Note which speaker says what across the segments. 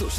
Speaker 1: los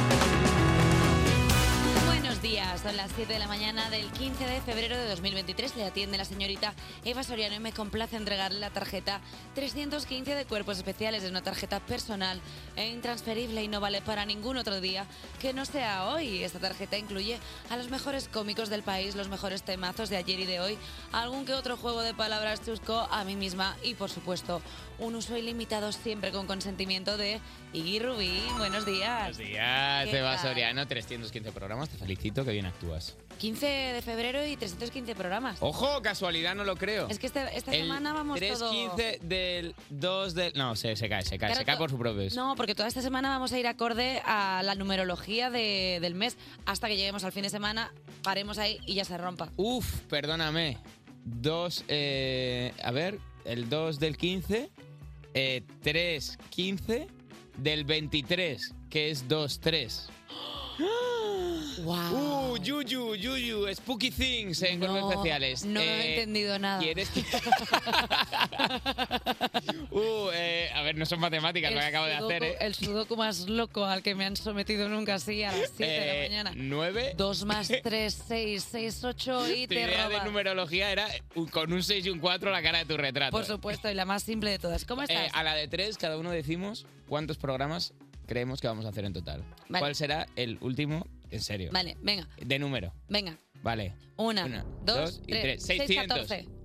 Speaker 2: Buenos días, son las 7 de la mañana del 15 de febrero de 2023. Le atiende la señorita Eva Soriano y me complace entregarle la tarjeta 315 de Cuerpos Especiales. Es una tarjeta personal e intransferible y no vale para ningún otro día que no sea hoy. Esta tarjeta incluye a los mejores cómicos del país, los mejores temazos de ayer y de hoy, algún que otro juego de palabras chusco a mí misma y, por supuesto, un uso ilimitado siempre con consentimiento de Iggy Rubí. Buenos días.
Speaker 3: Buenos días,
Speaker 2: ¿Qué
Speaker 3: Eva
Speaker 2: tal?
Speaker 3: Soriano, 315 programas. Te felicito, que bien actúas.
Speaker 2: 15 de febrero y 315 programas.
Speaker 3: Ojo, casualidad, no lo creo.
Speaker 2: Es que este- esta
Speaker 3: El
Speaker 2: semana vamos todo...
Speaker 3: 315 del 2 del. No, se, se cae, se cae,
Speaker 2: Claro,
Speaker 3: se cae
Speaker 2: to-
Speaker 3: por su propio. peso.
Speaker 2: Pues No, porque toda esta semana vamos a ir acorde a la numerología de- del mes hasta que lleguemos al fin de semana, paremos ahí y ya se rompa.
Speaker 3: Uf, perdóname. 2. Eh, a ver, el 2 del 15. Eh, 3, 15 del 23, que es 2, 3.
Speaker 2: ¡Wow!
Speaker 3: Uh, Yuyu, Yuyu, Spooky Things en cuerpos especiales.
Speaker 2: no
Speaker 3: Eh,
Speaker 2: he entendido nada.
Speaker 3: ¿Quieres que.? Uh, eh, a ver, no son matemáticas lo que acabo de hacer, ¿eh?
Speaker 2: el sudoku más loco al que me han sometido nunca así a las 7
Speaker 3: Eh,
Speaker 2: de la mañana.
Speaker 3: 9.
Speaker 2: 2 más 3, 6, 6, 8 y
Speaker 3: tu
Speaker 2: te
Speaker 3: idea de
Speaker 2: roba.
Speaker 3: numerología era un- con un 6 y un 4 la cara de tu retrato.
Speaker 2: Por supuesto, y la más simple de todas. ¿Cómo
Speaker 3: Eh,
Speaker 2: estás?
Speaker 3: a la de 3, cada uno decimos cuántos programas creemos que vamos a hacer en total.
Speaker 2: Vale.
Speaker 3: ¿Cuál será el último? En serio.
Speaker 2: Vale, venga,
Speaker 3: De número.
Speaker 2: venga.
Speaker 3: Vale.
Speaker 2: Una,
Speaker 3: Una,
Speaker 2: dos,
Speaker 3: dos y
Speaker 2: tres.
Speaker 3: tres.
Speaker 2: 600.
Speaker 3: 600.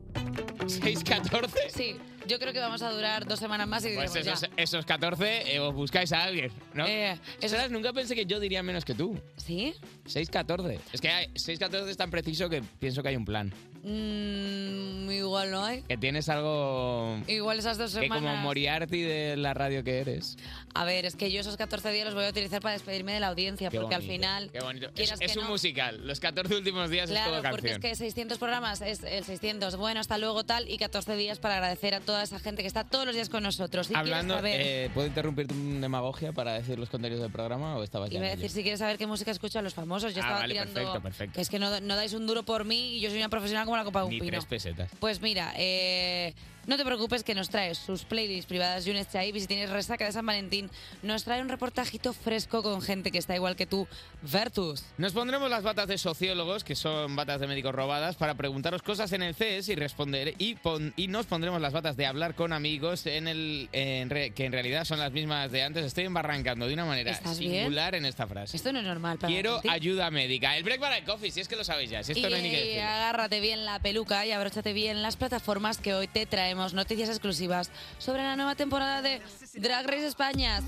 Speaker 3: 614.
Speaker 2: Sí, yo creo que vamos a durar dos semanas más y diremos
Speaker 3: Pues esos,
Speaker 2: ya.
Speaker 3: esos 14 eh, os buscáis a alguien, ¿no?
Speaker 2: Eh,
Speaker 3: ¿Sabes? Nunca pensé que yo diría menos que tú.
Speaker 2: ¿Sí?
Speaker 3: 6-14. Es que hay- 6-14 es tan preciso que pienso que hay un plan.
Speaker 2: Mm, igual no hay.
Speaker 3: Que tienes algo
Speaker 2: Igual esas dos
Speaker 3: que
Speaker 2: semanas.
Speaker 3: como Moriarty de la radio que eres.
Speaker 2: A ver, es que yo esos 14 días los voy a utilizar para despedirme de la audiencia,
Speaker 3: Qué
Speaker 2: porque al
Speaker 3: bonito,
Speaker 2: final.
Speaker 3: Qué bonito. Es,
Speaker 2: quieras
Speaker 3: es
Speaker 2: que
Speaker 3: un
Speaker 2: no.
Speaker 3: musical. Los 14 últimos días es
Speaker 2: Claro,
Speaker 3: todo
Speaker 2: porque es
Speaker 3: canción.
Speaker 2: que 600 programas es el 600. Bueno, hasta luego tal y 14 días para agradecer a toda esa gente que está todos los días con nosotros. Si quieres
Speaker 3: Hablando,
Speaker 2: saber-
Speaker 3: eh, ¿puedo interrumpirte un demagogia para decir los contenidos del programa o estabas ya
Speaker 2: Iba
Speaker 3: en
Speaker 2: a
Speaker 3: ello?
Speaker 2: decir si quieres saber qué música escuchan los famosos. Yo
Speaker 3: Ah,
Speaker 2: estaba
Speaker 3: vale,
Speaker 2: tirando.
Speaker 3: perfecto, perfecto.
Speaker 2: que es que no, no dais un duro por mí y yo soy una profesional como la copa de un
Speaker 3: Ni
Speaker 2: pino.
Speaker 3: tres pesetas.
Speaker 2: Pues mira, eh, no te preocupes que nos traes sus playlists privadas Yunes Chaib y si tienes resaca de San Valentín, nos trae un reportajito fresco con gente que está igual que tú, Vertus.
Speaker 3: Nos pondremos las batas de sociólogos, que son batas de médicos robadas, para preguntaros cosas en el CES y responder. Y, pon- y nos pondremos las batas de hablar con amigos, en el, en re- que en realidad son las mismas de antes. Estoy embarrancando de una manera
Speaker 2: ¿Estás bien?
Speaker 3: singular en esta frase.
Speaker 2: Esto no es normal para
Speaker 3: Quiero
Speaker 2: Valentín.
Speaker 3: ayuda médica. El break para el coffee, si es que lo sabéis ya. Si esto
Speaker 2: y,
Speaker 3: no hay ni que
Speaker 2: y
Speaker 3: decirlo.
Speaker 2: agárrate bien la peluca y abróchate bien las plataformas que hoy te traemos noticias exclusivas sobre la nueva temporada de Drag Race España.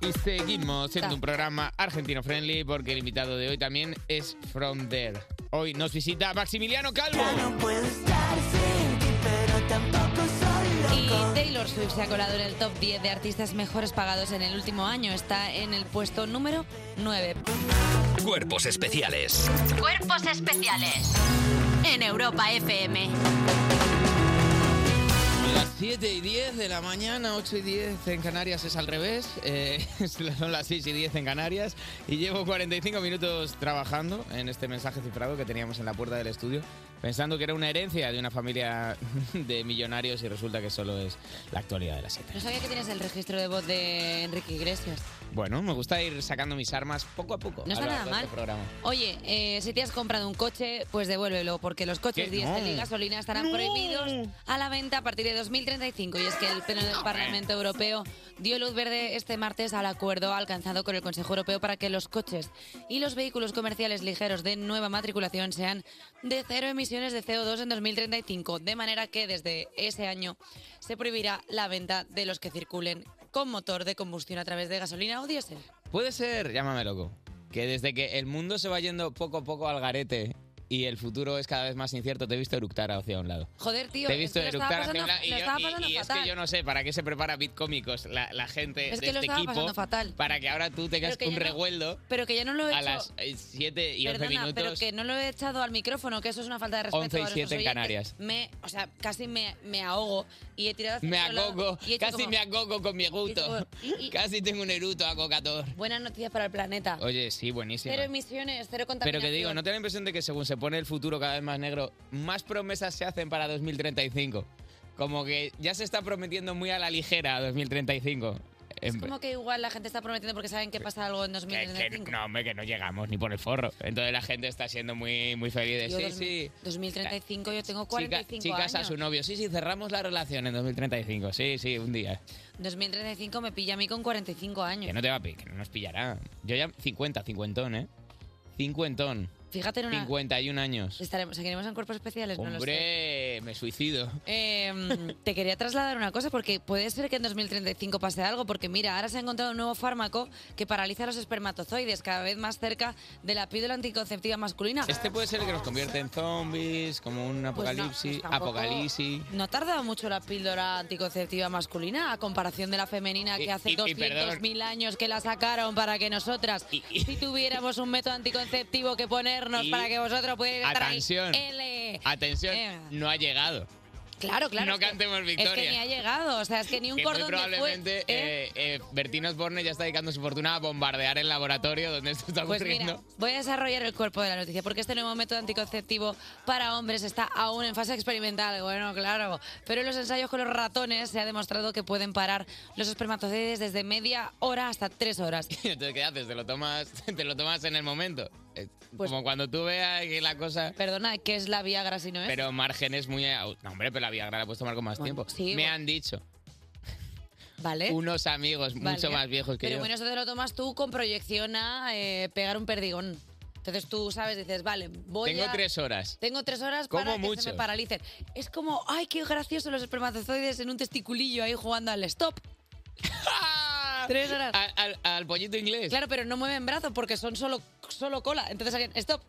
Speaker 3: Y seguimos siendo
Speaker 2: Ta.
Speaker 3: un programa argentino friendly porque el invitado de hoy también es From There. Hoy nos visita Maximiliano Calvo.
Speaker 2: Y Taylor Swift se ha colado en el top 10 de artistas mejores pagados en el último año. Está en el puesto número 9.
Speaker 1: Cuerpos especiales.
Speaker 4: Cuerpos especiales en Europa FM.
Speaker 3: Las 7 y 10 de la mañana, 8 y 10 en Canarias es al revés. eh, son las 6 y 10 en Canarias. Y llevo 45 minutos trabajando en este mensaje cifrado que teníamos en la puerta del estudio. Pensando que era una herencia de una familia de millonarios y resulta que solo es la actualidad de las 7.
Speaker 2: No sabía que tienes el registro de voz de Enrique Iglesias.
Speaker 3: Bueno, me gusta ir sacando mis armas poco a poco.
Speaker 2: No
Speaker 3: a
Speaker 2: está
Speaker 3: lo largo
Speaker 2: nada
Speaker 3: de
Speaker 2: mal.
Speaker 3: este programa.
Speaker 2: Oye, eh, si te has comprado un coche, pues devuélvelo, porque los coches
Speaker 3: ¿Qué?
Speaker 2: diésel y
Speaker 3: No.
Speaker 2: gasolina estarán
Speaker 3: No.
Speaker 2: prohibidos a la venta a partir de 2035. Y es que el Pleno del Parlamento Europeo dio luz verde este martes al acuerdo alcanzado con el Consejo Europeo para que los coches y los vehículos comerciales ligeros de nueva matriculación sean de cero emisiones de CO2 en 2035. De manera que desde ese año se prohibirá la venta de los que circulen con motor de combustión a través de gasolina o diésel.
Speaker 3: Puede ser, llámame loco, que desde que el mundo se va yendo poco a poco al garete y y el futuro es cada vez más incierto. Te he visto eructar hacia un lado.
Speaker 2: Joder, tío,
Speaker 3: Te he visto
Speaker 2: es que lo
Speaker 3: eructar
Speaker 2: estaba
Speaker 3: hacia
Speaker 2: pasando,
Speaker 3: un lado y,
Speaker 2: lo
Speaker 3: yo-
Speaker 2: estaba
Speaker 3: y-
Speaker 2: pasando
Speaker 3: y es
Speaker 2: fatal.
Speaker 3: que yo no sé para qué se prepara Bitcómicos la, la gente
Speaker 2: Es
Speaker 3: de
Speaker 2: que lo
Speaker 3: este
Speaker 2: estaba
Speaker 3: equipo
Speaker 2: pasando fatal.
Speaker 3: para que ahora tú tengas
Speaker 2: Pero que
Speaker 3: un
Speaker 2: yo no-
Speaker 3: revueldo
Speaker 2: Pero que yo no lo he
Speaker 3: a
Speaker 2: hecho.
Speaker 3: las 7 y 11
Speaker 2: Perdona, pero
Speaker 3: minutos.
Speaker 2: que no lo he echado al micrófono, que eso es una falta de respeto.
Speaker 3: 11 y
Speaker 2: a nuestros
Speaker 3: 7 en
Speaker 2: oyentes.
Speaker 3: Canarias.
Speaker 2: Me, o sea, casi me, me ahogo y he tirado hacia
Speaker 3: Me
Speaker 2: otro lado
Speaker 3: acoco,
Speaker 2: y he hecho
Speaker 3: casi
Speaker 2: como,
Speaker 3: me acoco con mi
Speaker 2: como-
Speaker 3: gusto.
Speaker 2: y- y-
Speaker 3: Casi tengo un eruto acocador.
Speaker 2: Buenas noticias para el planeta.
Speaker 3: Oye, sí, buenísimo.
Speaker 2: cero emisiones, cero
Speaker 3: Pero
Speaker 2: contaminación.
Speaker 3: que digo, ¿no te da la impresión de que según se pone el futuro cada vez más negro, más promesas se hacen para 2035? Como que ya se está prometiendo muy a la ligera 2035.
Speaker 2: Es
Speaker 3: Em,
Speaker 2: como que igual la gente está prometiendo porque saben que pasa algo en 2035.
Speaker 3: que no, hombre, que no llegamos ni por el forro. Entonces la gente está siendo muy, muy feliz de
Speaker 2: Yo
Speaker 3: sí,
Speaker 2: dos-
Speaker 3: sí.
Speaker 2: 2035, yo tengo
Speaker 3: Chica-
Speaker 2: 45
Speaker 3: chicas a
Speaker 2: años.
Speaker 3: su novio. Sí, sí, cerramos la relación en 2035. Sí, sí, un día.
Speaker 2: 2035 me pilla a mí con 45
Speaker 3: Que
Speaker 2: años.
Speaker 3: no te va a pillar, que no nos pillará. Yo ya 50, cincuentón, ¿eh? Cincuentón.
Speaker 2: Fíjate en una...
Speaker 3: 51 años.
Speaker 2: Estaremos, seguiremos en cuerpos especiales, no lo sé.
Speaker 3: Hombre, me suicido.
Speaker 2: Eh, te quería trasladar una cosa porque puede ser que en 2035 pase algo porque mira, ahora se ha encontrado un nuevo fármaco que paraliza los espermatozoides cada vez más cerca de la píldora anticonceptiva masculina.
Speaker 3: Este puede ser el que nos convierte en zombies, como un apocalipsis.
Speaker 2: Pues tampoco-
Speaker 3: apocalipsis.
Speaker 2: No tarda mucho la píldora anticonceptiva masculina a comparación de la femenina
Speaker 3: Y-
Speaker 2: que hace
Speaker 3: y- y perdón.
Speaker 2: 200.000 años que la sacaron para que nosotras, si tuviéramos un método anticonceptivo que ponernos
Speaker 3: Y-
Speaker 2: para que vosotros pudierais estar ahí,
Speaker 3: Atención.
Speaker 2: L.
Speaker 3: Atención,
Speaker 2: Eh.
Speaker 3: no ha llegado.
Speaker 2: Claro, claro.
Speaker 3: No
Speaker 2: es que-
Speaker 3: cantemos
Speaker 2: Es que
Speaker 3: victoria.
Speaker 2: ni ha llegado, o sea, es que ni un
Speaker 3: Que muy
Speaker 2: cordón
Speaker 3: probablemente
Speaker 2: de fuet- ¿eh?
Speaker 3: eh, eh, Bertín Osborne ya está dedicando su fortuna a bombardear el laboratorio donde esto está
Speaker 2: Pues
Speaker 3: ocurriendo.
Speaker 2: mira, voy a desarrollar el cuerpo de la noticia porque este nuevo método anticonceptivo para hombres está aún en fase experimental. Bueno, claro. Pero en los ensayos con los ratones se ha demostrado que pueden parar los espermatozoides desde media hora hasta tres horas.
Speaker 3: Entonces, ¿qué haces? ¿Te lo tomas, te lo tomas en el momento? Eh,
Speaker 2: Pues
Speaker 3: como cuando tú veas que la cosa...
Speaker 2: Perdona, ¿qué es la Viagra si no es?
Speaker 3: Pero márgenes muy... au- No, hombre, pero la Viagra la puedes tomar con más tiempo.
Speaker 2: sí,
Speaker 3: Me
Speaker 2: ¿Eh? bueno.
Speaker 3: han dicho.
Speaker 2: Vale.
Speaker 3: Unos amigos
Speaker 2: Vale.
Speaker 3: mucho más viejos que yo.
Speaker 2: Pero bueno, eso te lo tomas tú con proyección a eh, pegar un perdigón. Entonces tú sabes, dices, vale, voy
Speaker 3: Tengo
Speaker 2: a-
Speaker 3: tres horas.
Speaker 2: Tengo tres horas
Speaker 3: Como
Speaker 2: para que se
Speaker 3: mucho.
Speaker 2: me paralicen. Es como, ay, qué gracioso los espermatozoides en un testiculillo ahí jugando al stop. tres horas.
Speaker 3: Ah, Al, al- al pollito inglés.
Speaker 2: Claro, pero no mueven brazos porque son solo, solo cola. Entonces alguien, stop.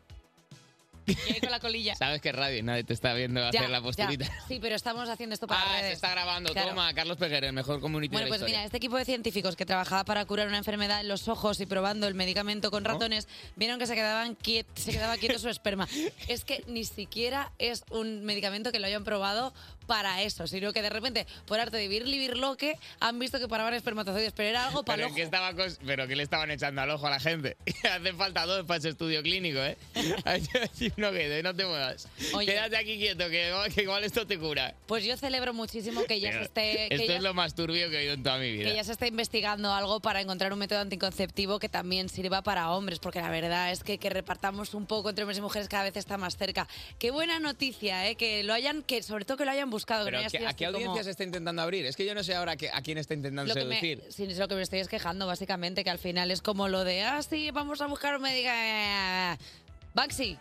Speaker 2: Y ahí con la colilla.
Speaker 3: Sabes que es radio y nadie te está viendo hacer la posturita.
Speaker 2: ya. Sí, pero estamos haciendo esto para
Speaker 3: Ah,
Speaker 2: redes.
Speaker 3: se está grabando.
Speaker 2: Claro.
Speaker 3: Toma, Carlos Peguero, el mejor community
Speaker 2: Bueno,
Speaker 3: de la
Speaker 2: pues mira,
Speaker 3: historia.
Speaker 2: este equipo de científicos que trabajaba para curar una enfermedad en los ojos y probando el medicamento con ratones, vieron que se, quedaban quiet- se quedaba quieto su esperma. Es que ni siquiera es un medicamento que lo hayan probado para eso, sino que de repente, por arte de vivir, vivir lo que han visto que paraban espermatozoides, pero era algo para
Speaker 3: pero,
Speaker 2: el
Speaker 3: ¿qué
Speaker 2: ojo.
Speaker 3: estaba cos- pero que le estaban echando al ojo a la gente. Hace falta dos para ese estudio clínico, ¿eh? Así uno que no te muevas.
Speaker 2: Oye.
Speaker 3: Quédate aquí quieto, que, que igual esto te cura.
Speaker 2: Pues yo celebro muchísimo que ya se esté... que
Speaker 3: esto
Speaker 2: ya
Speaker 3: es lo más turbio que he oído en toda mi vida.
Speaker 2: Que ya se está investigando algo para encontrar un método anticonceptivo que también sirva para hombres, porque la verdad es que que repartamos un poco entre hombres y mujeres cada vez está más cerca. Qué buena noticia, ¿eh? que lo hayan, que sobre todo que lo hayan buscado. que no
Speaker 3: Pero
Speaker 2: haya
Speaker 3: ¿qué-
Speaker 2: sido
Speaker 3: ¿a qué
Speaker 2: así como-
Speaker 3: audiencia se está intentando abrir? Es que yo no sé ahora que- a quién está intentando
Speaker 2: lo que me,
Speaker 3: seducir.
Speaker 2: sí, es lo que me estoy es quejando, básicamente, que al final es como lo de, ah, sí, vamos a buscar un médico. Eh, Baxi,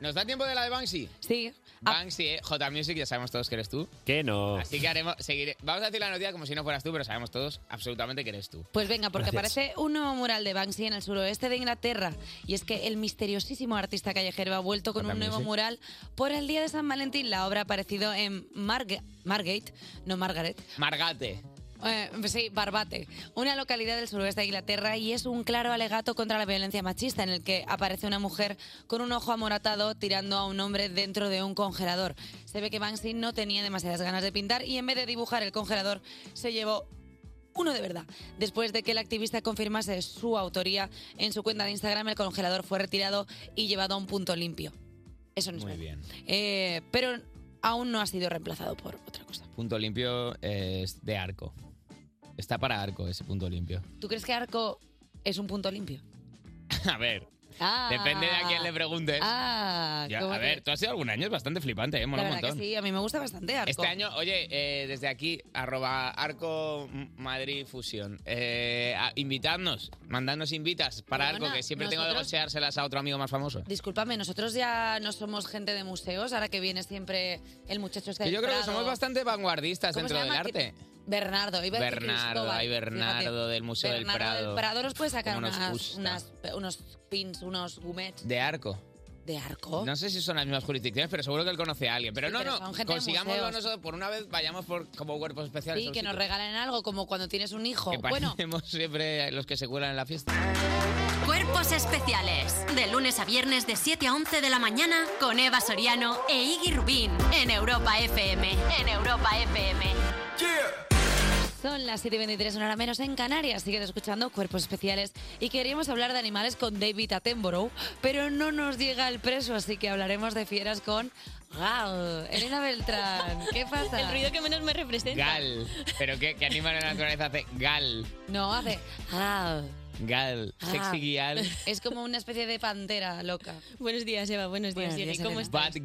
Speaker 3: ¿Nos da tiempo de la de Banksy?
Speaker 2: Sí. Ah.
Speaker 3: Banksy, ¿eh? J Music, ya sabemos todos que eres tú.
Speaker 5: Que no.
Speaker 3: Así que haremos, seguiré. Vamos a decir la noticia como si no fueras tú, pero sabemos todos absolutamente que eres tú.
Speaker 2: Pues venga, porque
Speaker 3: Gracias.
Speaker 2: aparece un nuevo mural de Banksy en el suroeste de Inglaterra. Y es que el misteriosísimo artista callejero ha vuelto
Speaker 3: Ah,
Speaker 2: con un
Speaker 6: También
Speaker 2: nuevo
Speaker 6: sí.
Speaker 2: mural por el día de San Valentín. La obra ha aparecido en Marga- Margate, no Margaret.
Speaker 3: Margate.
Speaker 2: eh, sí, Barbate, una localidad del suroeste de Inglaterra y es un claro alegato contra la violencia machista en el que aparece una mujer con un ojo amoratado tirando a un hombre dentro de un congelador. Se ve que Banksy no tenía demasiadas ganas de pintar y en vez de dibujar el congelador se llevó uno de verdad. Después de que el activista confirmase su autoría en su cuenta de Instagram, el congelador fue retirado y llevado a un punto limpio. Eso no es
Speaker 3: Muy
Speaker 2: verdad.
Speaker 3: bien.
Speaker 2: Eh, pero aún no ha sido reemplazado por otra cosa.
Speaker 3: Punto limpio es de arco. Está para arco ese punto limpio.
Speaker 2: ¿Tú crees que Arco es un punto limpio?
Speaker 3: A ver,
Speaker 2: Ah.
Speaker 3: depende de a quién le preguntes.
Speaker 2: Ah,
Speaker 3: Ya,
Speaker 2: ¿cómo
Speaker 3: a
Speaker 2: que?
Speaker 3: ver, tú has sido algún año, es bastante flipante, ¿eh?
Speaker 2: la
Speaker 3: Mola un
Speaker 2: verdad que
Speaker 3: montón.
Speaker 2: sí, a mí me gusta bastante Arco.
Speaker 3: Este año, oye, eh, desde aquí, arroba arco Madrid Fusión, eh, a- invitadnos, mandadnos invitas para
Speaker 2: Perdona,
Speaker 3: arco, que siempre tengo de
Speaker 2: nosotros-
Speaker 3: gocheárselas a otro amigo más famoso.
Speaker 2: Discúlpame, nosotros ya no somos gente de museos, ahora que viene siempre el muchacho este
Speaker 3: Que
Speaker 2: del
Speaker 3: yo creo que
Speaker 2: Prado.
Speaker 3: somos bastante vanguardistas
Speaker 2: ¿Cómo se
Speaker 3: dentro del
Speaker 2: llama?
Speaker 3: arte.
Speaker 2: Bernardo, iba a decir
Speaker 3: Bernardo,
Speaker 2: Cristóbal,
Speaker 3: hay Bernardo
Speaker 2: fíjate.
Speaker 3: del Museo del
Speaker 2: Bernardo
Speaker 3: Prado.
Speaker 2: del Prado nos puede sacar
Speaker 3: Cómo nos
Speaker 2: unas,
Speaker 3: gusta.
Speaker 2: unas- unos pins, unos gumets
Speaker 3: De arco.
Speaker 2: de Arco.
Speaker 3: No sé si son las mismas jurisdicciones, pero seguro que él conoce a alguien. Pero
Speaker 2: Sí,
Speaker 3: no,
Speaker 2: pero son
Speaker 3: no,
Speaker 2: gente de
Speaker 3: consigámoslo
Speaker 2: museos.
Speaker 3: nosotros. Por una vez vayamos por como cuerpos especiales.
Speaker 2: Sí,
Speaker 3: a un
Speaker 2: que nos
Speaker 3: sitio.
Speaker 2: regalen algo, como cuando tienes un hijo.
Speaker 3: Que
Speaker 2: Bueno,
Speaker 3: parecemos siempre los que se cuelan en la fiesta.
Speaker 4: Cuerpos especiales. De lunes a viernes de 7 a 11 de la mañana con Eva Soriano e Iggy Rubín en Europa FM. En Europa FM.
Speaker 2: son las 7.23, una hora menos en Canarias. Siguen escuchando Cuerpos Especiales. Y queríamos hablar de animales con David Attenborough, pero no nos llega el preso, así que hablaremos de fieras con Gal. Elena Beltrán, ¿qué pasa?
Speaker 5: El ruido que menos me representa.
Speaker 3: Gal. ¿Pero qué, qué animal de la naturaleza hace? Gal.
Speaker 2: No, hace
Speaker 5: Ah.
Speaker 2: Gal.
Speaker 3: Gal. Sexy
Speaker 2: Gal.
Speaker 3: gal.
Speaker 2: Es como una especie de pantera loca.
Speaker 5: Buenos días, Eva. Buenos
Speaker 2: Buenos
Speaker 5: días, Iggy.
Speaker 2: días,
Speaker 5: ¿Cómo
Speaker 2: Elena.
Speaker 5: estás?
Speaker 3: Bad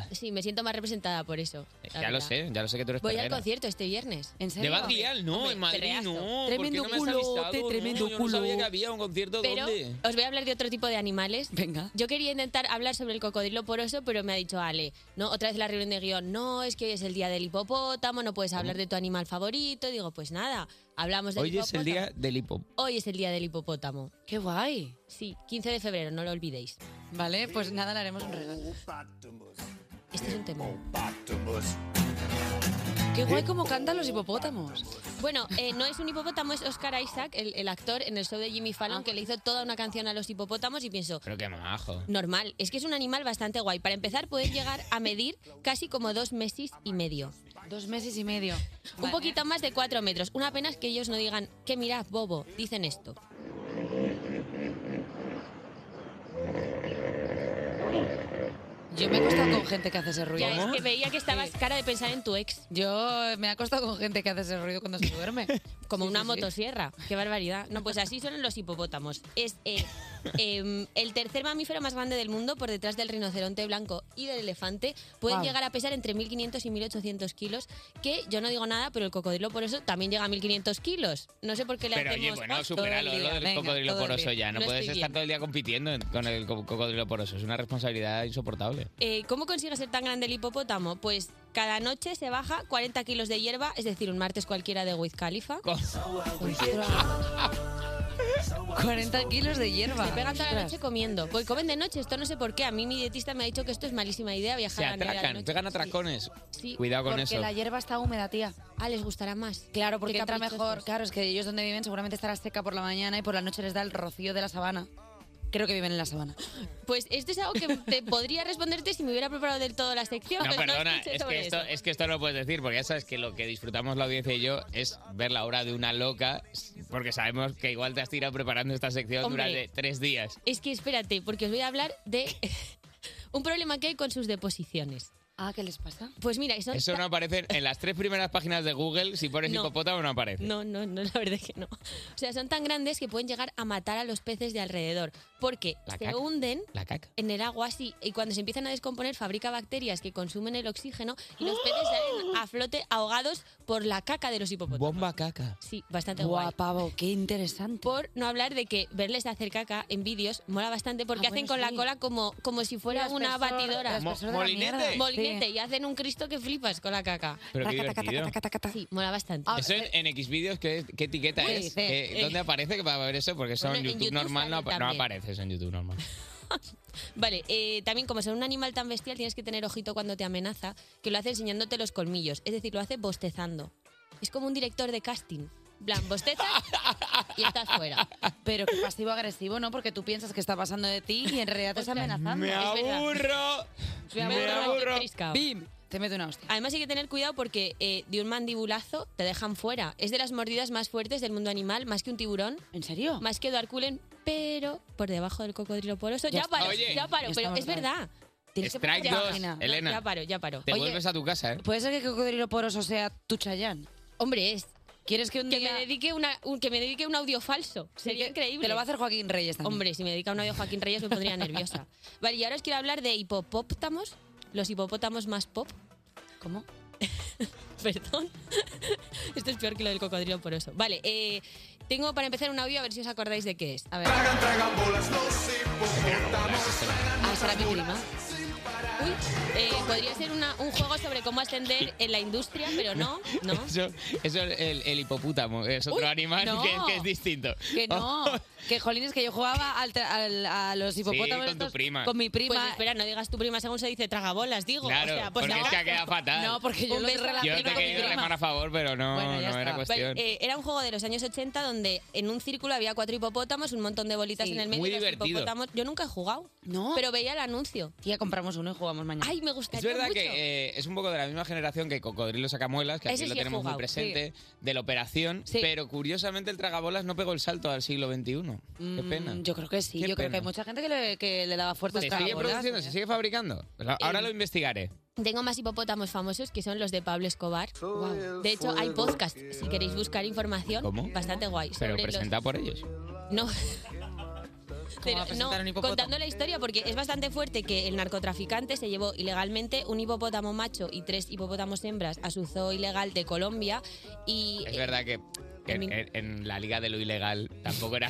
Speaker 3: gal.
Speaker 5: Sí, me siento más representada por eso. la
Speaker 3: Eh, Ya lo
Speaker 5: verdad.
Speaker 3: sé, ya lo sé que tú eres
Speaker 5: Voy al
Speaker 3: perrera.
Speaker 5: concierto este viernes.
Speaker 2: ¿En
Speaker 3: De Bad Gyal, no, en Madrid no. ¿por qué
Speaker 5: Tremendo
Speaker 3: no me has avisado?
Speaker 5: culote,
Speaker 3: No,
Speaker 5: tremendo
Speaker 3: Yo no sabía
Speaker 5: culo.
Speaker 3: que había un concierto
Speaker 5: Pero
Speaker 3: ¿dónde?
Speaker 5: os voy a hablar de otro tipo de animales.
Speaker 2: Venga.
Speaker 5: Yo quería intentar hablar sobre el cocodrilo poroso, pero me ha dicho Ale, no, otra vez la reunión de guión, no, es que hoy es el día del hipopótamo, no puedes hablar de tu animal favorito. Digo, pues nada, hablamos del
Speaker 3: Hoy es
Speaker 5: hipopótamo.
Speaker 3: el día del hipo.
Speaker 5: Hoy es el día del hipopótamo.
Speaker 2: ¡Qué guay!
Speaker 5: Sí, 15 de febrero, no lo olvidéis.
Speaker 2: Vale, pues nada, le haremos un regalo.
Speaker 5: Este es un tema.
Speaker 2: Qué guay como cantan los hipopótamos.
Speaker 5: Bueno, eh, no es un hipopótamo, es Oscar Isaac, el, el actor en el show de Jimmy
Speaker 2: Ah.
Speaker 5: Fallon, que le hizo toda una canción a los hipopótamos y pienso,
Speaker 3: Pero qué majo.
Speaker 5: normal, es que es un animal bastante guay. Para empezar, puede llegar a medir casi como dos meses y medio.
Speaker 2: Dos meses y medio.
Speaker 5: Un poquito más de cuatro metros. Una pena es que ellos no digan, que mirad, bobo, dicen esto.
Speaker 2: Yo me he acostado con gente que hace ese ruido.
Speaker 5: Ya es que veía que estabas cara de pensar en tu ex,
Speaker 2: Yo me he acostado con gente que hace ese ruido cuando se duerme.
Speaker 5: como
Speaker 2: Sí,
Speaker 5: una
Speaker 2: sí, sí.
Speaker 5: motosierra. Qué barbaridad. No, pues así son los hipopótamos. Es eh, em, el tercer mamífero más grande del mundo, por detrás del rinoceronte blanco y del elefante. Pueden
Speaker 2: Guau.
Speaker 5: llegar a pesar entre 1.500 y 1.800 kilos, que yo no digo nada, pero el cocodrilo por eso también llega a 1.500 kilos. No sé por qué le
Speaker 3: Pero oye,
Speaker 5: hacemos...
Speaker 3: bueno,
Speaker 5: "Ostras,
Speaker 3: superalo,
Speaker 5: todo el
Speaker 3: lo
Speaker 5: día".
Speaker 3: del
Speaker 2: venga,
Speaker 3: cocodrilo
Speaker 2: todo el
Speaker 3: poroso
Speaker 2: día.
Speaker 3: ya. No
Speaker 5: No
Speaker 3: puedes
Speaker 5: estoy
Speaker 3: estar
Speaker 5: bien.
Speaker 3: todo el día compitiendo en- con el co- cocodrilo poroso. Es una responsabilidad insoportable.
Speaker 5: Eh, ¿Cómo consigue ser tan grande el hipopótamo? Pues cada noche se baja 40 kilos de hierba, es decir, un martes cualquiera de Wiz Khalifa.
Speaker 3: Co-
Speaker 2: Ostras. 40 kilos de hierba.
Speaker 5: Se pegan toda la
Speaker 2: Ostras.
Speaker 5: noche comiendo. Pues comen de noche, esto no sé por qué. A mí mi dietista me ha dicho que esto es malísima idea viajar
Speaker 3: Se
Speaker 5: a la nevera de
Speaker 3: atracan,
Speaker 5: noche.
Speaker 3: pegan atracones.
Speaker 5: Sí.
Speaker 3: Cuidado con
Speaker 2: Porque
Speaker 3: eso.
Speaker 2: la hierba está húmeda, tía.
Speaker 5: Ah, les gustará más.
Speaker 2: Claro,
Speaker 5: Qué
Speaker 2: porque entra
Speaker 5: caprichosos.
Speaker 2: mejor. Claro, es que ellos donde viven seguramente estará seca por la mañana y por la noche les da el rocío de la sabana. Creo que viven en la sabana.
Speaker 5: Pues esto es algo que te podría responderte si me hubiera preparado del todo la sección.
Speaker 3: No,
Speaker 5: pero
Speaker 3: perdona,
Speaker 5: escuché
Speaker 3: es
Speaker 5: sobre
Speaker 3: que, esto,
Speaker 5: eso.
Speaker 3: es que esto no lo puedes decir, porque ya sabes que lo que disfrutamos la audiencia y yo es ver la obra de una loca, porque sabemos que igual te has tirado preparando esta sección
Speaker 5: Hombre.
Speaker 3: durante tres días.
Speaker 5: Es que espérate, porque os voy a hablar de un problema que hay con sus deposiciones.
Speaker 2: Ah, ¿qué les pasa?
Speaker 5: Pues mira, son
Speaker 3: Eso no aparece en las tres primeras páginas de Google, si pones
Speaker 5: No.
Speaker 3: hipopótamo no aparece.
Speaker 5: No, no, no, la verdad es que no. O sea, son tan grandes que pueden llegar a matar a los peces de alrededor, porque
Speaker 3: La
Speaker 5: se
Speaker 3: caca.
Speaker 5: hunden
Speaker 3: La caca.
Speaker 5: en el agua así y cuando se empiezan a descomponer fabrica bacterias que consumen el oxígeno y los peces
Speaker 2: ¡Ah!
Speaker 5: salen a flote ahogados por la caca de los hipopótamos.
Speaker 3: Bomba caca.
Speaker 5: Sí, bastante
Speaker 2: Guau,
Speaker 5: guay.
Speaker 2: pavo, qué interesante.
Speaker 5: Por no hablar de que verles hacer caca en vídeos mola bastante porque
Speaker 2: Ah,
Speaker 5: hacen
Speaker 2: bueno,
Speaker 5: con la
Speaker 2: sí.
Speaker 5: cola como, como si fuera
Speaker 2: El
Speaker 5: una
Speaker 2: aspersor-
Speaker 5: batidora.
Speaker 2: el
Speaker 3: Mo-
Speaker 2: aspersor de la
Speaker 3: molinete.
Speaker 2: mierda.
Speaker 5: Molinete
Speaker 2: Sí.
Speaker 5: y hacen un cristo que flipas con la caca.
Speaker 3: Pero qué
Speaker 2: Raca, taca,
Speaker 3: divertido.
Speaker 2: taca, taca, taca, taca.
Speaker 5: Sí, mola bastante.
Speaker 2: Ah,
Speaker 3: Eso en, en Xvideos, ¿qué, qué etiqueta
Speaker 2: Uy,
Speaker 3: es?
Speaker 2: dice,
Speaker 3: Eh, ¿Dónde aparece que va a ver eso? Porque eso
Speaker 5: Bueno,
Speaker 3: en
Speaker 5: en
Speaker 3: YouTube,
Speaker 5: YouTube
Speaker 3: normal no,
Speaker 5: sale
Speaker 3: apa- no
Speaker 5: también.
Speaker 3: aparece eso en YouTube normal.
Speaker 5: Vale, eh, también como ser un animal tan bestial tienes que tener ojito cuando te amenaza, que lo hace enseñándote los colmillos, es decir, lo hace bostezando. Es como un director de casting. En Plan, bosteza y estás fuera.
Speaker 2: Pero que pasivo-agresivo, ¿no? Porque tú piensas que está pasando de ti y en realidad te está amenazando.
Speaker 3: ¡Me
Speaker 2: Es verdad.
Speaker 3: aburro!
Speaker 5: Me
Speaker 3: ¡Me
Speaker 5: aburro,
Speaker 3: aburro!
Speaker 5: qué triscao.
Speaker 2: ¡Bim! Te mete una hostia.
Speaker 5: Además hay que tener cuidado porque eh, de un mandibulazo te dejan fuera. Es de las mordidas más fuertes del mundo animal, más que un tiburón,
Speaker 2: ¿En serio?
Speaker 5: más que Darkulen, pero por debajo del cocodrilo poroso.
Speaker 2: Ya
Speaker 5: Ya,
Speaker 2: está.
Speaker 5: paro,
Speaker 3: Oye.
Speaker 5: ya paro,
Speaker 2: Ya
Speaker 5: pero
Speaker 2: estamos
Speaker 5: es
Speaker 2: otra vez.
Speaker 5: verdad.
Speaker 2: Tienes que
Speaker 3: Strike
Speaker 2: poner la
Speaker 3: dos,
Speaker 2: página.
Speaker 3: Elena.
Speaker 5: Ya paro, ya paro. Pues
Speaker 3: Te
Speaker 2: Oye.
Speaker 3: vuelves a tu casa, ¿eh?
Speaker 2: ¿Puede ser que Cocodrilo Poroso sea tu Chayán?
Speaker 5: Hombre, es
Speaker 2: ¿Quieres que un
Speaker 5: que me
Speaker 2: día...?
Speaker 5: dedique, una, un, que me dedique un audio falso. Sería
Speaker 2: que-
Speaker 5: increíble.
Speaker 2: Te lo va a hacer Joaquín Reyes también.
Speaker 5: Hombre, si me dedica un audio Joaquín Reyes me pondría nerviosa. Vale, y ahora os quiero hablar de hipopótamos, los hipopótamos más pop.
Speaker 2: ¿Cómo?
Speaker 5: Perdón. Esto es peor que lo del cocodrilo poroso. Vale, eh, tengo para empezar un audio a ver si os acordáis de qué es.
Speaker 2: A ver. Ah, será mi prima.
Speaker 5: Uy, eh, podría ser una- un juego sobre cómo ascender en la industria, pero no, no.
Speaker 3: Eso, eso es el, el hipopótamo, es otro
Speaker 2: Uy,
Speaker 3: animal
Speaker 2: no.
Speaker 3: que, que es distinto. Oh.
Speaker 2: Que no, que jolines, que yo jugaba al tra- al- a los hipopótamos.
Speaker 3: con tu
Speaker 2: estos-
Speaker 3: prima.
Speaker 2: Con mi prima.
Speaker 5: Pues espera, no digas tu prima según se dice tragabolas, digo.
Speaker 3: Claro,
Speaker 5: o sea, pues
Speaker 3: porque
Speaker 5: no.
Speaker 3: es que ha quedado fatal.
Speaker 2: No, porque yo
Speaker 5: Un
Speaker 2: lo
Speaker 5: beso a la
Speaker 3: Yo
Speaker 2: relaciono
Speaker 3: te
Speaker 2: con mi
Speaker 3: quería
Speaker 2: prima.
Speaker 3: remar a favor, pero no,
Speaker 2: Bueno, ya
Speaker 3: no era
Speaker 2: está.
Speaker 3: cuestión.
Speaker 5: Eh, era un juego de los años 80 donde en un círculo había cuatro hipopótamos, un montón de bolitas
Speaker 2: Sí.
Speaker 5: en el medio.
Speaker 3: Muy
Speaker 5: y los
Speaker 3: divertido.
Speaker 5: hipopótamos- Yo nunca he jugado,
Speaker 2: No,
Speaker 5: pero veía el anuncio.
Speaker 2: tía, compramos uno y jugamos mañana.
Speaker 5: Ay, me
Speaker 3: Es
Speaker 5: gustaría
Speaker 3: verdad
Speaker 5: mucho.
Speaker 3: que eh, es un poco de la misma generación que Cocodrilo Sacamuelas, que aquí
Speaker 5: Ese
Speaker 3: lo
Speaker 5: sí he
Speaker 3: tenemos
Speaker 5: jugado,
Speaker 3: muy presente, de la operación,
Speaker 2: Sí.
Speaker 3: pero curiosamente el tragabolas no pegó el salto al siglo XXI. Qué
Speaker 2: Mm,
Speaker 3: pena.
Speaker 2: Yo creo que sí,
Speaker 3: Qué
Speaker 2: yo creo que
Speaker 3: pena.
Speaker 2: hay mucha gente que le, que ¿eh? le daba fuerza
Speaker 3: ¿Se
Speaker 2: hasta
Speaker 3: sigue
Speaker 2: ahora.
Speaker 3: produciendo? ¿Se sigue fabricando? Ahora lo investigaré.
Speaker 5: Tengo más hipopótamos famosos que son los de Pablo Escobar.
Speaker 2: Guau.
Speaker 5: De hecho, hay podcast, si queréis buscar información,
Speaker 3: ¿Cómo?
Speaker 5: bastante guay.
Speaker 3: Pero
Speaker 5: sobre los-
Speaker 3: presentado por ellos.
Speaker 5: No. Pero
Speaker 2: va a presentar un
Speaker 5: no,
Speaker 2: hipopótamo?
Speaker 5: contando la historia porque es bastante fuerte que el narcotraficante se llevó ilegalmente un hipopótamo macho y tres hipopótamos hembras a su zoo ilegal de Colombia y
Speaker 3: Es verdad que en,
Speaker 5: mi-
Speaker 3: en- en la liga de lo ilegal tampoco era...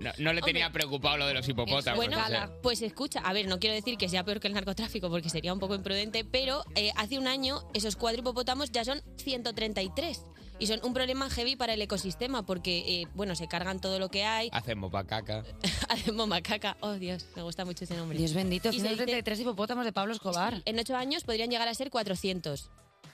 Speaker 3: No, no le tenía preocupado lo de los hipopótamos.
Speaker 5: Bueno,
Speaker 3: o sea.
Speaker 5: pues escucha, a ver, no quiero decir que sea peor que el narcotráfico porque sería un poco imprudente, pero eh, hace un año esos cuatro hipopótamos ya son 133 y son un problema heavy para el ecosistema porque, eh, bueno, se cargan todo lo que hay,
Speaker 3: Hacemos pacaca.
Speaker 2: Pues,
Speaker 5: hacemos macaca, oh Dios, me gusta mucho ese nombre.
Speaker 2: Dios bendito,
Speaker 5: Y se dice-
Speaker 2: 133 hipopótamos de Pablo Escobar.
Speaker 5: En ocho años podrían llegar a ser 400.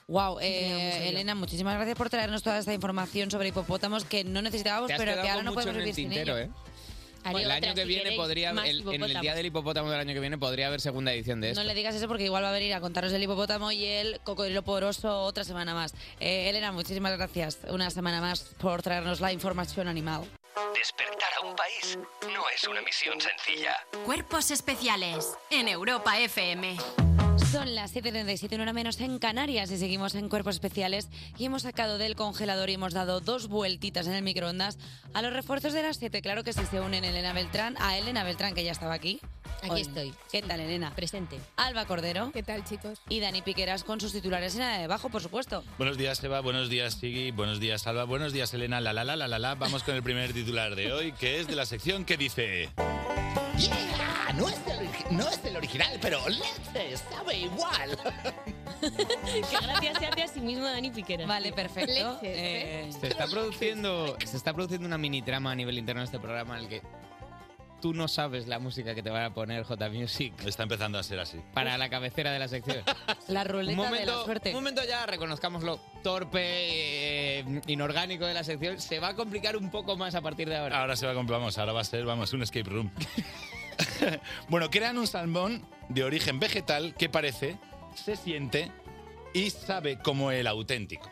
Speaker 2: Wow,
Speaker 5: Tenía mucho yo.
Speaker 2: eh, Elena, muchísimas gracias por traernos toda esta información sobre hipopótamos que no necesitábamos,
Speaker 3: Te has
Speaker 2: pero que
Speaker 3: quedado con
Speaker 2: ahora no
Speaker 3: mucho
Speaker 2: podemos
Speaker 3: en el
Speaker 2: vivir sin
Speaker 3: tintero,
Speaker 2: ello.
Speaker 3: ¿eh? el año que viene podría... el- en el día del hipopótamo del año que viene podría haber segunda edición de esto.
Speaker 2: No le digas eso porque igual va a venir a contaros el hipopótamo y el cocodrilo poroso otra semana más. Eh, Elena, muchísimas gracias una semana más por traernos la información animal.
Speaker 1: Despertar a un país no es una misión sencilla.
Speaker 4: Cuerpos especiales en Europa FM.
Speaker 2: Son las 7.37, una hora menos en Canarias y seguimos en Cuerpos Especiales y hemos sacado del congelador y hemos dado dos vueltitas en el microondas a los refuerzos de las 7. Claro que sí se unen Elena Beltrán a Elena Beltrán que ya estaba aquí.
Speaker 5: Aquí
Speaker 2: Hola.
Speaker 5: estoy.
Speaker 2: ¿Qué tal Elena?
Speaker 5: Presente.
Speaker 2: Alba Cordero
Speaker 6: ¿Qué tal, chicos?
Speaker 2: y Dani Piqueras con sus titulares en la de abajo, por supuesto.
Speaker 7: Buenos días, Eva. Buenos días, Sigui. Buenos días, Alba. Buenos días, Elena. La, la, la, la, la, la. Vamos con el primer titular de hoy, que es de la sección que dice...
Speaker 8: Yeah, no es el, origi- no es el original, pero leche, sabe igual.
Speaker 5: Que gracias se hace a sí mismo Dani Piquera.
Speaker 2: Vale, perfecto.
Speaker 6: Leches, ¿eh?
Speaker 2: Eh,
Speaker 3: Se está produciendo, se está produciendo una mini trama a nivel interno de este programa en el que tú no sabes la música que te van a poner J Music
Speaker 7: Está empezando a ser así.
Speaker 3: para la cabecera de la sección.
Speaker 2: la ruleta
Speaker 3: un
Speaker 2: de la
Speaker 3: momento,
Speaker 2: suerte.
Speaker 3: un momento ya, reconozcámoslo, torpe, eh, inorgánico de la sección, se va a complicar un poco más a partir de ahora.
Speaker 7: Ahora se va a comprar, vamos, ahora va a ser, vamos, un escape room. bueno, crean un salmón de origen vegetal que parece, se siente y sabe como el auténtico.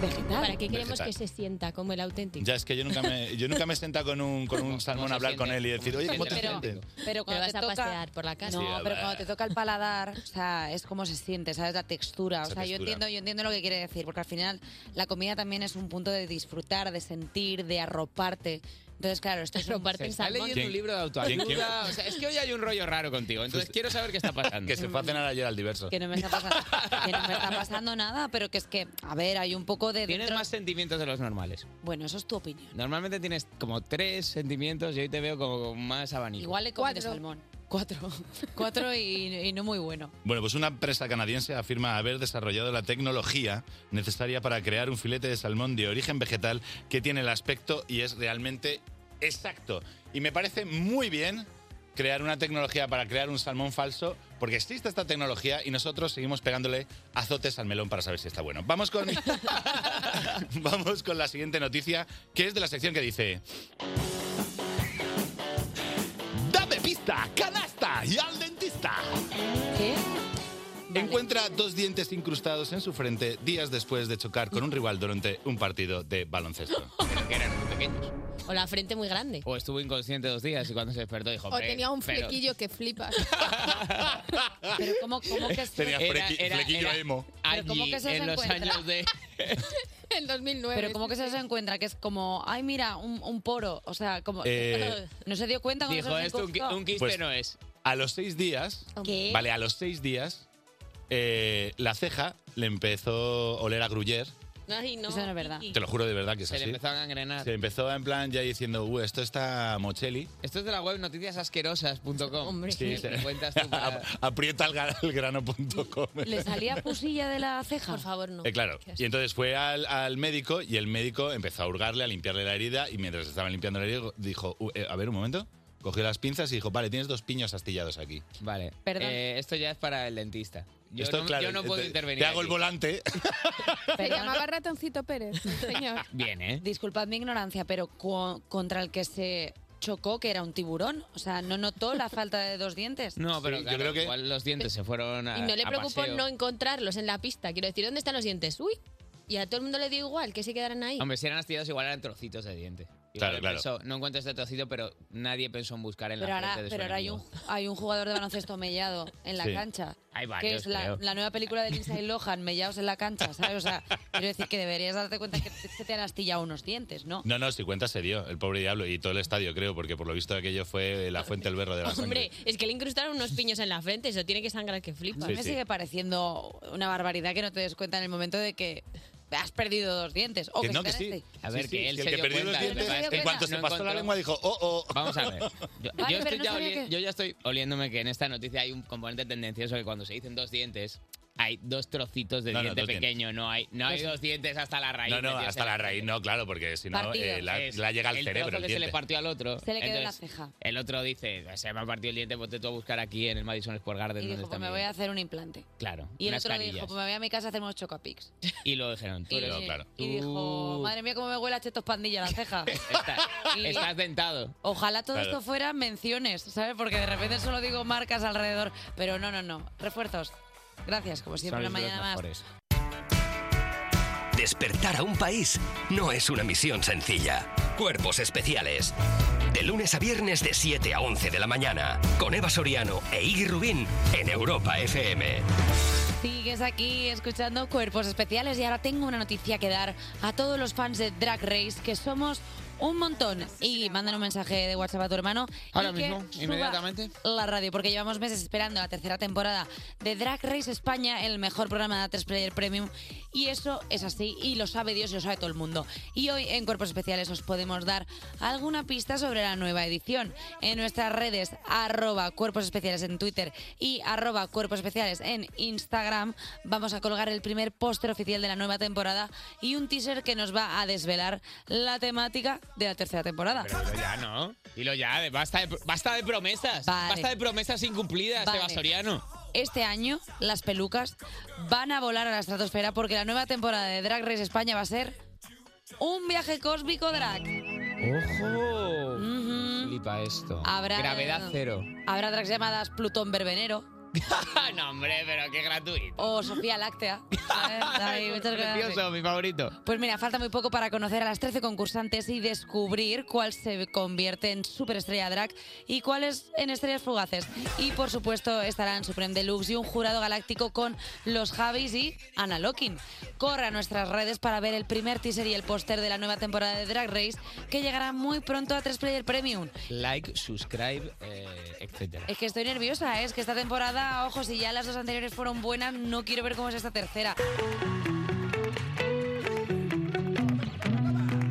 Speaker 2: Vegetal.
Speaker 5: ¿Para qué queremos
Speaker 7: Vegetal.
Speaker 5: que se sienta como el auténtico?
Speaker 7: Ya es que yo nunca me, yo nunca me he sentado con un, con un salmón
Speaker 3: se
Speaker 7: a hablar
Speaker 3: siente?
Speaker 7: con él y decir, oye, ¿cómo
Speaker 3: ¿Cómo se
Speaker 7: te
Speaker 3: siente el
Speaker 7: sientes?
Speaker 3: auténtico?
Speaker 2: Pero
Speaker 5: Te
Speaker 2: cuando
Speaker 5: vas
Speaker 2: te
Speaker 5: a
Speaker 2: toca-
Speaker 5: pasear por la casa.
Speaker 2: No,
Speaker 7: Sí,
Speaker 2: pero
Speaker 7: va.
Speaker 2: cuando te toca el paladar, o sea, es como se siente, ¿sabes? La textura. O
Speaker 7: Esa
Speaker 2: sea, yo
Speaker 7: textura.
Speaker 2: entiendo, yo entiendo lo que quiere decir, porque al final la comida también es un punto de disfrutar, de sentir, de arroparte. Entonces, claro, esto es un-
Speaker 5: Arroparte.
Speaker 3: Se está
Speaker 5: Salmón.
Speaker 3: leyendo
Speaker 7: ¿Quién-
Speaker 3: un libro de
Speaker 7: quién- quién-
Speaker 3: autoayuda. O sea, es que hoy hay un rollo raro contigo, entonces quiero saber qué está pasando.
Speaker 7: Que se fue a cenar ayer al diverso.
Speaker 2: que no, me está pasando, que no me está pasando nada, pero que es que, a ver, hay un poco de...
Speaker 3: Tienes
Speaker 2: dentro-
Speaker 3: más sentimientos de los normales.
Speaker 2: Bueno, eso es tu opinión.
Speaker 3: Normalmente tienes como tres sentimientos y hoy te veo como con más abanico.
Speaker 2: Igual le comes
Speaker 6: Cuatro.
Speaker 2: salmón. Cuatro. Cuatro y, y no muy bueno.
Speaker 7: Bueno, pues una empresa canadiense afirma haber desarrollado la tecnología necesaria para crear un filete de salmón de origen vegetal que tiene el aspecto y es realmente exacto. Y me parece muy bien crear una tecnología para crear un salmón falso, porque existe esta tecnología y nosotros seguimos pegándole azotes al melón para saber si está bueno. Vamos con, vamos con la siguiente noticia, que es de la sección que dice...
Speaker 8: Dame pista, canasta y al dentista.
Speaker 2: ¿Qué?
Speaker 7: Encuentra dos dientes incrustados en su frente días después de chocar con un rival durante un partido de baloncesto.
Speaker 3: Pero que eran muy pequeños.
Speaker 5: O la frente muy grande.
Speaker 3: O estuvo inconsciente dos días y cuando se despertó dijo...
Speaker 6: O
Speaker 3: "Hombre,
Speaker 6: tenía un
Speaker 3: pero-
Speaker 6: flequillo que flipas.
Speaker 2: Pero ¿cómo, cómo que se-
Speaker 7: Tenía
Speaker 3: Era-
Speaker 7: flequi-
Speaker 3: era-
Speaker 7: flequillo
Speaker 3: era-
Speaker 7: emo.
Speaker 2: Pero ¿cómo
Speaker 3: Allí,
Speaker 2: que eso se
Speaker 3: en los
Speaker 2: encuentra?
Speaker 3: años de...
Speaker 6: en 2009.
Speaker 2: Pero como que se se encuentra, que es como, ay, mira, un, un poro. O sea, como...
Speaker 7: Eh,
Speaker 2: no se dio cuenta cuando
Speaker 3: Dijo,
Speaker 2: se
Speaker 3: esto un, qui-
Speaker 2: incrustó.
Speaker 3: un quiste
Speaker 7: Pues-
Speaker 3: no es.
Speaker 7: A los seis días,
Speaker 2: ¿Qué?
Speaker 7: vale, a los seis días, eh, la ceja le empezó a oler a gruyer
Speaker 5: Ay, no.
Speaker 2: Eso no es verdad.
Speaker 7: Te lo juro de verdad que es
Speaker 3: Se le
Speaker 7: así.
Speaker 3: empezó a gangrenar.
Speaker 7: Se empezó en plan ya diciendo, "Uh, esto está mocheli.
Speaker 3: Esto es de la web noticiasasquerosas.com.
Speaker 2: Hombre.
Speaker 7: Sí,
Speaker 3: Sí,
Speaker 7: se-
Speaker 3: cuentas tú para-
Speaker 7: Ap- Aprieta el, gra- el grano.com.
Speaker 2: ¿Le salía pusilla de la ceja?
Speaker 5: Por favor, no.
Speaker 7: Eh, claro. Y entonces fue al, al médico y el médico empezó a hurgarle, a limpiarle la herida y mientras estaban limpiando la herida dijo, "Uh, eh, a ver un momento, cogió las pinzas y dijo, vale, tienes dos piños astillados aquí.
Speaker 3: Vale.
Speaker 2: Perdón.
Speaker 3: Eh, esto ya es para el dentista. Yo,
Speaker 7: Esto,
Speaker 3: no,
Speaker 7: claro,
Speaker 3: yo no puedo
Speaker 7: te-
Speaker 3: intervenir.
Speaker 7: Te hago el
Speaker 3: aquí.
Speaker 7: volante.
Speaker 6: Se
Speaker 2: Perdón.
Speaker 6: llamaba Ratoncito Pérez, el señor.
Speaker 3: Bien, ¿eh?
Speaker 2: Disculpad mi ignorancia, pero cu- contra el que se chocó, que era un tiburón, o sea, ¿no notó la falta de dos dientes?
Speaker 3: No, pero
Speaker 7: yo
Speaker 3: claro,
Speaker 7: creo que-
Speaker 3: igual los dientes se fueron a
Speaker 5: Y no le
Speaker 3: a
Speaker 5: preocupó
Speaker 3: paseo.
Speaker 5: no encontrarlos en la pista. Quiero decir, ¿dónde están los dientes? Uy. Y a todo el mundo le dio igual que se quedaran ahí.
Speaker 3: Hombre, si eran astillados, igual eran trocitos de diente.
Speaker 7: Claro,
Speaker 3: Igual
Speaker 7: claro.
Speaker 3: pensó, no encuentro este trocito, pero nadie pensó en buscar en
Speaker 2: Pero
Speaker 3: la
Speaker 2: ahora,
Speaker 3: frente de su
Speaker 2: pero ahora hay, un,
Speaker 3: enemigo.
Speaker 2: hay un jugador de baloncesto mellado en la
Speaker 7: Sí.
Speaker 2: cancha.
Speaker 3: Hay
Speaker 2: que
Speaker 3: varios,
Speaker 2: es la,
Speaker 3: creo.
Speaker 2: la nueva película de Lindsay Lohan, Mellados en la cancha, ¿sabes? O sea, quiero decir que deberías darte cuenta que te, que te han astillado unos dientes, ¿no?
Speaker 7: No, no, si cuenta se dio, el pobre diablo y todo el estadio, creo, porque por lo visto aquello fue la fuente del berro de la sangre.
Speaker 5: Hombre, es que le incrustaron unos piños en la frente. Eso tiene que sangrar que flipa.
Speaker 2: A
Speaker 7: Sí,
Speaker 2: mí me
Speaker 7: sí.
Speaker 2: sigue pareciendo una barbaridad que no te des cuenta en el momento de que has perdido dos dientes. O
Speaker 7: Que
Speaker 2: que,
Speaker 7: no, que
Speaker 2: están
Speaker 7: sí.
Speaker 2: así.
Speaker 3: A ver,
Speaker 7: Sí,
Speaker 3: que
Speaker 7: sí,
Speaker 3: él
Speaker 7: si el
Speaker 3: se
Speaker 7: que
Speaker 3: dio
Speaker 7: perdió
Speaker 3: cuenta,
Speaker 7: los
Speaker 3: lo que
Speaker 7: dientes,
Speaker 2: pasa es que
Speaker 7: en cuanto se
Speaker 3: no
Speaker 7: pasó la
Speaker 3: encontró-
Speaker 7: lengua dijo, oh, oh.
Speaker 3: Vamos a ver. Yo,
Speaker 2: Vale,
Speaker 3: yo
Speaker 2: pero
Speaker 3: estoy
Speaker 2: no
Speaker 3: ya
Speaker 2: sabía
Speaker 3: oli-
Speaker 2: que-
Speaker 3: yo ya estoy oliéndome que en esta noticia hay un componente tendencioso que cuando se dicen dos dientes, hay dos trocitos de
Speaker 7: No, no,
Speaker 3: diente
Speaker 7: dos dientes.
Speaker 3: pequeño. No hay, no hay dos dientes hasta la raíz.
Speaker 7: No, no,
Speaker 3: metidos
Speaker 7: hasta
Speaker 3: en
Speaker 7: la raíz, no, claro, porque si no,
Speaker 2: Partido.
Speaker 7: eh, la,
Speaker 3: Es
Speaker 7: la llega al
Speaker 3: el
Speaker 7: cerebro.
Speaker 3: trozo
Speaker 7: el
Speaker 3: que se
Speaker 7: diente.
Speaker 3: le partió al otro.
Speaker 2: Se le quedó en la
Speaker 3: Entonces,
Speaker 2: ceja. Pues
Speaker 3: El otro dice, se me ha partido el diente, pues te tú a buscar aquí en el Madison Square Garden
Speaker 2: Y
Speaker 3: donde
Speaker 2: dijo,
Speaker 3: está
Speaker 2: pues me
Speaker 3: mi-
Speaker 2: voy a hacer un implante.
Speaker 3: Claro,
Speaker 2: Y el
Speaker 3: unas
Speaker 2: otro dijo,
Speaker 3: carillas.
Speaker 2: pues me voy a mi casa a hacer unos chocapics.
Speaker 3: Y lo dijeron, tú
Speaker 2: Y,
Speaker 3: eres-
Speaker 7: Pero, claro.
Speaker 2: y dijo,
Speaker 3: Tú-
Speaker 2: madre mía, cómo me huele a chetos pandilla la ceja.
Speaker 3: Está-
Speaker 2: Y-
Speaker 3: estás dentado.
Speaker 2: Ojalá todo
Speaker 7: Claro.
Speaker 2: esto fuera menciones, ¿sabes? Porque de repente solo digo marcas alrededor. Pero no, no, no. Refuerzos. Gracias, como Pues siempre,
Speaker 3: Sois
Speaker 2: una
Speaker 3: los
Speaker 2: mañana más.
Speaker 3: mejores.
Speaker 1: Despertar a un país no es una misión sencilla. Cuerpos especiales. De lunes a viernes de 7 a 11 de la mañana. Con Eva Soriano e Iggy Rubín en Europa FM.
Speaker 2: Sigues aquí escuchando Cuerpos Especiales y ahora tengo una noticia que dar a todos los fans de Drag Race que somos un montón. Y mandan un mensaje de WhatsApp a tu hermano. y
Speaker 3: Ahora
Speaker 2: que
Speaker 3: mismo,
Speaker 2: suba
Speaker 3: inmediatamente.
Speaker 2: La radio, porque llevamos meses esperando la tercera temporada de Drag Race España, el mejor programa de A3 Player Premium. Y eso es así, y lo sabe Dios y lo sabe todo el mundo. Y hoy en Cuerpos Especiales os podemos dar alguna pista sobre la nueva edición. En nuestras redes, arroba Cuerpos Especiales en Twitter y arroba Cuerpos Especiales en Instagram, vamos a colgar el primer póster oficial de la nueva temporada y un teaser que nos va a desvelar la temática de la tercera temporada.
Speaker 3: Pero dilo ya, ¿no? Dilo ya, de- basta, de, basta de promesas.
Speaker 2: Vale.
Speaker 3: Basta de promesas incumplidas,
Speaker 2: Vale.
Speaker 3: Eva Soriano.
Speaker 2: Este año las pelucas van a volar a la estratosfera porque la nueva temporada de Drag Race España va a ser un viaje cósmico drag.
Speaker 3: ¡Ojo!
Speaker 2: Ujú.
Speaker 3: Flipa esto.
Speaker 2: Habrá-
Speaker 3: Gravedad cero.
Speaker 2: Habrá drags llamadas Plutón Berbenero
Speaker 3: no, hombre, pero qué gratuito.
Speaker 2: o Sofía Láctea. ¿sabes? Hay muchas cosas así.
Speaker 3: Precioso, mi favorito.
Speaker 2: Pues mira, falta muy poco para conocer a las 13 concursantes y descubrir cuál se convierte en superestrella drag y cuáles en estrellas fugaces. Y por supuesto estarán Supreme Deluxe y un jurado galáctico con los Javis y Ana Lokin. Corre a nuestras redes para ver el primer teaser y el póster de la nueva temporada de Drag Race que llegará muy pronto a 3Player Premium.
Speaker 3: Like, subscribe, eh, etcétera.
Speaker 2: Es que estoy nerviosa, ¿eh? es que esta temporada, ojo, si ya las dos anteriores fueron buenas, no quiero ver cómo es esta tercera.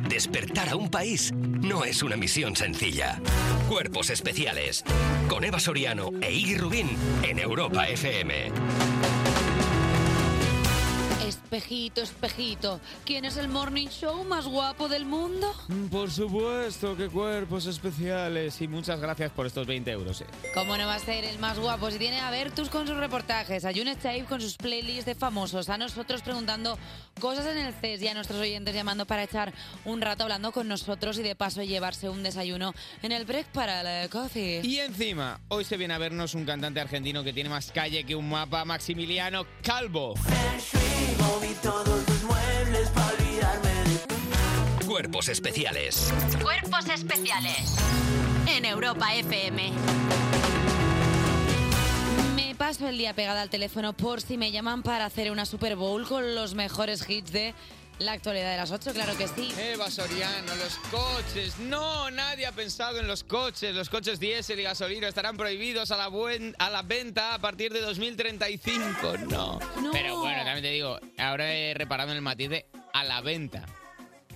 Speaker 1: Despertar a un país no es una misión sencilla. Cuerpos especiales. Con Eva Soriano e Iggy Rubín en Europa FM.
Speaker 2: Espejito, espejito, ¿quién es el morning show más guapo del mundo?
Speaker 3: Por supuesto, qué cuerpos especiales. Y muchas gracias por estos 20 euros. eh.
Speaker 2: ¿Cómo no va a ser el más guapo si tiene a Bertus con sus reportajes, a Younes Chaib con sus playlists de famosos, a nosotros preguntando cosas en el CES y a nuestros oyentes llamando para echar un rato hablando con nosotros y de paso llevarse un desayuno en el break para la coffee?
Speaker 3: Y encima, hoy se viene a vernos un cantante argentino que tiene más calle que un mapa, Maximiliano Calvo.
Speaker 1: Cuerpos especiales.
Speaker 4: Cuerpos especiales. En Europa FM.
Speaker 2: Me paso el día pegada al teléfono por si me llaman para hacer una Super Bowl con los mejores hits de la actualidad de las 8, claro que sí.
Speaker 3: Eva Soriano, los coches. No, nadie ha pensado en los coches. Los coches diésel y gasolina estarán prohibidos a la, buen- a la venta a partir de 2035. No.
Speaker 2: No.
Speaker 3: Pero bueno, también te digo, ahora he reparado en el matiz de a la venta.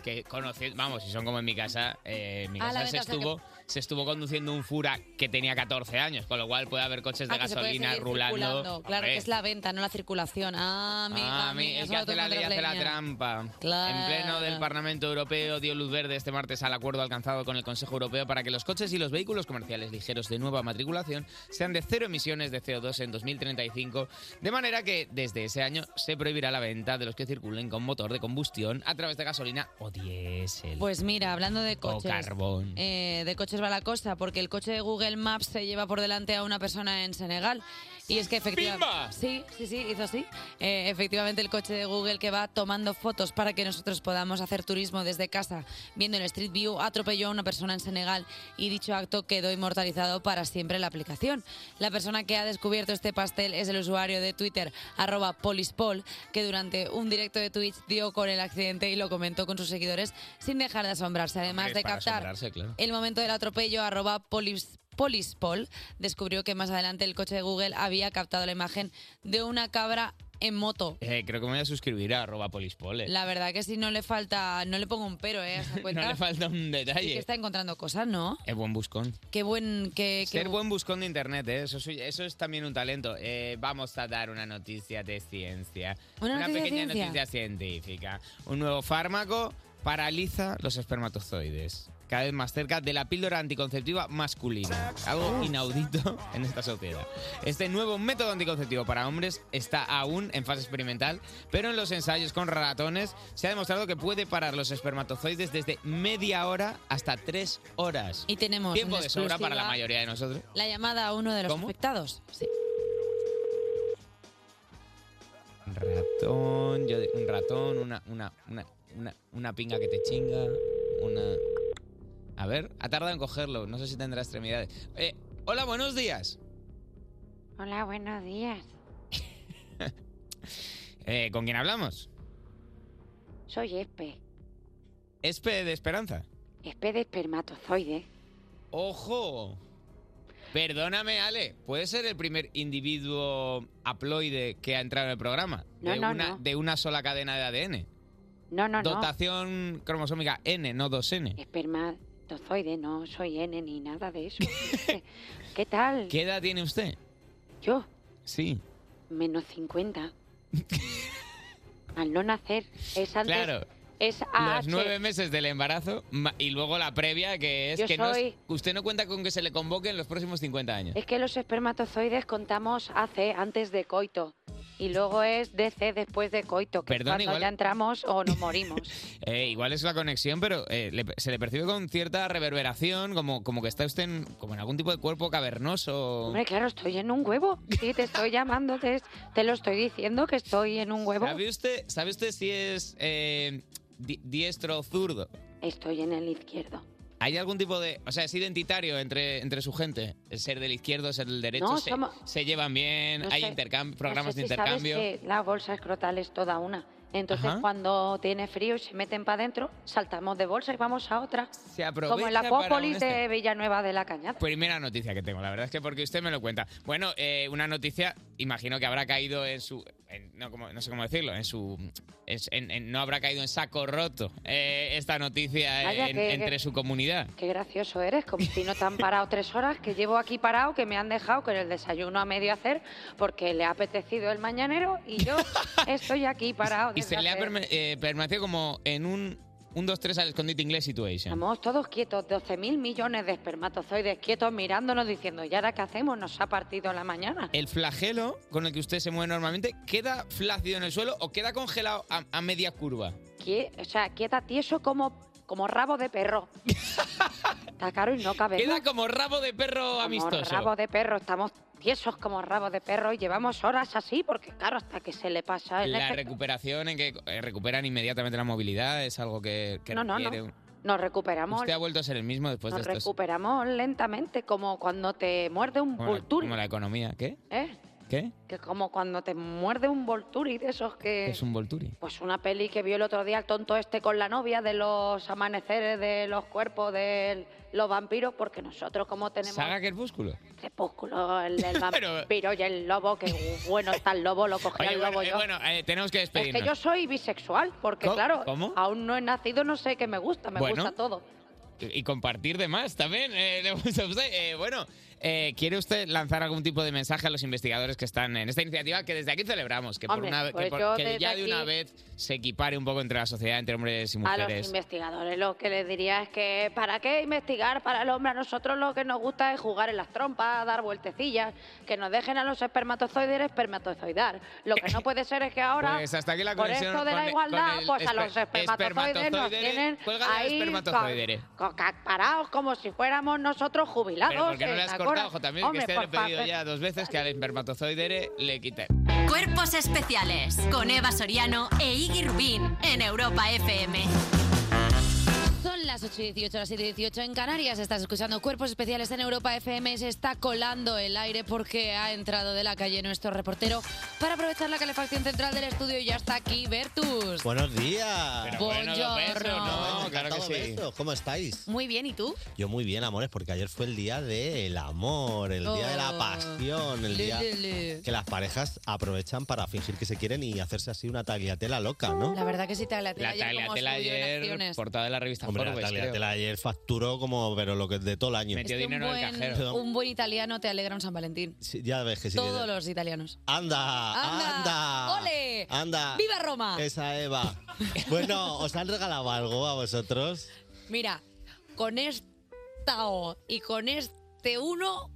Speaker 3: Que conocí, vamos, si son como en mi casa, eh, en mi
Speaker 2: A la
Speaker 3: casa se
Speaker 2: venta, o sea que-
Speaker 3: estuvo, se estuvo conduciendo un fura que tenía 14 años, con lo cual puede haber coches de
Speaker 2: Ah, que se puede
Speaker 3: gasolina
Speaker 2: seguir
Speaker 3: rulando.
Speaker 2: circulando. Claro,
Speaker 3: Hombre,
Speaker 2: que es la venta, no la circulación. Ah, amiga,
Speaker 3: Ah, mi-
Speaker 2: mía,
Speaker 3: el
Speaker 2: eso
Speaker 3: que
Speaker 2: lo
Speaker 3: hace la
Speaker 2: tengo
Speaker 3: ley hace la
Speaker 2: leña.
Speaker 3: trampa.
Speaker 2: Claro.
Speaker 3: En pleno del Parlamento Europeo dio luz verde este martes al acuerdo alcanzado con el Consejo Europeo para que los coches y los vehículos comerciales ligeros de nueva matriculación sean de cero emisiones de CO2 en 2035, de manera que desde ese año se prohibirá la venta de los que circulen con motor de combustión a través de gasolina o diésel.
Speaker 2: Pues mira, hablando de
Speaker 3: O
Speaker 2: coches.
Speaker 3: carbón.
Speaker 2: eh, de coches va la cosa, porque el coche de Google Maps se lleva por delante a una persona en Senegal. Y es que efectivamente.
Speaker 9: ¡Pimba!
Speaker 2: Sí, sí, sí, hizo así. Eh, efectivamente, el coche de Google que va tomando fotos para que nosotros podamos hacer turismo desde casa, viendo el Street View, atropelló a una persona en Senegal y dicho acto quedó inmortalizado para siempre en la aplicación. La persona que ha descubierto este pastel es el usuario de Twitter, arroba polispol, que durante un directo de Twitch dio con el accidente y lo comentó con sus seguidores sin dejar de asombrarse. Además
Speaker 3: Hombre,
Speaker 2: de
Speaker 3: para
Speaker 2: captar
Speaker 3: asombrarse, claro.
Speaker 2: el momento del atropello, arroba polis- Polispol descubrió que más adelante el coche de Google había captado la imagen de una cabra en moto.
Speaker 3: Eh, creo que me voy a suscribir a arroba polispole.
Speaker 2: La verdad que si no le falta, no le pongo un pero, ¿eh? A esa cuenta.
Speaker 3: No le falta un
Speaker 2: Sí que
Speaker 3: detalle.
Speaker 2: está encontrando cosas, ¿no?
Speaker 3: Es buen buscón.
Speaker 2: Qué buen, qué, qué
Speaker 3: Ser buen buscón de internet, ¿eh? eso, soy- eso es también un talento. Eh, vamos a dar una noticia de ciencia.
Speaker 2: ¿Una noticia de
Speaker 3: pequeña
Speaker 2: ciencia?
Speaker 3: noticia científica. Un nuevo fármaco paraliza los espermatozoides. Cada vez más cerca de la píldora anticonceptiva masculina. Algo inaudito en esta sociedad. Este nuevo método anticonceptivo para hombres está aún en fase experimental, pero en los ensayos con ratones se ha demostrado que puede parar los espermatozoides desde media hora hasta tres horas.
Speaker 2: Y tenemos
Speaker 3: tiempo
Speaker 2: en
Speaker 3: de sobra para la
Speaker 2: exclusiva
Speaker 3: mayoría de nosotros.
Speaker 2: La llamada a uno de los
Speaker 3: ¿Cómo?
Speaker 2: afectados. Sí.
Speaker 3: Ratón, yo de- un ratón, una, una, una, una, una pinga que te chinga, una... A ver, ha tardado en cogerlo, no sé si tendrá extremidades. Eh, hola, buenos días.
Speaker 10: Hola, buenos días.
Speaker 3: Eh, ¿Con quién hablamos?
Speaker 10: Soy Espe,
Speaker 3: Espe de Esperanza.
Speaker 10: Espe de espermatozoides.
Speaker 3: ¡Ojo! Perdóname, Ale, ¿puede ser el primer individuo haploide que ha entrado en el programa?
Speaker 10: No,
Speaker 3: de,
Speaker 10: no,
Speaker 3: una,
Speaker 10: no.
Speaker 3: de una sola cadena de ADN.
Speaker 10: No, no, no.
Speaker 3: Dotación cromosómica N, no 2N.
Speaker 10: Espermatozoide, no soy N ni nada de eso. ¿Qué tal?
Speaker 3: ¿Qué edad tiene usted?
Speaker 10: Yo,
Speaker 3: Sí.
Speaker 10: menos 50. Al no nacer, es antes.
Speaker 3: Claro.
Speaker 10: Es
Speaker 3: los
Speaker 10: AH.
Speaker 3: nueve meses del embarazo ma- y luego la previa, que es
Speaker 10: Yo
Speaker 3: que no es-
Speaker 10: soy-
Speaker 3: usted no cuenta con que se le convoque en los próximos 50 años.
Speaker 10: Es que los espermatozoides contamos AC antes de coito. Y luego es DC después de coito, que es
Speaker 3: Perdón,
Speaker 10: cuando
Speaker 3: igual-
Speaker 10: ya entramos o nos morimos.
Speaker 3: Eh, igual es la conexión, pero eh, le- se le percibe con cierta reverberación, como, como que está usted en, como en algún tipo de cuerpo cavernoso.
Speaker 10: Hombre, claro, estoy en un huevo. Sí, te estoy llamando, te, te lo estoy diciendo que estoy en un huevo.
Speaker 3: ¿Sabe usted, ¿Sabe usted si es eh, di- diestro o zurdo?
Speaker 10: Estoy en el izquierdo.
Speaker 3: ¿Hay algún tipo de... O sea, es identitario entre, entre su gente? El ser del izquierdo, ser del derecho,
Speaker 10: No,
Speaker 3: se,
Speaker 10: somos-
Speaker 3: se llevan bien,
Speaker 10: No
Speaker 3: hay
Speaker 10: sé,
Speaker 3: intercam-
Speaker 10: no
Speaker 3: programas
Speaker 10: sé
Speaker 3: de
Speaker 10: si sabes
Speaker 3: intercambio.
Speaker 10: que la bolsa escrotal es toda una. Entonces,
Speaker 3: Ajá.
Speaker 10: cuando tiene frío y se meten para adentro, saltamos de bolsa y vamos a otra.
Speaker 3: Se aprovecha
Speaker 10: Como en la
Speaker 3: para un
Speaker 10: Acuópolis
Speaker 3: este.
Speaker 10: de Villanueva de la Cañada.
Speaker 3: Primera noticia que tengo, la verdad es que porque usted me lo cuenta. Bueno, eh, una noticia, imagino que habrá caído en su. en- no, como- no sé cómo decirlo, en su. es- en- en- no habrá caído en saco roto eh, esta noticia
Speaker 10: Vaya,
Speaker 3: en-
Speaker 10: que-
Speaker 3: entre su comunidad.
Speaker 10: Qué gracioso eres, como si no te han parado tres horas, que llevo aquí parado, que me han dejado con el desayuno a medio hacer, porque le ha apetecido el mañanero y yo estoy aquí parado.
Speaker 3: Y se
Speaker 10: desde
Speaker 3: le ha
Speaker 10: hace-
Speaker 3: perme- eh, permanecido como en un. Un, dos, tres al escondite inglés situation.
Speaker 10: Estamos todos quietos, 12.000 millones de espermatozoides quietos mirándonos diciendo, ¿y ahora qué hacemos? Nos ha partido la mañana.
Speaker 3: El flagelo con el que usted se mueve normalmente queda flácido en el suelo o queda congelado a, a media curva.
Speaker 10: Qui- o sea, quieta tieso como, como rabo de perro. Está caro y no cabe.
Speaker 3: Queda como rabo de perro amistoso.
Speaker 10: rabo de perro, estamos tiesos como rabo de perro y llevamos horas así porque, claro, hasta que se le pasa el
Speaker 3: La
Speaker 10: efecto.
Speaker 3: recuperación en que eh, recuperan inmediatamente la movilidad es algo que, que
Speaker 10: No, no, no.
Speaker 3: requiere un-
Speaker 10: Nos recuperamos.
Speaker 3: Usted ha vuelto a ser el mismo después
Speaker 10: Nos
Speaker 3: de estos.
Speaker 10: recuperamos lentamente, como cuando te muerde un
Speaker 3: Como la,
Speaker 10: vulturi.
Speaker 3: como la economía, ¿qué?
Speaker 10: ¿eh?
Speaker 3: ¿Qué?
Speaker 10: Que como cuando te muerde un Volturi de esos que...
Speaker 3: Es un Volturi.
Speaker 10: Pues una peli que vio el otro día el tonto este con la novia de los amaneceres de los cuerpos de los vampiros, porque nosotros como tenemos
Speaker 3: ¿Saga Crepúsculo?
Speaker 10: crepúsculo, el del
Speaker 3: Pero-
Speaker 10: vampiro y el lobo, que bueno está el lobo, lo cogí
Speaker 3: Oye,
Speaker 10: el
Speaker 3: bueno,
Speaker 10: lobo
Speaker 3: eh,
Speaker 10: yo.
Speaker 3: bueno, eh, tenemos que
Speaker 10: es
Speaker 3: despedirnos.
Speaker 10: que yo soy bisexual, porque
Speaker 3: ¿Cómo?
Speaker 10: claro,
Speaker 3: ¿Cómo?
Speaker 10: aún no he nacido, no sé qué me gusta, me
Speaker 3: Bueno.
Speaker 10: gusta todo.
Speaker 3: Y compartir de más también, eh, le gusta a usted. Eh, bueno, eh, ¿quiere usted lanzar algún tipo de mensaje a los investigadores que están en esta iniciativa que desde aquí celebramos? Que, por
Speaker 10: Hombre,
Speaker 3: una, que
Speaker 10: pues
Speaker 3: por-
Speaker 10: yo
Speaker 3: que
Speaker 10: desde
Speaker 3: ya de una
Speaker 10: aquí-
Speaker 3: vez se equipare un poco entre la sociedad, entre hombres y
Speaker 10: A los
Speaker 3: mujeres. Eh,
Speaker 10: investigadores lo que les diría es que ¿para qué investigar para el hombre? A nosotros lo que nos gusta es jugar en las trompas, dar vueltecillas, que nos dejen a los espermatozoides espermatozoidar. Lo que no puede ser es que ahora,
Speaker 3: Pues hasta aquí la
Speaker 10: por
Speaker 3: conexión
Speaker 10: esto de
Speaker 3: con
Speaker 10: la
Speaker 3: el-
Speaker 10: igualdad,
Speaker 3: con el
Speaker 10: pues a
Speaker 3: esper-
Speaker 10: los espermatozoides nos
Speaker 3: espermatozoidere,
Speaker 10: tienen
Speaker 3: cuelga del
Speaker 10: ahí
Speaker 3: espermatozoidere.
Speaker 10: co- co- ca- parados como si fuéramos nosotros jubilados.
Speaker 3: Pero porque no
Speaker 10: en
Speaker 3: le has
Speaker 10: la
Speaker 3: cortado,
Speaker 10: cora.
Speaker 3: ojo, también
Speaker 10: eh, Hombre,
Speaker 3: que este
Speaker 10: por
Speaker 3: le he pedido
Speaker 10: favor.
Speaker 3: ya dos veces que al espermatozoide le quite.
Speaker 4: Cuerpos especiales con Eva Soriano e Iggy Rubín en Europa FM.
Speaker 2: Son las 8 y 18, las 7 y 18 en Canarias. Estás escuchando Cuerpos Especiales en Europa FM. Se está colando el aire porque ha entrado de la calle nuestro reportero para aprovechar la calefacción central del estudio. Y ya está aquí, Bertus.
Speaker 9: Buenos días.
Speaker 2: Pero bueno, dos besos, Buongiorno. ¿no?
Speaker 9: Bueno,
Speaker 2: Claro que
Speaker 9: encantado
Speaker 2: sí.
Speaker 9: besos. ¿Cómo estáis?
Speaker 2: Muy bien, ¿y tú?
Speaker 9: Yo muy bien, amores, porque ayer fue el día del amor, el día de la
Speaker 2: Oh.
Speaker 9: pasión, el
Speaker 2: Le,
Speaker 9: día
Speaker 2: le, le.
Speaker 9: que las parejas aprovechan para fingir que se quieren y hacerse así una tagliatela loca, ¿no?
Speaker 2: La verdad que sí, te la
Speaker 3: La tagliatela ayer, portada de la revista
Speaker 9: Hombre, la
Speaker 3: Forbes, creo.
Speaker 9: tagliatela ayer facturó como, pero lo que de todo el año.
Speaker 2: Es que un buen, Un buen italiano te alegra un San Valentín.
Speaker 9: Sí, ya ves que sí. que-
Speaker 2: Todos los italianos.
Speaker 9: Anda, anda. Ah.
Speaker 2: ¡Ole!
Speaker 9: Anda.
Speaker 2: ¡Viva Roma!
Speaker 9: Esa Eva. Bueno, ¿os han regalado algo a vosotros?
Speaker 2: Mira, con esta O y con este uno.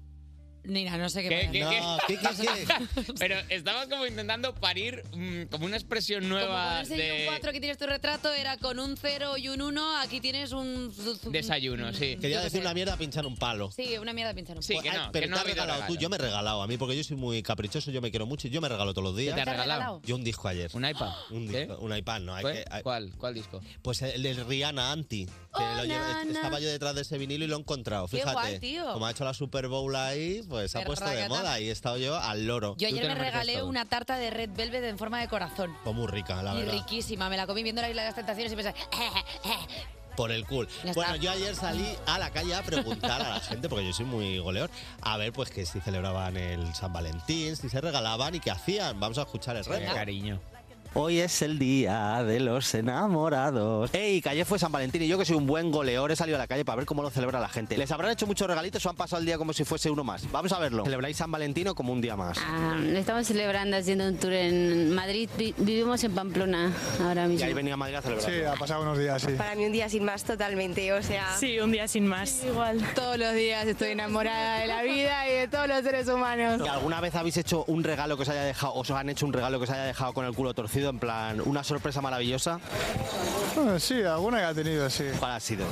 Speaker 2: Mira, no sé qué.
Speaker 3: ¿Qué,
Speaker 2: poner.
Speaker 3: qué, qué? Pero estamos como intentando parir mm, como una expresión
Speaker 2: Como
Speaker 3: nueva
Speaker 2: ponerse ahí un
Speaker 3: de
Speaker 2: 4 que tienes tu retrato era con un 0 y un 1. Aquí tienes un.
Speaker 3: desayuno, sí.
Speaker 9: Quería decir una mierda, pinchar un palo.
Speaker 2: Sí, una mierda pincharon.
Speaker 3: Sí, que no,
Speaker 9: Pero
Speaker 3: que no ha
Speaker 9: te has
Speaker 3: habido
Speaker 9: regalado
Speaker 3: regalo.
Speaker 9: tú, yo me he regalado a mí porque yo soy muy caprichoso, yo me quiero mucho y yo me regalo todos los días.
Speaker 3: ¿Qué te has ¿Te has regalado? regalado?
Speaker 9: Yo un disco ayer.
Speaker 3: ¿Un iPad?
Speaker 9: Un, disco, un iPad, no. Hay
Speaker 3: ¿Cuál?
Speaker 9: que, hay-
Speaker 3: ¿Cuál? ¿Cuál disco?
Speaker 9: Pues el, el Rihanna Anti. que lo llevo-
Speaker 2: Oh, Nana.
Speaker 9: estaba yo detrás de ese vinilo y lo he encontrado,
Speaker 2: Qué
Speaker 9: fíjate.
Speaker 2: guay, tío.
Speaker 9: Como ha hecho la Super Bowl ahí, pues se ha
Speaker 2: Pero
Speaker 9: puesto de
Speaker 2: racata.
Speaker 9: moda y he estado yo al loro.
Speaker 2: Yo
Speaker 9: Tú
Speaker 2: ayer
Speaker 9: te
Speaker 2: me
Speaker 9: lo mereces
Speaker 2: regalé
Speaker 9: todo.
Speaker 2: una tarta de red velvet en forma de corazón.
Speaker 9: Pues muy rica, la
Speaker 2: y
Speaker 9: verdad.
Speaker 2: riquísima. Me la comí viendo la isla de las tentaciones y pensé. "Eh,
Speaker 9: Por el cool.
Speaker 2: Ya
Speaker 9: Bueno,
Speaker 2: está.
Speaker 9: yo ayer salí a la calle a preguntar a la gente, porque yo soy muy goleador, a ver pues que si celebraban el San Valentín, si se regalaban y qué hacían. Vamos a escuchar el reto.
Speaker 3: cariño.
Speaker 9: Hoy es el día de los enamorados. Ey, que ayer fue San Valentín y yo que soy un buen goleador he salido a la calle para ver cómo lo celebra la gente. ¿Les habrán hecho muchos regalitos o han pasado el día como si fuese uno más? Vamos a verlo. ¿Celebráis San Valentino como un día más?
Speaker 11: Ah, estamos celebrando haciendo un tour en Madrid. Vi- vivimos en Pamplona ahora
Speaker 9: Y ahí
Speaker 11: mismo.
Speaker 9: venía a Madrid a celebrar.
Speaker 12: Sí, ha pasado unos días, sí.
Speaker 11: mí un día sin más totalmente, o sea... Sí, un día sin más. igual. Todos los días estoy enamorada de la vida y de todos los seres humanos.
Speaker 9: ¿Y alguna vez habéis hecho un regalo que os haya dejado, os han hecho un regalo que os haya dejado con el culo torcido, en plan, una sorpresa maravillosa?
Speaker 12: Ah, Sí, alguna que ha tenido, sí.
Speaker 9: ¿Cuál ha sido?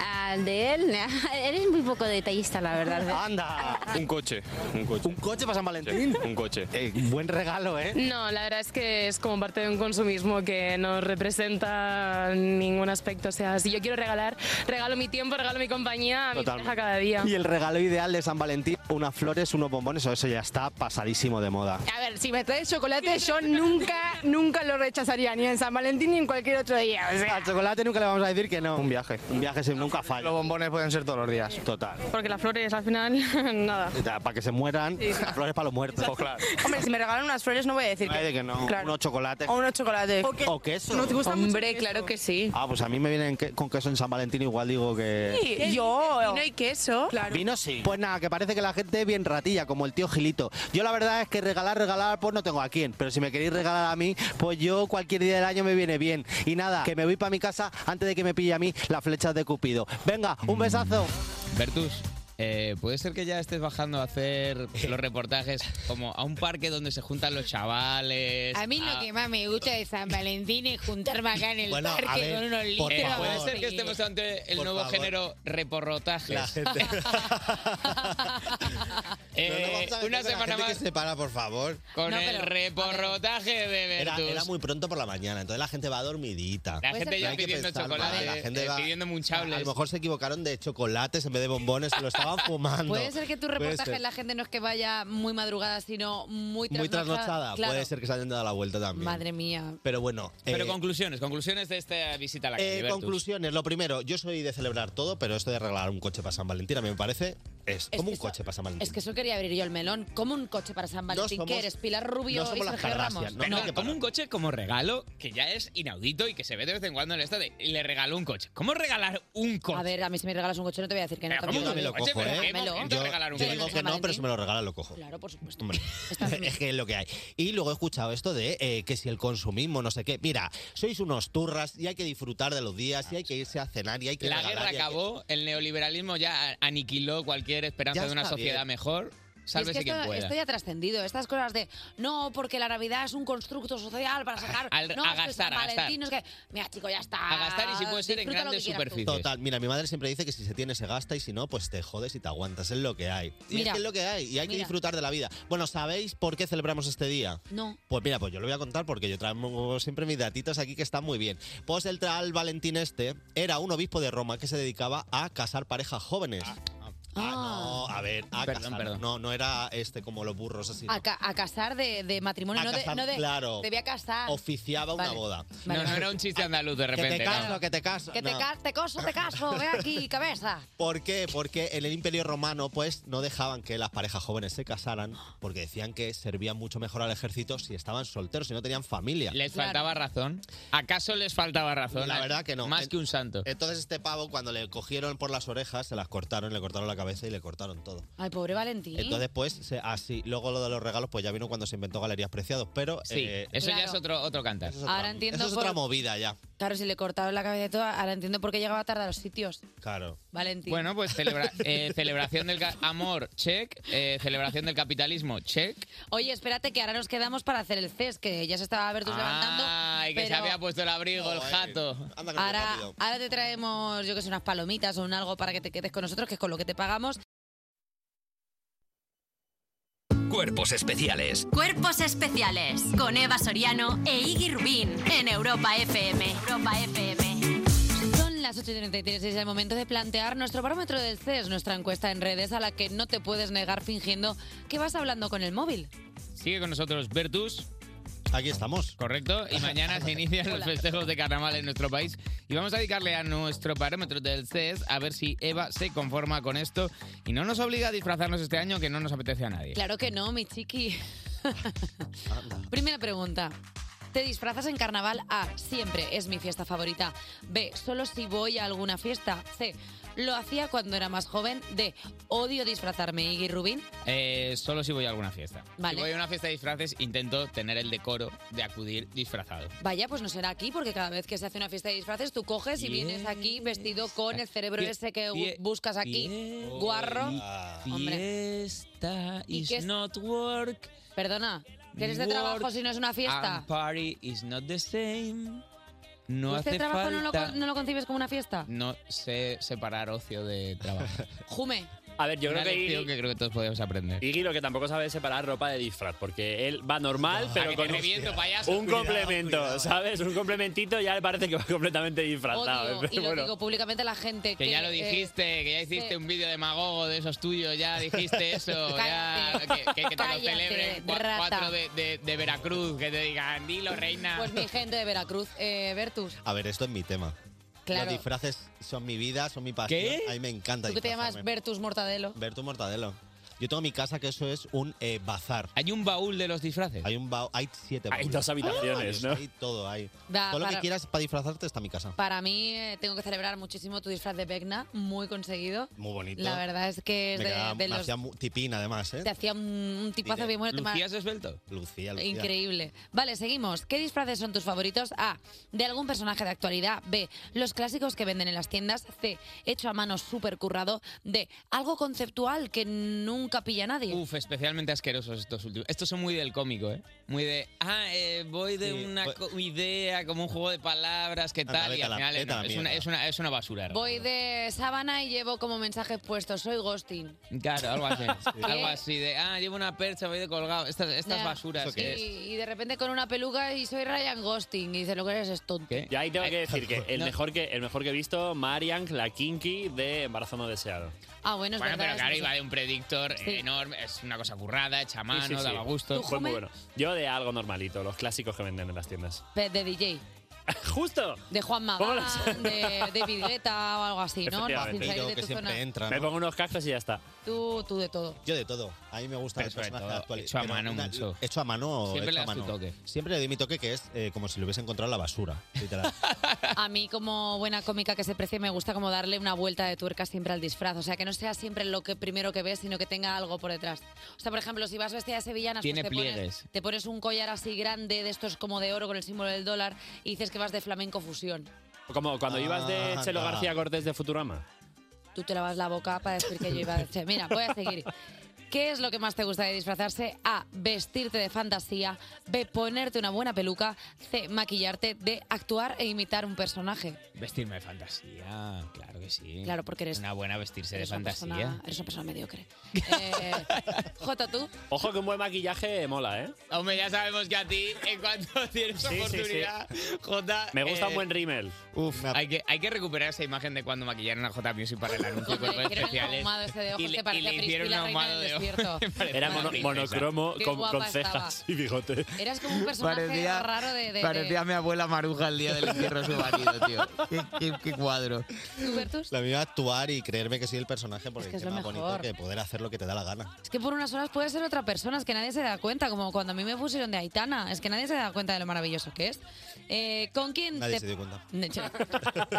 Speaker 11: Al Ah, de él, eres muy poco detallista, la verdad.
Speaker 9: ¡Anda! Ah, Un coche, un coche. ¿Un coche para San Valentín? un coche. buen regalo, ¿eh?
Speaker 13: No, la verdad es que es como parte de un consumismo que no representa ningún aspecto. O sea, si yo quiero regalar, regalo mi tiempo, regalo mi compañía, a mi
Speaker 9: Totalmente.
Speaker 13: pareja cada día.
Speaker 9: Y el regalo ideal de San Valentín, unas flores, unos bombones, o eso ya está pasadísimo de moda.
Speaker 11: A ver, si me traes chocolate, yo nunca, nunca lo rechazaría, ni en San Valentín ni en cualquier otro día.
Speaker 9: Al chocolate nunca le vamos a decir que no. Un viaje. Un viaje sin nunca falla. Los bombones pueden ser todos los días. Total.
Speaker 13: Porque las flores al final, nada.
Speaker 9: Para que se mueran, las flores para los muertos. Pues claro.
Speaker 11: Hombre, si me regalan unas flores no voy a decir
Speaker 9: No hay de que no. Unos chocolates.
Speaker 11: unos chocolates.
Speaker 9: O queso.
Speaker 11: Hombre, claro que sí.
Speaker 9: Ah, pues a mí me vienen que- con queso en San Valentín, igual digo que...
Speaker 11: yo. Vino y queso. Claro.
Speaker 9: Vino sí. Pues nada, que parece que la gente es bien ratilla, como el tío Gilito. Yo la verdad es que regalar, regalar, pues no tengo a quién. Pero si me queréis regalar a mí, pues yo cualquier día del año me viene bien. Y nada, que me voy para mi casa antes de que me pille a mí las flechas de Cupido. Venga, un besazo.
Speaker 3: Bertus, eh, puede ser que ya estés bajando a hacer los reportajes como a un parque donde se juntan los chavales.
Speaker 14: A mí lo
Speaker 3: a-
Speaker 14: que más me gusta de San Valentín es juntarme acá en el
Speaker 3: Bueno, a
Speaker 14: parque
Speaker 3: ver,
Speaker 14: con unos
Speaker 3: por
Speaker 14: litros.
Speaker 3: favor. Puede ser que estemos ante el nuevo género reporrotajes. Eh, una semana más
Speaker 9: se para, por favor.
Speaker 3: con el reporrotaje de
Speaker 9: Era,
Speaker 3: Bertus.
Speaker 9: era muy pronto por la mañana, entonces la gente va dormidita.
Speaker 3: La gente
Speaker 9: No
Speaker 3: ya
Speaker 9: hay que
Speaker 3: pidiendo
Speaker 9: pensar mal,
Speaker 3: chocolate, eh, pidiendo
Speaker 9: A lo mejor se equivocaron de chocolates en vez de bombones, se lo están
Speaker 15: estaban fumando.
Speaker 2: Puede ser que tu
Speaker 9: Puede
Speaker 2: reportaje
Speaker 9: ser.
Speaker 2: la gente no es que vaya muy madrugada, sino muy trasnochada.
Speaker 9: Muy trasnochada.
Speaker 2: Claro.
Speaker 9: Puede ser que se hayan dado la vuelta también.
Speaker 2: Madre mía.
Speaker 9: Pero bueno.
Speaker 3: Pero
Speaker 9: eh,
Speaker 3: conclusiones, conclusiones de esta visita a la
Speaker 9: eh,
Speaker 3: calle. Bertus.
Speaker 9: conclusiones. Lo primero, yo soy de celebrar todo, pero esto de regalar un coche para San Valentín a mí me parece es como un coche para San Valentín.
Speaker 2: Es que eso quería abrir yo el melón. Como un coche para San Valentín.
Speaker 9: somos-
Speaker 2: ¿Qué eres? Pilar Rubio
Speaker 9: no somos
Speaker 2: y
Speaker 9: las
Speaker 2: Sergio Ramos.
Speaker 9: Kardashian, no, no hay que
Speaker 3: como un coche como regalo, que ya es inaudito y que se ve de vez en cuando en el estado de le regaló un coche. ¿Cómo regalar un coche?
Speaker 2: A ver, a mí si me regalas un coche no te voy a decir que no.
Speaker 3: Pero ¿cómo?
Speaker 9: Yo también lo
Speaker 3: Oye,
Speaker 9: cojo,
Speaker 3: pero
Speaker 9: ¿eh?
Speaker 3: qué momento
Speaker 9: Yo,
Speaker 3: regalar un
Speaker 9: yo
Speaker 3: coche.
Speaker 9: digo que no, pero si me lo regalan, lo cojo.
Speaker 2: Claro, por supuesto.
Speaker 9: Pues, Hombre, es que es lo que hay. Y luego he escuchado esto de eh, que si el consumismo, no sé qué. Mira, sois unos turras y hay que disfrutar de los días y hay que irse a cenar y hay que
Speaker 3: La
Speaker 9: regalar
Speaker 3: guerra
Speaker 9: y hay que-
Speaker 3: acabó, el neoliberalismo ya aniquiló cualquier esperanza
Speaker 9: Ya
Speaker 3: de una
Speaker 9: está
Speaker 3: sociedad
Speaker 9: bien.
Speaker 3: mejor.
Speaker 2: Y es
Speaker 3: Sálvese
Speaker 2: que esto,
Speaker 3: quien pueda.
Speaker 2: esto ya ha trascendido. Estas cosas de no, porque la Navidad es un constructo social para sacar.
Speaker 3: Al-
Speaker 2: no,
Speaker 3: a
Speaker 2: es que
Speaker 3: gastar,
Speaker 2: San
Speaker 3: a gastar.
Speaker 2: Valentín no es que. Mira, chico, ya está.
Speaker 3: A gastar y si puede ser en
Speaker 2: Disfruta lo que
Speaker 3: grandes
Speaker 2: quieras tú.
Speaker 9: Total, mira, mi madre siempre dice que si se tiene se gasta y si no, pues te jodes y te aguantas, es lo que hay. Y
Speaker 2: Mira.
Speaker 9: es que es lo que hay y hay que
Speaker 2: Mira.
Speaker 9: disfrutar de la vida. Bueno, ¿sabéis por qué celebramos este día?
Speaker 2: No.
Speaker 9: Pues mira, pues yo lo voy a contar porque yo traigo siempre mis datitos aquí que están muy bien. Pues el tal Valentín este era un obispo de Roma que se dedicaba a casar parejas jóvenes.
Speaker 3: Ah,
Speaker 2: Ah.
Speaker 9: No, a ver, a
Speaker 3: Perdón,
Speaker 9: casar.
Speaker 3: perdón.
Speaker 9: No, no era este como los burros así.
Speaker 2: A, ca- a casar de, de matrimonio,
Speaker 9: A
Speaker 2: no,
Speaker 9: casar,
Speaker 2: de, no de.
Speaker 9: claro.
Speaker 2: Te voy a casar.
Speaker 9: Oficiaba una
Speaker 2: Vale.
Speaker 9: boda. Ah,
Speaker 3: No, no era un chiste andaluz de repente.
Speaker 9: que te
Speaker 3: no.
Speaker 9: caso, que te caso.
Speaker 2: Que te,
Speaker 9: No.
Speaker 2: ca- te coso, te caso. Ven aquí, cabeza.
Speaker 9: ¿Por qué? Porque en el Imperio Romano, pues, no dejaban que las parejas jóvenes se casaran, porque decían que servían mucho mejor al ejército si estaban solteros, si no tenían familia.
Speaker 3: ¿Les faltaba razón? ¿Acaso les faltaba razón?
Speaker 9: La verdad que no.
Speaker 3: Más que un santo.
Speaker 9: Entonces este pavo, cuando le cogieron por las orejas, se las cortaron, le cortaron la cabeza y le cortaron todo.
Speaker 2: Ay, pobre Valentín.
Speaker 9: Entonces, pues, se- así. Luego lo de los regalos, pues ya vino cuando se inventó Galerías Preciados, pero...
Speaker 3: Sí,
Speaker 9: eh,
Speaker 3: eso ya Claro. es otro, otro cantar.
Speaker 9: Eso es otra-
Speaker 2: Ahora entiendo
Speaker 9: Eso es otra
Speaker 2: por-
Speaker 9: movida ya,
Speaker 2: Claro, si le cortaron la cabeza y todo, ahora entiendo por qué llegaba tarde a los sitios.
Speaker 9: claro.
Speaker 2: Valentín.
Speaker 3: Bueno, pues celebra- eh, celebración del ca- amor, check. Eh, celebración del capitalismo, check.
Speaker 2: Oye, espérate que ahora nos quedamos para hacer el CES, que ya se estaba Bertus levantando.
Speaker 3: Ay, que se
Speaker 2: pero-
Speaker 3: había puesto el abrigo, el jato.
Speaker 2: Ahora, ahora te traemos, yo que sé, unas palomitas o un algo para que te quedes con nosotros, que es con lo que te pagamos.
Speaker 1: Cuerpos especiales
Speaker 4: Cuerpos especiales con Eva Soriano e Iggy Rubín en Europa FM. Europa FM.
Speaker 2: Son las 8.33 y es el momento de plantear nuestro barómetro del CES, nuestra encuesta en redes a la que no te puedes negar fingiendo que vas hablando con el móvil.
Speaker 3: Sigue con nosotros Bertus.
Speaker 9: Aquí estamos.
Speaker 3: Correcto. Y mañana se inician los
Speaker 2: Hola.
Speaker 3: festejos de carnaval en nuestro país. Y vamos a dedicarle a nuestro parámetro del CES a ver si Eva se conforma con esto y no nos obliga a disfrazarnos este año que no nos apetece a nadie.
Speaker 2: Claro que no, mi chiqui. Primera pregunta. ¿Te disfrazas en carnaval? A. Siempre es mi fiesta favorita. B. Solo si voy a alguna fiesta. C. Lo hacía cuando era más joven. D. Odio disfrazarme, Iggy Rubin.
Speaker 3: Eh, solo si voy a alguna fiesta.
Speaker 2: Vale.
Speaker 3: Si voy a una fiesta de disfraces, intento tener el decoro de acudir disfrazado.
Speaker 2: Vaya, pues no será aquí, porque cada vez que se hace una fiesta de disfraces, tú coges y vienes aquí vestido con el cerebro
Speaker 3: Yes.
Speaker 2: ese que
Speaker 3: Yes.
Speaker 2: buscas aquí,
Speaker 3: Yes.
Speaker 2: guarro.
Speaker 9: Ah.
Speaker 2: Hombre.
Speaker 3: Fiesta
Speaker 2: ¿Y
Speaker 3: is
Speaker 2: qué es-
Speaker 3: not work.
Speaker 2: Perdona, ¿qué eres de
Speaker 3: Work
Speaker 2: trabajo si no es una fiesta?
Speaker 3: and party is not the same. No
Speaker 2: ¿Tú este
Speaker 3: hace
Speaker 2: trabajo no lo,
Speaker 3: falta.
Speaker 2: con- no lo concibes como una fiesta?
Speaker 3: No sé separar ocio de trabajo.
Speaker 2: Jume.
Speaker 16: A ver, yo
Speaker 3: Una
Speaker 16: creo que
Speaker 3: lección
Speaker 16: Iggy,
Speaker 3: que creo que todos podemos aprender.
Speaker 16: Iggy lo que tampoco sabe es separar ropa de disfraz, porque él va normal,
Speaker 3: que
Speaker 16: pero
Speaker 3: te
Speaker 16: con un,
Speaker 3: reviento, payaso.
Speaker 16: un
Speaker 3: Cuidado,
Speaker 16: complemento, ¿sabes? Un complementito ya le parece que va completamente disfrazado.
Speaker 2: Odio, y
Speaker 16: pero
Speaker 2: lo
Speaker 16: bueno.
Speaker 2: digo públicamente a la gente.
Speaker 3: Que ya lo
Speaker 2: eh,
Speaker 3: dijiste, que ya hiciste
Speaker 2: se-
Speaker 3: un vídeo de magogo de esos tuyos, ya dijiste eso, ya que, que- que te lo
Speaker 2: Cállate,
Speaker 3: celebren cua-
Speaker 2: rata.
Speaker 3: cuatro de, de- de Veracruz, que te digan, dilo reina.
Speaker 2: Pues mi gente de Veracruz, eh, Bertus,
Speaker 9: A ver, esto es mi tema.
Speaker 2: Claro.
Speaker 9: Los disfraces son mi vida, son mi pasión. A mí me encanta
Speaker 2: tú que te llamas
Speaker 9: disfrazarme.
Speaker 2: Bertus Mortadelo.
Speaker 9: Berto Mortadelo. Yo tengo en mi casa que eso es un eh, bazar.
Speaker 3: ¿Hay un baúl de los disfraces?
Speaker 9: Hay un baúl, hay siete
Speaker 16: Hay
Speaker 9: baúles.
Speaker 16: dos habitaciones,
Speaker 9: Ah,
Speaker 16: ¿no?
Speaker 9: Hay todo, hay.
Speaker 2: Da,
Speaker 9: todo lo
Speaker 2: para-
Speaker 9: que quieras para disfrazarte está mi casa.
Speaker 2: Para mí, eh, tengo que celebrar muchísimo tu disfraz de Vecna, muy conseguido.
Speaker 9: Muy bonito.
Speaker 2: La verdad es que es
Speaker 9: me
Speaker 2: de,
Speaker 9: quedaba-
Speaker 2: de
Speaker 9: me
Speaker 2: los-
Speaker 9: hacía mu- tipín, además, ¿eh?
Speaker 2: te hacía un, un tipazo bien bueno. te ma-
Speaker 3: esbelto?
Speaker 9: Lucía, Lucía.
Speaker 2: Increíble. Vale, seguimos. ¿Qué disfraces son tus favoritos? A. De algún personaje de actualidad. B. Los clásicos que venden en las tiendas. C. Hecho a mano súper currado. D. Algo conceptual que nunca pilla a nadie.
Speaker 3: Uf, especialmente asquerosos estos últimos. Estos son muy del cómico, ¿eh? Muy de. Ah, eh, voy de
Speaker 2: Sí,
Speaker 3: una co- idea, como un juego de palabras, ¿qué
Speaker 17: Anda,
Speaker 3: tal?
Speaker 17: vete
Speaker 3: Y
Speaker 17: a
Speaker 3: al
Speaker 17: la-
Speaker 3: final eh,
Speaker 17: vete a
Speaker 3: no,
Speaker 17: la
Speaker 3: es, una,
Speaker 17: mierda.
Speaker 3: es, una, es una basura.
Speaker 2: Voy de sábana y llevo como mensajes puestos, soy ghosting.
Speaker 3: Claro, algo así.
Speaker 2: Sí.
Speaker 3: Algo así de. Ah, llevo una percha, voy de colgado. Estas, estas
Speaker 2: Ya.
Speaker 3: basuras.
Speaker 2: Y,
Speaker 3: que es.
Speaker 2: y de repente con una peluca y soy Ryan Ghosting. Y dice, lo que eres es tonto.
Speaker 16: Yo ahí tengo que decir que el,
Speaker 3: No.
Speaker 16: mejor que el mejor que he visto, Marian, la kinky de embarazo no deseado.
Speaker 2: Ah, bueno, es
Speaker 3: Bueno,
Speaker 2: verdad.
Speaker 3: pero
Speaker 2: es
Speaker 3: claro,
Speaker 2: verdad.
Speaker 3: iba de un predictor enorme. Es una cosa currada, hecha a mano,
Speaker 16: Sí, sí, sí.
Speaker 3: daba gusto.
Speaker 16: Fue muy bueno. Yo de algo normalito, los clásicos que venden en las tiendas.
Speaker 2: Pe- De DJ.
Speaker 16: ¡Justo!
Speaker 2: De Juan
Speaker 16: ¿Cómo lo
Speaker 2: Magán,
Speaker 16: sabes?
Speaker 2: de, de Vigleta o algo así, ¿no? No, sin salir de tu zona.
Speaker 16: Me pongo unos cascos y ya está.
Speaker 2: Tú, tú de todo.
Speaker 17: Yo de todo. A mí me gusta
Speaker 3: Pero
Speaker 17: el
Speaker 3: sobre
Speaker 17: personaje
Speaker 3: todo,
Speaker 17: actual.
Speaker 3: hecho a
Speaker 17: Pero
Speaker 3: mano
Speaker 17: una-
Speaker 3: mucho.
Speaker 17: Hecho a mano.
Speaker 3: Siempre
Speaker 17: hecho
Speaker 3: le
Speaker 17: a
Speaker 3: das tu
Speaker 17: mano.
Speaker 3: toque.
Speaker 17: Siempre le doy mi toque que es eh, como si lo hubiese encontrado en la basura. Literal.
Speaker 2: A mí, como buena cómica que se precie, me gusta como darle una vuelta de tuerca siempre al disfraz. O sea, que no sea siempre lo que primero que ves, sino que tenga algo por detrás. O sea, por ejemplo, si vas vestida de sevillana,
Speaker 3: Tiene
Speaker 2: pues te, pones,
Speaker 3: pliegues.
Speaker 2: te pones un collar así grande, de estos como de oro con el símbolo del dólar, y dices que vas de flamenco fusión.
Speaker 16: Como cuando ibas de
Speaker 17: Ah,
Speaker 16: Chelo
Speaker 17: anda.
Speaker 16: García Cortés de Futurama.
Speaker 2: Tú te lavas la boca para decir que yo iba a decir, mira, voy a seguir. ¿Qué es lo que más te gusta de disfrazarse? A. Vestirte de fantasía. B. Ponerte una buena peluca. C. Maquillarte. D. Actuar e imitar un personaje.
Speaker 3: Vestirme de fantasía, claro que sí.
Speaker 2: Claro, porque eres-
Speaker 3: Una buena vestirse de
Speaker 2: eres una
Speaker 3: fantasía.
Speaker 2: persona- eres una persona mediocre. Jota, tú.
Speaker 16: Ojo que un buen maquillaje mola, ¿eh?
Speaker 3: Hombre, ya sabemos que a ti, en cuanto tienes
Speaker 16: Sí, sí, sí.
Speaker 3: oportunidad, Jota.
Speaker 16: Me gusta un
Speaker 3: eh,
Speaker 16: buen rímel.
Speaker 3: Uf, hay que, hay que recuperar esa imagen de cuando maquillaron a J Music para el anuncio de
Speaker 2: Hombre,
Speaker 3: cuerpos
Speaker 2: hicieron
Speaker 3: especiales.
Speaker 2: el ahumado ese de ojos
Speaker 3: y le,
Speaker 2: que parecía
Speaker 3: y le hicieron un
Speaker 2: Priscila, reina
Speaker 3: ahumado
Speaker 2: del
Speaker 3: de ojos.
Speaker 2: desierto.
Speaker 3: Parecía
Speaker 16: Era
Speaker 3: una
Speaker 16: mono-
Speaker 3: princesa.
Speaker 16: monocromo
Speaker 2: Qué
Speaker 16: con,
Speaker 2: guapa
Speaker 16: con cejas y bigote.
Speaker 2: Eras como un personaje
Speaker 3: Parecía-
Speaker 2: raro de, de-
Speaker 3: Parecía mi abuela Maruja el día del entierro de su marido, tío. Qué, qué- qué cuadro.
Speaker 2: de- Hubertus.
Speaker 17: La mía actuar y creerme que soy el personaje porque
Speaker 2: Es que es
Speaker 17: qué
Speaker 2: lo
Speaker 17: más bonito
Speaker 2: mejor.
Speaker 17: que poder hacer lo que te da la gana.
Speaker 2: Es que por unas horas puede ser otra persona, es que nadie se da cuenta, como cuando a mí me pusieron de Aitana, es que nadie se da cuenta de lo maravilloso que es. Eh, ¿Con quién
Speaker 17: Nadie
Speaker 2: te-
Speaker 17: se dio cuenta.
Speaker 2: Ne- ya.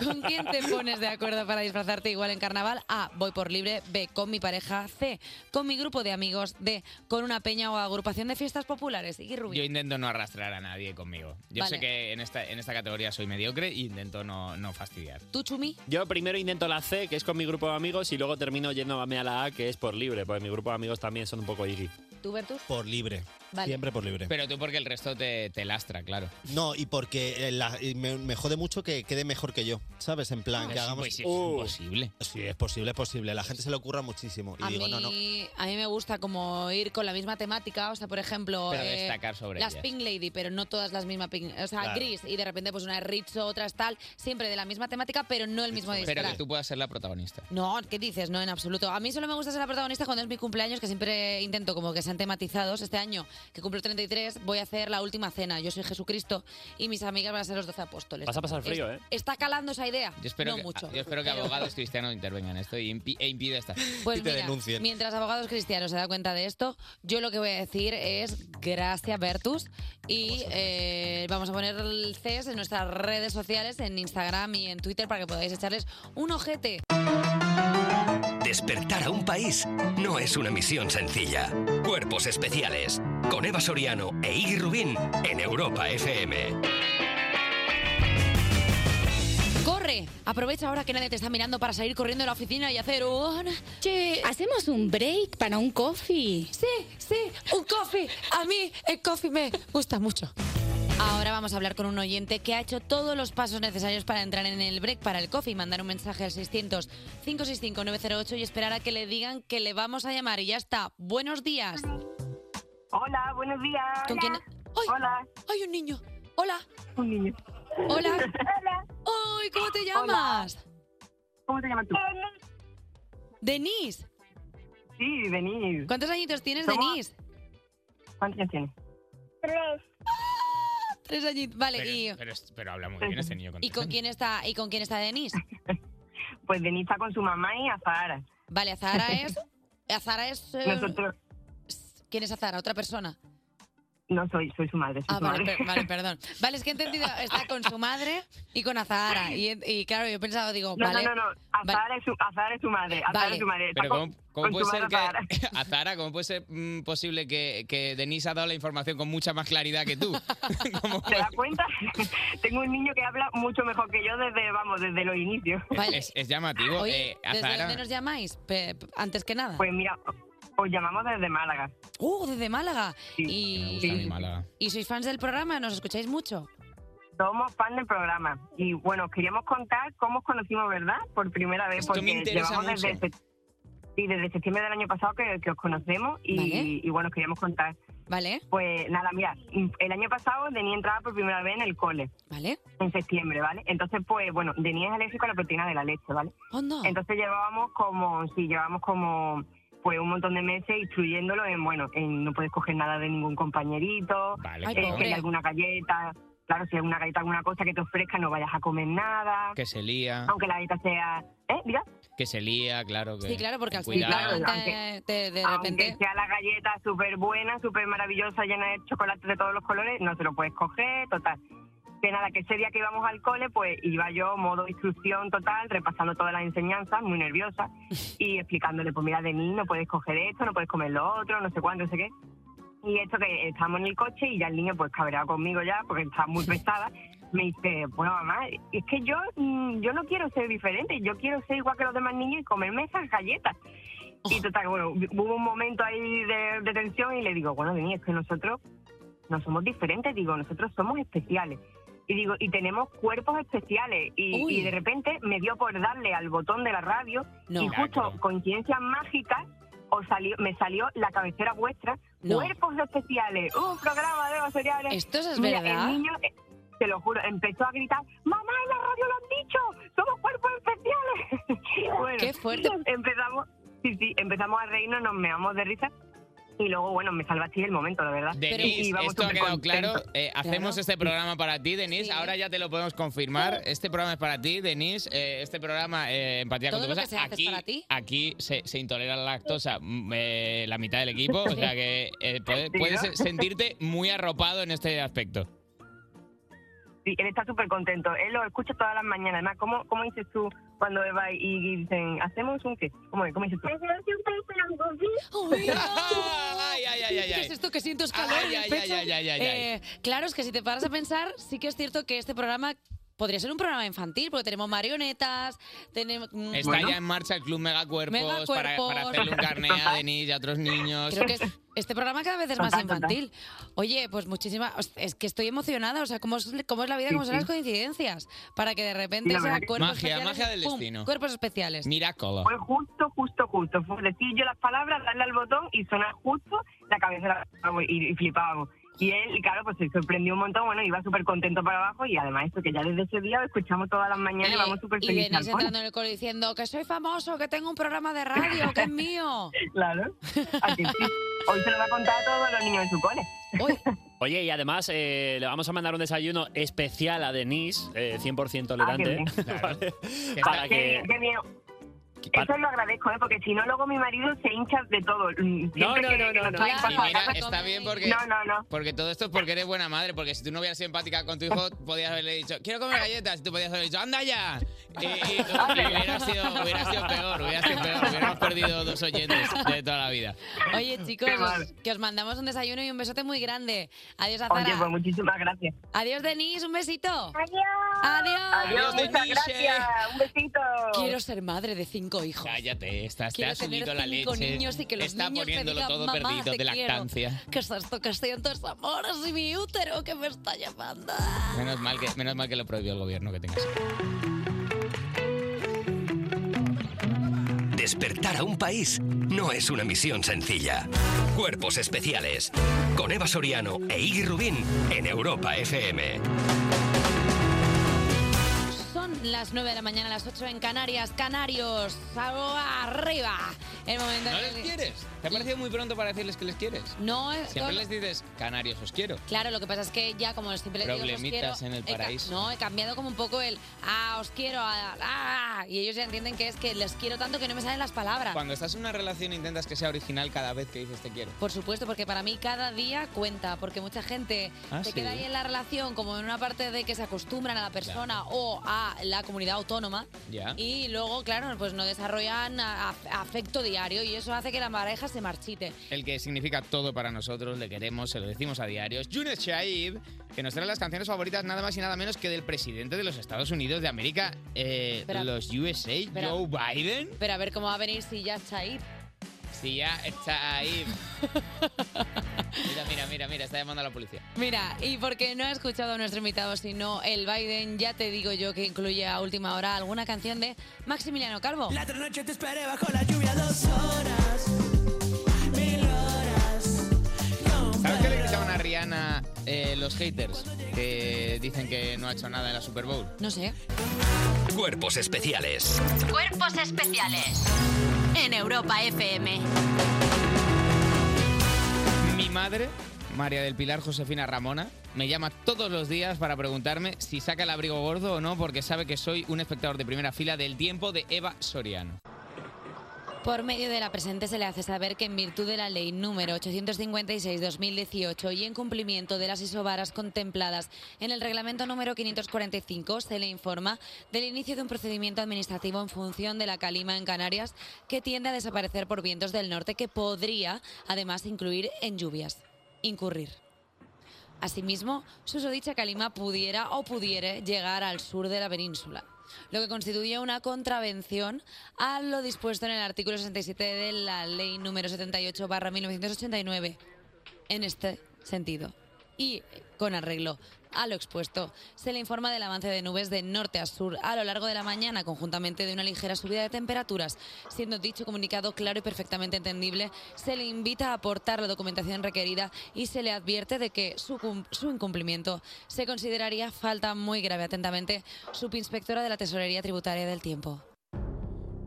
Speaker 2: ¿Con quién te pones de acuerdo para disfrazarte igual en carnaval? A. Voy por libre. B. Con mi pareja. C. Con mi grupo de amigos. D. Con una peña o agrupación de fiestas populares. Y Rubí.
Speaker 3: Yo intento no arrastrar a nadie conmigo. Yo
Speaker 2: Vale.
Speaker 3: sé que en esta, en esta categoría soy mediocre y intento no, no fastidiar.
Speaker 2: ¿Tú, Chumi?
Speaker 16: Yo primero intento la C, que es con mi grupo de amigos, y luego termino yéndome a la A, que es por libre, porque mi grupo de amigos también son un poco iggy.
Speaker 2: ¿Tú, Bertus?
Speaker 17: Por libre.
Speaker 2: Vale.
Speaker 17: Siempre por libre.
Speaker 3: Pero tú porque el resto te, te lastra, claro.
Speaker 17: No, y porque eh, la- y me, me jode mucho que quede mejor que yo, ¿sabes? En plan,
Speaker 3: Ah,
Speaker 17: que
Speaker 3: es
Speaker 17: hagamos...
Speaker 2: pues
Speaker 3: imposible, es imposible.
Speaker 17: Sí, es posible, es posible. La gente se le ocurra muchísimo. Y
Speaker 2: A
Speaker 17: digo,
Speaker 2: mí,
Speaker 17: no, no.
Speaker 2: a mí me gusta como ir con la misma temática, o sea, por ejemplo, eh,
Speaker 17: Pero destacar sobre
Speaker 2: las
Speaker 17: ellas.
Speaker 2: Pink Lady, pero no todas las mismas Pink, o sea,
Speaker 3: Claro.
Speaker 2: gris y de repente pues una es Rizzo, otra es tal, siempre de la misma temática, pero no el mismo
Speaker 3: Pero que
Speaker 2: disfraz.
Speaker 3: tú puedas ser la protagonista.
Speaker 2: No, ¿qué dices? No, en absoluto. A mí solo me gusta ser la protagonista cuando es mi cumpleaños, que siempre intento como que sean tematizados. Este año, que cumplo 33, voy a hacer la última cena. Yo soy Jesucristo y mis amigas van a ser los 12 apóstoles.
Speaker 3: Vas a pasar frío, ¿eh?
Speaker 2: Está calando esa idea.
Speaker 3: Yo espero,
Speaker 2: no
Speaker 3: que,
Speaker 2: mucho.
Speaker 3: yo espero que abogados cristianos intervengan en esto y impi- e impida esta.
Speaker 2: Pues mira, mientras abogados cristianos se da cuenta de esto, yo lo que voy a decir es gracias, Bertus. Y eh, vamos a poner el CES en nuestras redes sociales, en Instagram y en Twitter, para que podáis echarles un ojete.
Speaker 1: Despertar a un país no es una misión sencilla. Cuerpos especiales con Eva Soriano e Iggy Rubín en Europa FM.
Speaker 2: ¡Corre! Aprovecha ahora que nadie te está mirando para salir corriendo de la oficina y hacer un...
Speaker 18: Che, ¿hacemos un break para un coffee?
Speaker 2: Sí, sí, un coffee. A mí el coffee me gusta mucho. Ahora vamos a hablar con un oyente que ha hecho todos los pasos necesarios para entrar en el break para el coffee, mandar un mensaje al 600 565 908 y esperar a que le digan que le vamos a llamar y ya está. Buenos días.
Speaker 19: Hola, buenos días.
Speaker 2: ¿Con quién? ¡Ay!
Speaker 19: Hola.
Speaker 2: ¡Ay, un niño! Hola.
Speaker 19: Un niño.
Speaker 2: Hola. ¡Ay, cómo te llamas!
Speaker 19: ¿Cómo te llamas tú?
Speaker 2: Denise.
Speaker 19: Sí, Denise.
Speaker 2: ¿Cuántos añitos tienes,
Speaker 19: Somos-
Speaker 2: Denise?
Speaker 19: ¿Cuántos años tienes? Tres.
Speaker 2: Ah, Tres añitos. Vale,
Speaker 3: Pero,
Speaker 2: y,
Speaker 3: pero es- pero habla muy bien este niño. con-
Speaker 2: ¿y con quién está y con quién está Denise?
Speaker 19: Pues Denise está con su mamá y Azahara.
Speaker 2: Vale, Azahara es. Azahara es. eh,
Speaker 19: Nosotros,
Speaker 2: ¿Quién es Azahara? ¿Otra persona?
Speaker 19: no soy, soy su madre. soy
Speaker 2: Ah,
Speaker 19: su
Speaker 2: vale,
Speaker 19: madre.
Speaker 2: per- vale, perdón. Vale, es que he entendido, está con su madre y con Azahara. Y, he- y claro, yo he pensado, digo,
Speaker 19: No,
Speaker 2: vale.
Speaker 19: no, no, no. Azahara, es, su, Azahara es su madre. Azahara
Speaker 2: Vale.
Speaker 19: es su madre. Está
Speaker 3: Pero
Speaker 19: con-
Speaker 3: ¿cómo, cómo
Speaker 19: con
Speaker 3: puede
Speaker 19: su
Speaker 3: ser
Speaker 19: madre Azahara.
Speaker 3: que... A Zara, ¿cómo puede ser mm, posible que, que Denise ha dado la información con mucha más claridad que tú?
Speaker 19: ¿Te das cuenta? Tengo un niño que habla mucho mejor que yo desde, vamos, desde los inicios.
Speaker 2: Vale.
Speaker 3: Es, es llamativo.
Speaker 2: Oye,
Speaker 3: eh,
Speaker 2: ¿desde
Speaker 3: Azahara-
Speaker 2: dónde nos llamáis? Pe- antes que nada.
Speaker 19: Pues mira, Os llamamos desde Málaga.
Speaker 2: ¡Uh, desde Málaga! y,
Speaker 19: Málaga.
Speaker 2: ¿Y sois fans del programa? ¿Nos escucháis mucho?
Speaker 19: Somos fan del programa. Y bueno, queríamos contar cómo os conocimos, ¿verdad? Por primera vez,
Speaker 2: Esto me
Speaker 19: porque
Speaker 2: interesa
Speaker 19: llevamos desde,
Speaker 2: mucho.
Speaker 19: sept- sí, desde septiembre del año pasado que, que os conocemos y,
Speaker 2: Vale.
Speaker 19: y bueno, os queríamos contar.
Speaker 2: Vale.
Speaker 19: Pues nada, mira, el año pasado Denis entraba por primera vez en el cole.
Speaker 2: Vale.
Speaker 19: En septiembre, ¿vale? Entonces, pues bueno, Denis es alérgico a la proteína de la leche, ¿vale?
Speaker 2: Oh,
Speaker 19: Entonces llevábamos como, sí, llevábamos como pues un montón de meses instruyéndolo en, bueno, en no puedes coger nada de ningún compañerito,
Speaker 20: Vale,
Speaker 19: eh,
Speaker 20: claro.
Speaker 19: si hay alguna galleta, claro, si hay alguna galleta, alguna cosa que te ofrezca, no vayas a comer nada,
Speaker 3: Que se lía.
Speaker 19: Ah. aunque la galleta sea, ¿eh? Diga.
Speaker 3: Que se lía, claro. Que,
Speaker 2: Sí, claro, porque al
Speaker 3: cuidado.
Speaker 2: final
Speaker 19: Claro,
Speaker 2: te- te- de
Speaker 19: Aunque
Speaker 2: repente...
Speaker 19: sea la galleta súper buena, súper maravillosa, llena de chocolate de todos los colores, no te lo puedes coger, total. Que nada, que ese día que íbamos al cole, pues iba yo modo instrucción total, repasando todas las enseñanzas, muy nerviosa, y explicándole, pues mira, de mí no puedes coger esto, no puedes comer lo otro, no sé cuánto, no sé qué. Y esto que estamos en el coche y ya el niño pues cabreado conmigo ya, porque está muy pesada, me dice, bueno mamá, es que yo, mm, yo no quiero ser diferente, yo quiero ser igual que los demás niños y comerme esas galletas.
Speaker 20: Oh.
Speaker 19: Y total, bueno, hubo un momento ahí de, de tensión y le digo, bueno, Denis, es que nosotros no somos diferentes, digo, nosotros somos especiales. Y digo, y tenemos cuerpos especiales. Y,
Speaker 20: Uy.
Speaker 19: y de repente me dio por darle al botón de la radio
Speaker 20: No.
Speaker 19: y justo
Speaker 20: Milagro.
Speaker 19: coincidencias mágicas os salió, me salió la cabecera vuestra,
Speaker 20: No.
Speaker 19: cuerpos especiales, un programa de seriales.
Speaker 20: ¿Esto es
Speaker 19: Mira,
Speaker 20: verdad?
Speaker 19: El niño, eh, te lo juro, empezó a gritar, mamá, en la radio lo han dicho, somos cuerpos especiales. bueno,
Speaker 20: Qué fuerte.
Speaker 19: Empezamos, sí, sí, empezamos a reírnos, nos meamos de risa. Y luego, bueno, me salvaste el momento, la verdad.
Speaker 3: Denise,
Speaker 19: Y vamos
Speaker 3: esto ha quedado claro.
Speaker 19: supercontentos.
Speaker 3: Eh, hacemos
Speaker 19: Claro.
Speaker 3: este programa para ti, Denise. Ahora ya te lo podemos confirmar. Este programa es para ti, Denise. Eh, este programa, eh, Empatía
Speaker 2: Todo
Speaker 3: con tu
Speaker 2: lo que
Speaker 3: cosa.
Speaker 2: se hace es
Speaker 3: aquí,
Speaker 2: para ti.
Speaker 3: aquí se, se intolera la lactosa mm, eh, la mitad del equipo. O sea que eh, puedes,
Speaker 19: Sí,
Speaker 3: puedes
Speaker 19: ¿no?
Speaker 3: sentirte muy arropado en este aspecto.
Speaker 19: Sí, él está súper contento. Él lo escucha todas las mañanas. Además, ¿cómo, cómo dices tú cuando va y, y dicen, hacemos un qué? ¿Cómo, cómo dices tú?
Speaker 3: ay, ay,
Speaker 2: ¿Qué
Speaker 3: ay.
Speaker 2: es esto que siento calor
Speaker 3: Ay,
Speaker 2: en el
Speaker 3: ay,
Speaker 2: pecho?
Speaker 3: ay, ay, ay, ay.
Speaker 2: Eh, claro, es que si te paras a pensar, sí que es cierto que este programa podría ser un programa infantil, porque tenemos marionetas, tenemos... mm,
Speaker 3: Está ya en marcha el Club Megacuerpos,
Speaker 2: Megacuerpos.
Speaker 3: Para, para hacerle un carné a Denise y a otros niños.
Speaker 2: Creo que es- este programa cada vez es más infantil. Oye, pues muchísimas... Es que estoy emocionada, o sea, ¿cómo es, cómo es la vida?
Speaker 3: Sí,
Speaker 2: ¿Cómo son las
Speaker 3: sí.
Speaker 2: coincidencias? Para que de
Speaker 3: Sí,
Speaker 2: repente
Speaker 3: la
Speaker 2: sea
Speaker 3: verdad que-
Speaker 2: cuerpos
Speaker 3: Magia,
Speaker 2: especiales,
Speaker 3: magia del
Speaker 2: ¡pum!
Speaker 3: destino.
Speaker 2: Cuerpos especiales.
Speaker 3: Miraculo.
Speaker 19: Fue justo, justo, justo. Fue decir yo las palabras, darle al botón y sonar justo la cabeza vamos, y, y flipábamos. Y él, y claro, pues se sorprendió un montón. Bueno, iba súper contento para abajo y además esto que ya desde ese día lo escuchamos todas las mañanas y vamos súper
Speaker 2: y
Speaker 19: felices.
Speaker 2: venís
Speaker 19: al cole.
Speaker 2: entrando en el coro diciendo que soy famoso, que tengo un programa de radio, que es mío.
Speaker 19: Claro. Así que sí. Hoy se lo va a contar a todos los niños en su cole.
Speaker 16: Oye, y además eh, le vamos a mandar un desayuno especial a Denise, eh, 100% tolerante.
Speaker 19: Ah, qué
Speaker 16: ¿vale?
Speaker 19: Qué
Speaker 16: Para que...
Speaker 19: bien, qué bien. Eso lo agradezco, ¿eh? porque si no, luego mi marido se hincha de todo. Mm, siempre
Speaker 3: no,
Speaker 19: que-
Speaker 3: no, no,
Speaker 19: que nos
Speaker 3: no.
Speaker 19: traen
Speaker 3: Y
Speaker 19: cosas,
Speaker 3: mira,
Speaker 19: ¿sabes?
Speaker 3: está bien porque,
Speaker 19: No, no, no.
Speaker 3: porque todo esto es porque eres buena madre. Porque si tú no hubieras sido empática con tu hijo, podías haberle dicho, quiero comer galletas. Y tú podías haberle dicho, anda ya. Y, y- y hubiera, sido, hubiera sido peor, hubiera sido peor. Hubiéramos perdido dos oyentes de toda la vida.
Speaker 2: Oye, chicos,
Speaker 3: Qué mal.
Speaker 2: os- que os mandamos un desayuno y un besote muy grande. Adiós a
Speaker 19: Oye, pues
Speaker 2: Zara.
Speaker 19: muchísimas gracias.
Speaker 2: Adiós, Denise, un besito. Adiós. Adiós.
Speaker 19: Adiós, muchas gracias. Un besito.
Speaker 2: Quiero ser madre de cinco hijos.
Speaker 3: Cállate, estás, te
Speaker 2: Quiero
Speaker 3: has
Speaker 2: tener
Speaker 3: subido la leche.
Speaker 2: cinco niños y que los
Speaker 3: está
Speaker 2: niños te
Speaker 3: poniéndolo
Speaker 2: digan,
Speaker 3: todo
Speaker 2: "Mamá,
Speaker 3: perdido
Speaker 2: te
Speaker 3: de
Speaker 2: quiero".
Speaker 3: lactancia.
Speaker 2: ¿Qué es esto que siento? Es amor, es mi útero que me está llamando.
Speaker 3: Menos mal, que, menos mal que lo prohibió el gobierno que tengas.
Speaker 1: Despertar a un país no es una misión sencilla. Cuerpos especiales. Con Eva Soriano e Iggy Rubín en Europa FM.
Speaker 2: Son las 9 de la mañana, las 8 en Canarias. Canarios, algo arriba. El momento
Speaker 3: ¿No
Speaker 2: en
Speaker 3: les
Speaker 2: el que-
Speaker 3: quieres? ¿Te ha parecido muy pronto para decirles que les quieres?
Speaker 2: No, eh, es-
Speaker 3: Siempre
Speaker 2: no-
Speaker 3: les dices, canarios, os quiero.
Speaker 2: Claro, lo que pasa es que ya como siempre digo, os
Speaker 3: Problemitas
Speaker 2: quiero,
Speaker 3: en el
Speaker 2: he ca-
Speaker 3: paraíso.
Speaker 2: no, he cambiado como un poco el ah, os quiero, ah, ah", y ellos ya entienden que es que les quiero tanto que no me salen las palabras.
Speaker 3: Cuando estás en una relación intentas que sea original cada vez que dices te quiero.
Speaker 2: Por supuesto, porque para mí cada día cuenta, porque mucha gente
Speaker 3: Ah,
Speaker 2: se
Speaker 3: sí.
Speaker 2: queda ahí en la relación como en una parte de que se acostumbran a la persona o a la comunidad autónoma
Speaker 3: Ya.
Speaker 2: y luego, claro, pues no desarrollan a- a- afecto diario y eso hace que la pareja se marchite.
Speaker 3: El que significa todo para nosotros, le queremos, se lo decimos a diario. Es Younes Shaib, que nos trae las canciones favoritas nada más y nada menos que del presidente de los Estados Unidos de América, eh,
Speaker 2: Espera.
Speaker 3: los USA,
Speaker 2: Espera.
Speaker 3: Joe Biden.
Speaker 2: Pero a ver cómo va a venir si ya está ahí.
Speaker 3: Si ya está ahí. Mira, mira, mira, mira, está llamando a la policía.
Speaker 2: Mira, y porque no ha escuchado a nuestro invitado, sino el Biden, ya te digo yo que incluye a última hora alguna canción de Maximiliano Calvo.
Speaker 20: La otra noche te esperé bajo la lluvia dos horas, mil horas.
Speaker 3: ¿Sabes qué le gritaban a Rihanna eh, los haters? Que dicen que no ha hecho nada en la Super Bowl.
Speaker 2: No sé.
Speaker 1: Cuerpos especiales.
Speaker 4: Cuerpos especiales. En Europa FM.
Speaker 3: Mi madre, María del Pilar Josefina Ramona, me llama todos los días para preguntarme si saca el abrigo gordo o no, porque sabe que soy un espectador de primera fila del tiempo de Eva Soriano.
Speaker 2: Por medio de la presente se le hace saber que en virtud de la ley número 856-2018 y en cumplimiento de las isobaras contempladas en el reglamento número 545 se le informa del inicio de un procedimiento administrativo en función de la calima en Canarias que tiende a desaparecer por vientos del norte que podría además incluir en lluvias. Incurrir. Asimismo, susodicha calima pudiera o pudiere llegar al sur de la península, lo que constituye una contravención a lo dispuesto en el artículo 67 de la Ley número 78-1989, en este sentido. Y, con arreglo a lo expuesto, se le informa del avance de nubes de norte a sur a lo largo de la mañana, conjuntamente de una ligera subida de temperaturas. Siendo dicho comunicado claro y perfectamente entendible, se le invita a aportar la documentación requerida y se le advierte de que su, cum- su incumplimiento se consideraría falta muy grave. Atentamente, subinspectora de la Tesorería Tributaria del Tiempo.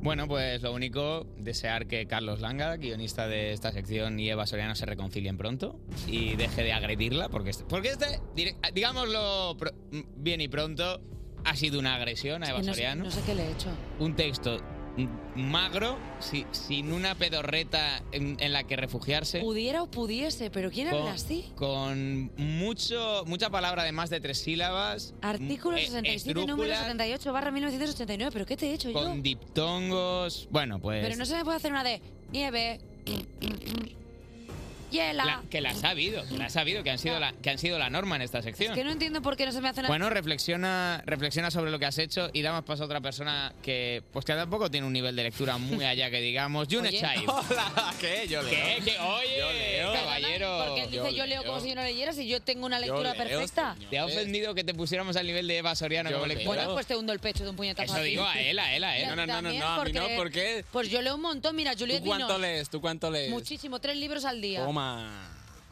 Speaker 3: Bueno, pues lo único, desear que Carlos Langa, guionista de esta sección, y Eva Soriano se reconcilien pronto y deje de agredirla, porque este, porque este dire- digámoslo pro- bien y pronto, ha sido una agresión a Eva
Speaker 2: Que no, sé,
Speaker 3: Soriano.
Speaker 2: no sé qué le he hecho.
Speaker 3: Un texto mm, magro, si- sin una pedorreta en, en la que refugiarse.
Speaker 2: Pudiera o pudiese, pero ¿quién habla así?
Speaker 3: con mucho, mucha palabra de más de tres sílabas.
Speaker 2: Artículo
Speaker 3: eh,
Speaker 2: 67, número
Speaker 3: esdrújulas,
Speaker 2: 78, barra 1989. ¿Pero qué te he hecho yo?
Speaker 3: Con diptongos. Bueno, pues.
Speaker 2: Pero no se me puede hacer una de nieve, hiela.
Speaker 3: La- que las ha habido, que las ha habido, que han sido la, que han sido la norma en esta sección.
Speaker 2: Que no entiendo por qué no se me hace nada.
Speaker 3: Bueno, reflexiona, reflexiona sobre lo que has hecho y damos paso a otra persona que, pues que tampoco tiene un nivel de lectura muy allá que digamos. June
Speaker 2: Oye.
Speaker 3: Child.
Speaker 17: Hola, ¿qué? Yo
Speaker 3: leo. ¿Qué? ¿Qué? Oye,
Speaker 2: Perdona,
Speaker 3: caballero.
Speaker 2: Porque él dice yo leo como si yo no leyera, si yo tengo una
Speaker 3: Yo
Speaker 2: lectura
Speaker 3: leo,
Speaker 2: perfecta.
Speaker 3: ¿Te ha ofendido que te pusiéramos al nivel de Eva Soriano como lectora?
Speaker 2: Bueno, pues te hundo el pecho de un puñetazo.
Speaker 3: Eso
Speaker 2: aquí.
Speaker 3: digo a él, a él, a él.
Speaker 2: Ya,
Speaker 3: No, no, no, no,
Speaker 2: también,
Speaker 3: no, a mí no,
Speaker 21: porque-
Speaker 2: Pues yo leo un montón, mira, Juliet
Speaker 21: ¿Tú cuánto
Speaker 2: Binoche.
Speaker 21: lees? ¿Tú cuánto lees?
Speaker 2: Muchísimo, tres libros al día.
Speaker 21: Toma.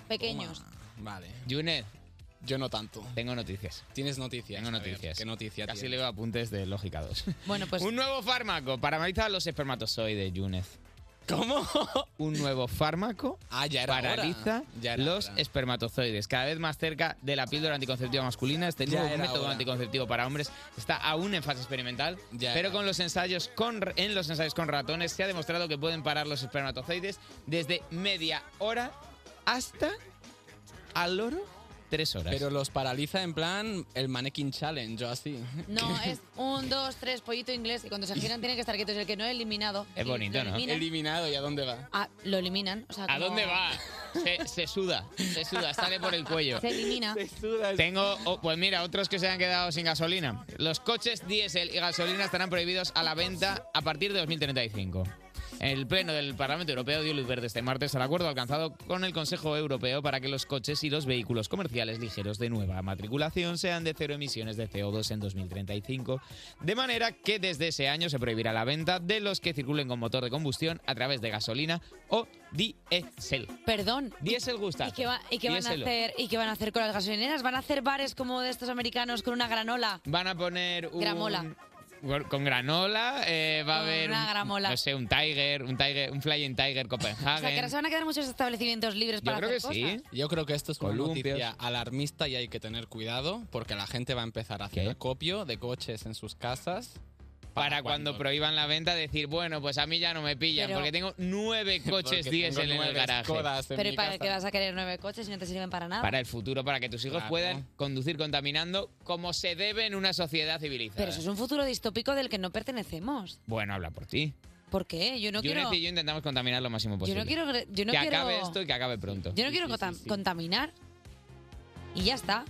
Speaker 2: Pequeños.
Speaker 21: Vale.
Speaker 3: June.
Speaker 21: Yo no tanto.
Speaker 3: Tengo noticias.
Speaker 21: Tienes noticias.
Speaker 3: Tengo
Speaker 21: Javier.
Speaker 3: noticias.
Speaker 21: ¿Qué noticia
Speaker 3: Casi
Speaker 21: tienes?
Speaker 3: leo apuntes de Lógica 2.
Speaker 2: Bueno, pues.
Speaker 3: Un nuevo fármaco para analizar los espermatozoides, Yunez. ¿Cómo? Un nuevo fármaco
Speaker 21: Ah, hora.
Speaker 3: paraliza
Speaker 21: Ya era
Speaker 3: los espermatozoides. Cada vez más cerca de la píldora anticonceptiva masculina, este
Speaker 21: Ya
Speaker 3: nuevo
Speaker 21: era
Speaker 3: método
Speaker 21: hora.
Speaker 3: anticonceptivo para hombres está aún en fase experimental,
Speaker 21: Ya
Speaker 3: pero
Speaker 21: era
Speaker 3: con los ensayos con r- en los ensayos con ratones se ha demostrado que pueden parar los espermatozoides desde media hora hasta al loro tres horas.
Speaker 21: Pero los paraliza en plan el Mannequin Challenge o así.
Speaker 2: No, es un, dos, tres, pollito inglés. Y cuando se giran tienen que estar quietos. El que no he eliminado.
Speaker 3: Es bonito, ¿no?
Speaker 2: eliminan.
Speaker 21: Eliminado, ¿y a dónde va?
Speaker 2: Ah, lo eliminan. o sea,
Speaker 3: ¿A
Speaker 2: como-
Speaker 3: dónde va? Se, se suda, se suda, sale por el cuello.
Speaker 2: Se elimina.
Speaker 3: Tengo, oh, pues mira, otros que se han quedado sin gasolina. Los coches diésel y gasolina estarán prohibidos a la venta a partir de 2035. El Pleno del Parlamento Europeo dio luz verde este martes al acuerdo alcanzado con el Consejo Europeo para que los coches y los vehículos comerciales ligeros de nueva matriculación sean de cero emisiones de CO2 en 2035, de manera que desde ese año se prohibirá la venta de los que circulen con motor de combustión a través de gasolina o diésel.
Speaker 2: Perdón.
Speaker 3: Diésel gusta.
Speaker 2: ¿Y qué, va- y qué van a
Speaker 3: Diéselo.
Speaker 2: hacer, ¿Y qué van a hacer con las gasolineras? ¿Van a hacer bares como de estos americanos con una granola?
Speaker 3: Van a poner un...
Speaker 2: Gramola.
Speaker 3: Con granola, eh, va a haber.
Speaker 2: una
Speaker 3: un-
Speaker 2: gramola.
Speaker 3: No sé, un Tiger, un Tiger, un Flying Tiger
Speaker 2: O sea, que ahora
Speaker 3: Copenhagen.
Speaker 2: se van a quedar muchos establecimientos libres para hacer cosas.
Speaker 21: Yo creo que esto es una
Speaker 3: Columpios.
Speaker 21: noticia alarmista y hay que tener cuidado porque la gente va a empezar a hacer acopio de coches en sus casas.
Speaker 3: Para cuando prohíban la venta, decir, bueno, pues a mí ya no me pillan,
Speaker 2: Pero-
Speaker 3: porque tengo nueve coches
Speaker 21: tengo
Speaker 3: diésel en el
Speaker 21: nueve
Speaker 3: garaje.
Speaker 21: Skodas
Speaker 2: Pero ¿y para qué vas a querer nueve coches si no te sirven para nada?
Speaker 3: Para el futuro, para que tus hijos
Speaker 2: Claro.
Speaker 3: puedan conducir contaminando como se debe en una sociedad civilizada.
Speaker 2: Pero eso es un futuro distópico del que no pertenecemos.
Speaker 3: Bueno, habla por ti.
Speaker 2: ¿Por qué? Yo no
Speaker 3: Yunez
Speaker 2: quiero.
Speaker 3: y yo intentamos contaminar lo máximo
Speaker 2: Yo
Speaker 3: posible.
Speaker 2: no quiero. gre- Yo no
Speaker 3: que
Speaker 2: quiero,
Speaker 3: acabe esto y que acabe pronto.
Speaker 2: Yo no quiero contam- contaminar. Y ya está.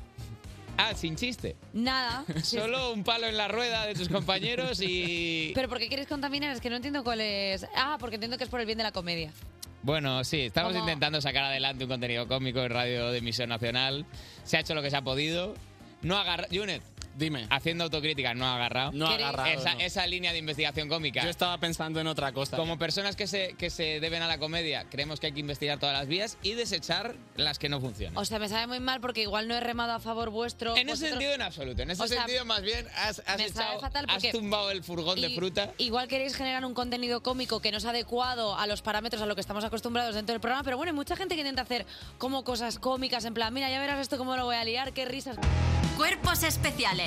Speaker 3: Ah, sin chiste.
Speaker 2: Nada.
Speaker 3: Solo un palo en la rueda de tus compañeros y.
Speaker 2: ¿Pero por qué quieres contaminar? Es que no entiendo cuál es. Ah, porque entiendo que es por el bien de la comedia.
Speaker 3: Bueno, sí, estamos
Speaker 2: Como-
Speaker 3: intentando sacar adelante un contenido cómico en radio de emisión nacional. Se ha hecho lo que se ha podido. No agarra... Junet, dime. Haciendo autocrítica, no ha agarrado.
Speaker 21: No ha ¿Queréis- agarrado,
Speaker 3: Esa,
Speaker 21: no.
Speaker 3: esa línea de investigación cómica.
Speaker 21: Yo estaba pensando en otra cosa.
Speaker 3: Como personas que se, que se deben a la comedia, creemos que hay que investigar todas las vías y desechar las que no funcionan.
Speaker 2: O sea, me sabe muy mal porque igual no he remado a favor vuestro.
Speaker 3: en ese
Speaker 2: vosotros-
Speaker 3: sentido, en absoluto. En ese
Speaker 2: O sea,
Speaker 3: sentido, más bien, has, has
Speaker 2: me sabe
Speaker 3: echado-
Speaker 2: fatal
Speaker 3: has
Speaker 2: porque-
Speaker 3: tumbado el furgón de
Speaker 2: Y-
Speaker 3: fruta.
Speaker 2: Igual queréis generar un contenido cómico que no es adecuado a los parámetros a lo que estamos acostumbrados dentro del programa, pero bueno, hay mucha gente que intenta hacer como cosas cómicas, en plan, mira, ya verás esto cómo lo voy a liar, qué risas.
Speaker 4: Cuerpos especiales.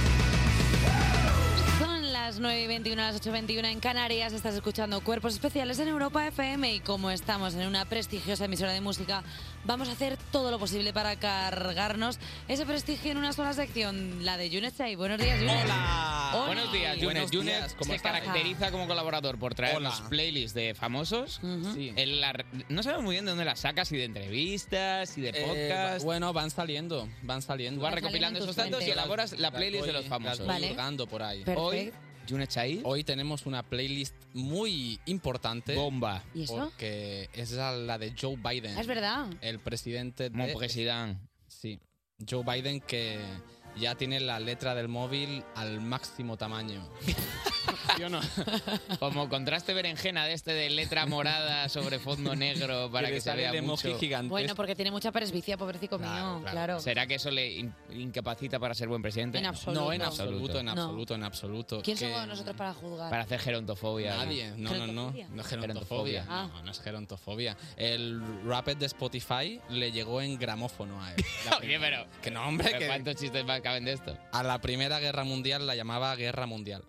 Speaker 2: Son las 9 y 21, las 8 y 21 en Canarias. Estás escuchando Cuerpos Especiales en Europa FM. Y como estamos en una prestigiosa emisora de música, vamos a hacer todo lo posible para cargarnos ese prestigio en una sola sección, la de Yunes Chai. Buenos días, Yunes. Hola.
Speaker 3: Ah, Buenos días, Junet.
Speaker 21: Buenos
Speaker 3: Junet
Speaker 21: días, ¿cómo
Speaker 3: se
Speaker 21: estáis?
Speaker 3: caracteriza como colaborador por traer
Speaker 21: Hola.
Speaker 3: los playlists de famosos. En la- no sabemos muy bien de dónde las sacas, si de entrevistas, si de
Speaker 21: Eh,
Speaker 3: podcast.
Speaker 21: va- bueno, van saliendo, van saliendo.
Speaker 3: Tú vas Van recopilando saliendo en esos tus datos y fuentes. elaboras la
Speaker 21: Las
Speaker 3: playlist de
Speaker 21: voy-
Speaker 3: los famosos.
Speaker 21: las voy
Speaker 3: Vale.
Speaker 21: hurgando por ahí.
Speaker 3: Perfecto.
Speaker 21: Hoy, Hoy tenemos una playlist muy importante.
Speaker 3: Bomba.
Speaker 2: ¿Y eso? Ah,
Speaker 21: Porque es la la de Joe Biden.
Speaker 2: Es verdad.
Speaker 21: El presidente de...
Speaker 3: Mon president.
Speaker 21: Sí. Joe Biden que ya tiene la letra del móvil al máximo tamaño. ¿Sí o no?
Speaker 3: Como contraste berenjena de este de letra morada sobre fondo negro para
Speaker 21: Que
Speaker 3: que,
Speaker 21: le
Speaker 3: se
Speaker 21: sale
Speaker 3: vea
Speaker 21: el emoji
Speaker 3: mucho.
Speaker 21: gigante.
Speaker 2: Bueno, porque tiene mucha presbicia, pobrecito mío. Claro.
Speaker 3: ¿Será que eso le in- incapacita para ser buen presidente?
Speaker 2: En absoluto.
Speaker 21: No, en absoluto, en
Speaker 2: No.
Speaker 21: absoluto, en absoluto.
Speaker 2: ¿Quién
Speaker 21: Que-
Speaker 2: somos nosotros para juzgar?
Speaker 3: Para hacer gerontofobia.
Speaker 21: Nadie, no, no, no.
Speaker 2: ¿Gerontofobia?
Speaker 21: No es gerontofobia.
Speaker 2: Gerontofobia. Ah.
Speaker 21: No, no es gerontofobia. El rapper de Spotify le llegó en gramófono a él. La
Speaker 3: Oye, pero.
Speaker 21: Que no, hombre, que-
Speaker 3: ¿Cuántos chistes más caben de esto?
Speaker 21: A la Primera Guerra Mundial la llamaba Guerra Mundial.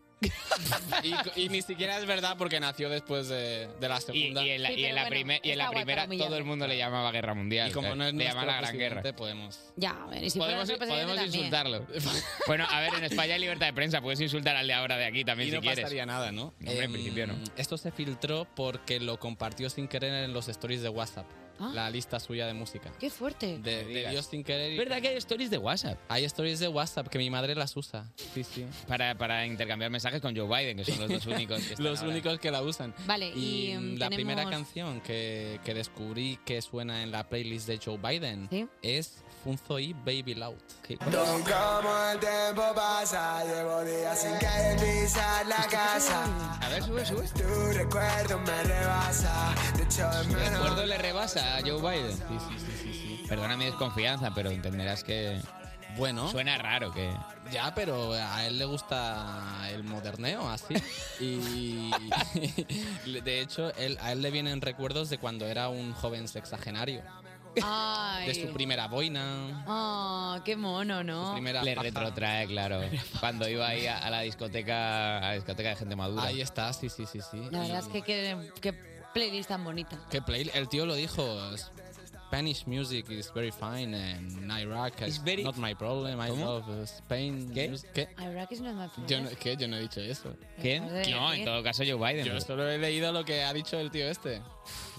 Speaker 21: y, y ni siquiera es verdad porque nació después de, de la Segunda.
Speaker 3: Y en la, y en la primer- y en la primera todo el mundo le llamaba guerra mundial.
Speaker 21: Y como no es
Speaker 3: le llama la gran
Speaker 21: nuestro
Speaker 3: guerra.
Speaker 21: presidente, podemos.
Speaker 2: Ya, a ver, y si
Speaker 3: podemos
Speaker 2: fuera nuestro presidente
Speaker 3: podemos
Speaker 2: también.
Speaker 3: insultarlo. bueno, a ver, en España hay libertad de prensa. Puedes insultar al de ahora de aquí también
Speaker 21: Y
Speaker 3: si
Speaker 21: no
Speaker 3: quieres.
Speaker 21: pasaría nada, ¿no?
Speaker 3: Hombre, en
Speaker 21: Em,
Speaker 3: principio no.
Speaker 21: Esto se filtró porque lo compartió sin querer en los stories de WhatsApp.
Speaker 2: Ah.
Speaker 21: La lista suya de música.
Speaker 2: Qué fuerte.
Speaker 21: De, de Dios sin querer.
Speaker 3: ¿Verdad que hay stories de WhatsApp?
Speaker 21: Hay stories de WhatsApp que mi madre las usa. Sí, sí.
Speaker 3: Para, para intercambiar mensajes con Joe Biden, que son los dos únicos que están
Speaker 21: Los
Speaker 3: ahora.
Speaker 21: únicos que la usan.
Speaker 2: Vale, y,
Speaker 21: y mm,
Speaker 2: em,
Speaker 21: la primera
Speaker 2: tenemos-
Speaker 21: canción que, que descubrí que suena en la playlist de Joe Biden es Funzo y Baby Loud.
Speaker 20: Don, como el tiempo pasa, llevo días sin revisar la casa.
Speaker 3: A ver, sube, sube.
Speaker 20: Tu recuerdo me rebasa, te echo de
Speaker 22: Em,
Speaker 3: El
Speaker 20: menos.
Speaker 3: acuerdo le rebasa a Joe Biden. Sí, sí, sí, sí, Perdona mi desconfianza, pero entenderás que.
Speaker 21: Bueno.
Speaker 3: Suena raro que.
Speaker 21: Ya, pero a él le gusta el moderneo, así. Y de hecho, él- a él le vienen recuerdos de cuando era un joven sexagenario.
Speaker 2: Ay.
Speaker 21: De su primera boina.
Speaker 2: Ah, qué mono, ¿no?
Speaker 3: Le retrotrae, claro. Cuando iba ahí a, a la discoteca, a la discoteca de gente madura.
Speaker 21: Ahí está, sí, sí, sí, sí.
Speaker 2: La verdad es que qué, qué playlist tan bonita.
Speaker 21: Que play, el tío lo dijo. Spanish music is very fine and Iraq is not my problem. I love Spain. music". ¿Qué?
Speaker 2: Iraq is not my friend.
Speaker 21: Yo no, ¿Qué? Yo no he dicho eso.
Speaker 3: ¿Quién?
Speaker 2: Joder,
Speaker 3: No, en
Speaker 2: ¿quién?
Speaker 3: todo caso Joe Biden.
Speaker 21: Yo
Speaker 3: pero-
Speaker 21: solo he leído lo que ha dicho el tío este.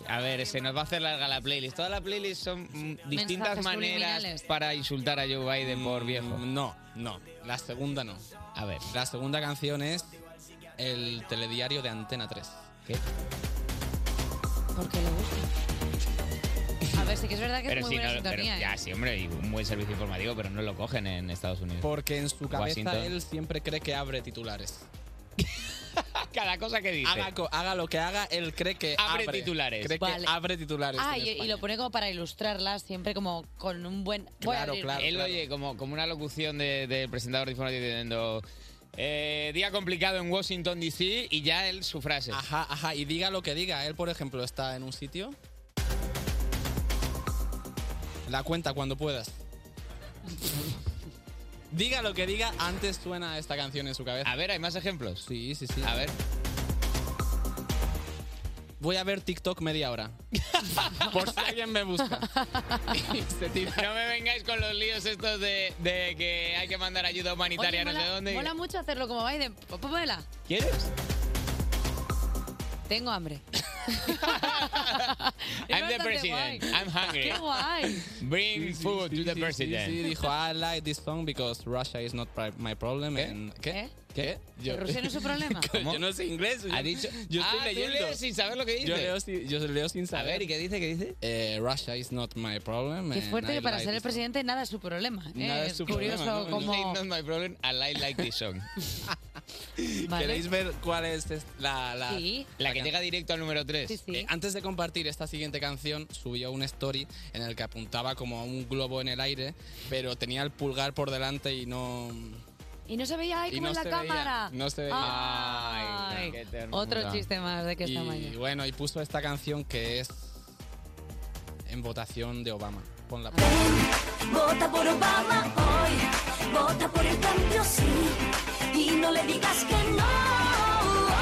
Speaker 3: A ver, se nos va a hacer larga la playlist. Toda la playlist son mm, distintas
Speaker 21: Mensajes
Speaker 3: maneras
Speaker 21: subliminales.
Speaker 3: para insultar a Joe Biden por viejo.
Speaker 21: Mm, No, no. La segunda no.
Speaker 3: A ver.
Speaker 21: La segunda canción es El telediario de Antena 3. ¿Qué?
Speaker 2: Porque le gusta. A ver, sí que es verdad que
Speaker 3: Pero
Speaker 2: es muy
Speaker 3: si
Speaker 2: buena
Speaker 3: no, pero
Speaker 2: sintonía,
Speaker 3: ya
Speaker 2: ¿eh?
Speaker 3: sí, hombre, y un buen servicio informativo, pero no lo cogen en Estados Unidos.
Speaker 21: Porque en su cabeza
Speaker 3: Washington.
Speaker 21: él siempre cree que abre titulares.
Speaker 3: Cada cosa que dice.
Speaker 21: Haga, co- haga lo que haga, él cree que
Speaker 3: Abre
Speaker 21: abre,
Speaker 3: titulares.
Speaker 21: Cree
Speaker 2: Vale.
Speaker 21: que abre titulares.
Speaker 2: Ah,
Speaker 21: en
Speaker 2: y, y
Speaker 21: España.
Speaker 2: lo pone como para ilustrarla, siempre como con un buen... Voy a abrir.
Speaker 3: Él oye como, como una locución de- del presentador de informativo diciendo. eh, día complicado en Washington DC y ya él su frase.
Speaker 21: Ajá, ajá, y diga lo que diga. Él, por ejemplo, está en un sitio. La cuenta cuando puedas. diga lo que diga, antes suena esta canción en su cabeza.
Speaker 3: A ver, ¿hay más ejemplos?
Speaker 21: Sí, sí, sí.
Speaker 3: A ver.
Speaker 21: Voy a ver TikTok media hora. por si alguien me busca. Y se tira.
Speaker 3: No me vengáis con los líos estos de, de que hay que mandar ayuda humanitaria
Speaker 2: Oye,
Speaker 3: no sé
Speaker 2: mola-
Speaker 3: dónde.
Speaker 2: Mola pues, mucho hacerlo como Biden. P- Pónmela.
Speaker 3: ¿Quieres?
Speaker 2: Tengo hambre.
Speaker 3: I'm the
Speaker 21: bastante
Speaker 3: president.
Speaker 21: guay.
Speaker 3: I'm hungry.
Speaker 21: Qué guay.
Speaker 3: Bring food to the
Speaker 21: Sí,
Speaker 3: president.
Speaker 21: sí, dijo, I like this song because Russia is not pri- my problem. and- ¿Qué? ¿Qué? Yo-
Speaker 2: ¿Eh? ¿Rusia no es su problema?
Speaker 21: Yo no sé inglés.
Speaker 3: Ha
Speaker 21: yo-
Speaker 3: dicho-
Speaker 21: Yo estoy
Speaker 3: Ah, tú
Speaker 21: leyendo.
Speaker 3: lees sin saber lo que dice.
Speaker 21: Yo leo, sin- yo leo sin saber.
Speaker 3: ver, ¿y qué dice? ¿Qué dice?
Speaker 21: Eh, Russia is not my problem.
Speaker 2: Qué
Speaker 21: and
Speaker 2: fuerte
Speaker 21: I
Speaker 2: que para
Speaker 21: like
Speaker 2: ser el
Speaker 21: this-
Speaker 2: presidente nada es su problema. ¿eh?
Speaker 21: Nada
Speaker 2: es
Speaker 21: es su
Speaker 2: curioso
Speaker 21: problema, ¿no?
Speaker 2: como...
Speaker 21: Sí,
Speaker 3: Not my problem, I like, like this song.
Speaker 2: Vale.
Speaker 21: ¿Queréis ver cuál es es- la, la,
Speaker 2: Sí.
Speaker 3: La que llega directo al número 3?
Speaker 2: Sí, sí.
Speaker 21: Eh, antes de compartir esta siguiente canción, subió un story en el que apuntaba como a un globo en el aire, pero tenía el pulgar por delante y no.
Speaker 2: Y no se veía ahí
Speaker 21: y
Speaker 2: como
Speaker 21: no
Speaker 2: en la
Speaker 21: se veía,
Speaker 2: cámara.
Speaker 21: no se veía.
Speaker 2: Ay,
Speaker 21: Ay, qué ternura.
Speaker 2: otro chiste más de que
Speaker 21: y
Speaker 2: está mañana.
Speaker 21: bueno, y puso esta canción que es en votación de Obama. Ponla.
Speaker 20: Vota por Obama hoy, vota por el cambio sí, y no le digas que no.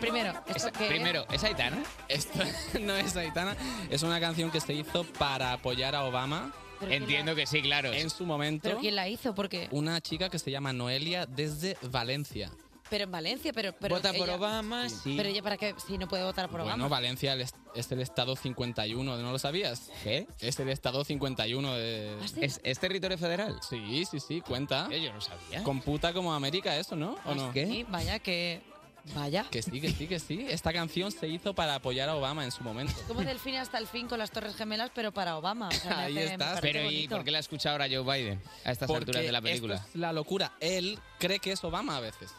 Speaker 2: primero, ¿esto qué es?
Speaker 21: ¿es Aitana? Esto no es Aitana, es una canción que se hizo para apoyar a Obama.
Speaker 2: Pero que Entiendo
Speaker 21: que sí, claro. En su momento,
Speaker 2: ¿Pero quién la hizo? Porque...
Speaker 21: una chica que se llama Noelia desde Valencia.
Speaker 2: Pero en Valencia, pero... pero
Speaker 21: Vota por
Speaker 2: ella-
Speaker 21: Obama, sí.
Speaker 2: Pero ella, ¿para qué? Si no puede votar por
Speaker 21: Bueno,
Speaker 2: Obama.
Speaker 21: Valencia el est- es el estado 51, ¿no lo sabías? ¿Qué? Es el estado 51 de...
Speaker 2: ¿Ah, sí? Eh,
Speaker 21: ¿Es, territorio federal? Sí, sí, sí, cuenta. Yo no sabía. Computa como América eso, ¿no? ¿O no?
Speaker 2: ¿Ah, Sí, vaya que... Vaya.
Speaker 21: Que sí, que sí, que sí. Esta canción se hizo para apoyar a Obama en su momento.
Speaker 2: Como del fin hasta el fin con las Torres Gemelas, pero para Obama. o sea, me hace- me parece
Speaker 3: Pero ¿y
Speaker 2: bonito.
Speaker 3: por qué la escucha ahora Joe Biden a estas
Speaker 21: Porque
Speaker 3: alturas de la
Speaker 21: esto
Speaker 3: película?
Speaker 21: es la locura. Él cree que es Obama a veces.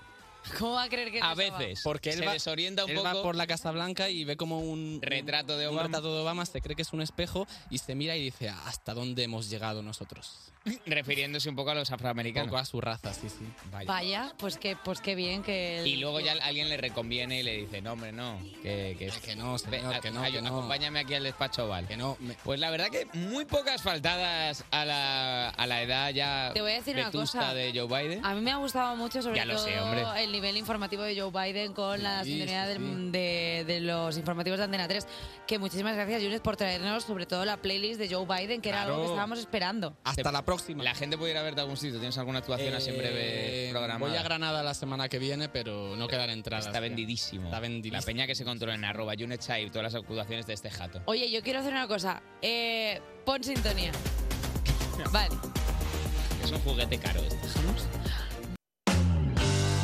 Speaker 2: ¿Cómo va a creer que no es Obama?
Speaker 21: Porque él
Speaker 3: Se
Speaker 21: va,
Speaker 3: desorienta un
Speaker 21: él
Speaker 3: poco.
Speaker 21: va por la Casa Blanca y ve como un retrato de Obama. retrato de Obama, se cree que es un espejo y se mira y dice, "Ah, ¿hasta dónde hemos llegado nosotros?
Speaker 3: Refiriéndose un poco a los afroamericanos. Un
Speaker 21: poco a su raza, sí, sí.
Speaker 2: Vaya, pues que, pues qué bien que... él-
Speaker 3: Y luego ya alguien le reconviene y le dice, no, hombre, no. Que, que,
Speaker 21: Ah, que no,
Speaker 3: señor, que no, Acompáñame aquí al despacho Oval. Que
Speaker 21: no.
Speaker 3: Pues la verdad que muy pocas faltadas a la, a la edad ya
Speaker 2: Te voy a decir una
Speaker 3: vetusta
Speaker 2: cosa.
Speaker 3: de Joe Biden.
Speaker 2: A mí me ha gustado mucho, sobre
Speaker 3: Ya lo
Speaker 2: todo,
Speaker 3: sé, hombre.
Speaker 2: el nivel informativo de Joe Biden con la
Speaker 3: Sí,
Speaker 2: sintonía
Speaker 3: sí,
Speaker 2: del-
Speaker 3: sí.
Speaker 2: De, de los informativos de Antena 3. Que muchísimas gracias, Jules, por traernos sobre todo la playlist de Joe Biden, que era
Speaker 3: Claro.
Speaker 2: algo que estábamos esperando.
Speaker 21: Hasta la próxima.
Speaker 3: La gente puede ir a verte a algún sitio. ¿Tienes alguna actuación así en breve
Speaker 21: Eh,
Speaker 3: programada? Eh,
Speaker 21: Voy a Granada la semana que viene, pero no quedan entradas.
Speaker 3: Está
Speaker 21: ya.
Speaker 3: vendidísimo.
Speaker 21: Está vendidísimo.
Speaker 3: La peña que se controla en arroba Yunechai y todas las actuaciones de este jato.
Speaker 2: Oye, yo quiero hacer una cosa. Eh, pon sintonía. Vale.
Speaker 3: Es un juguete caro este.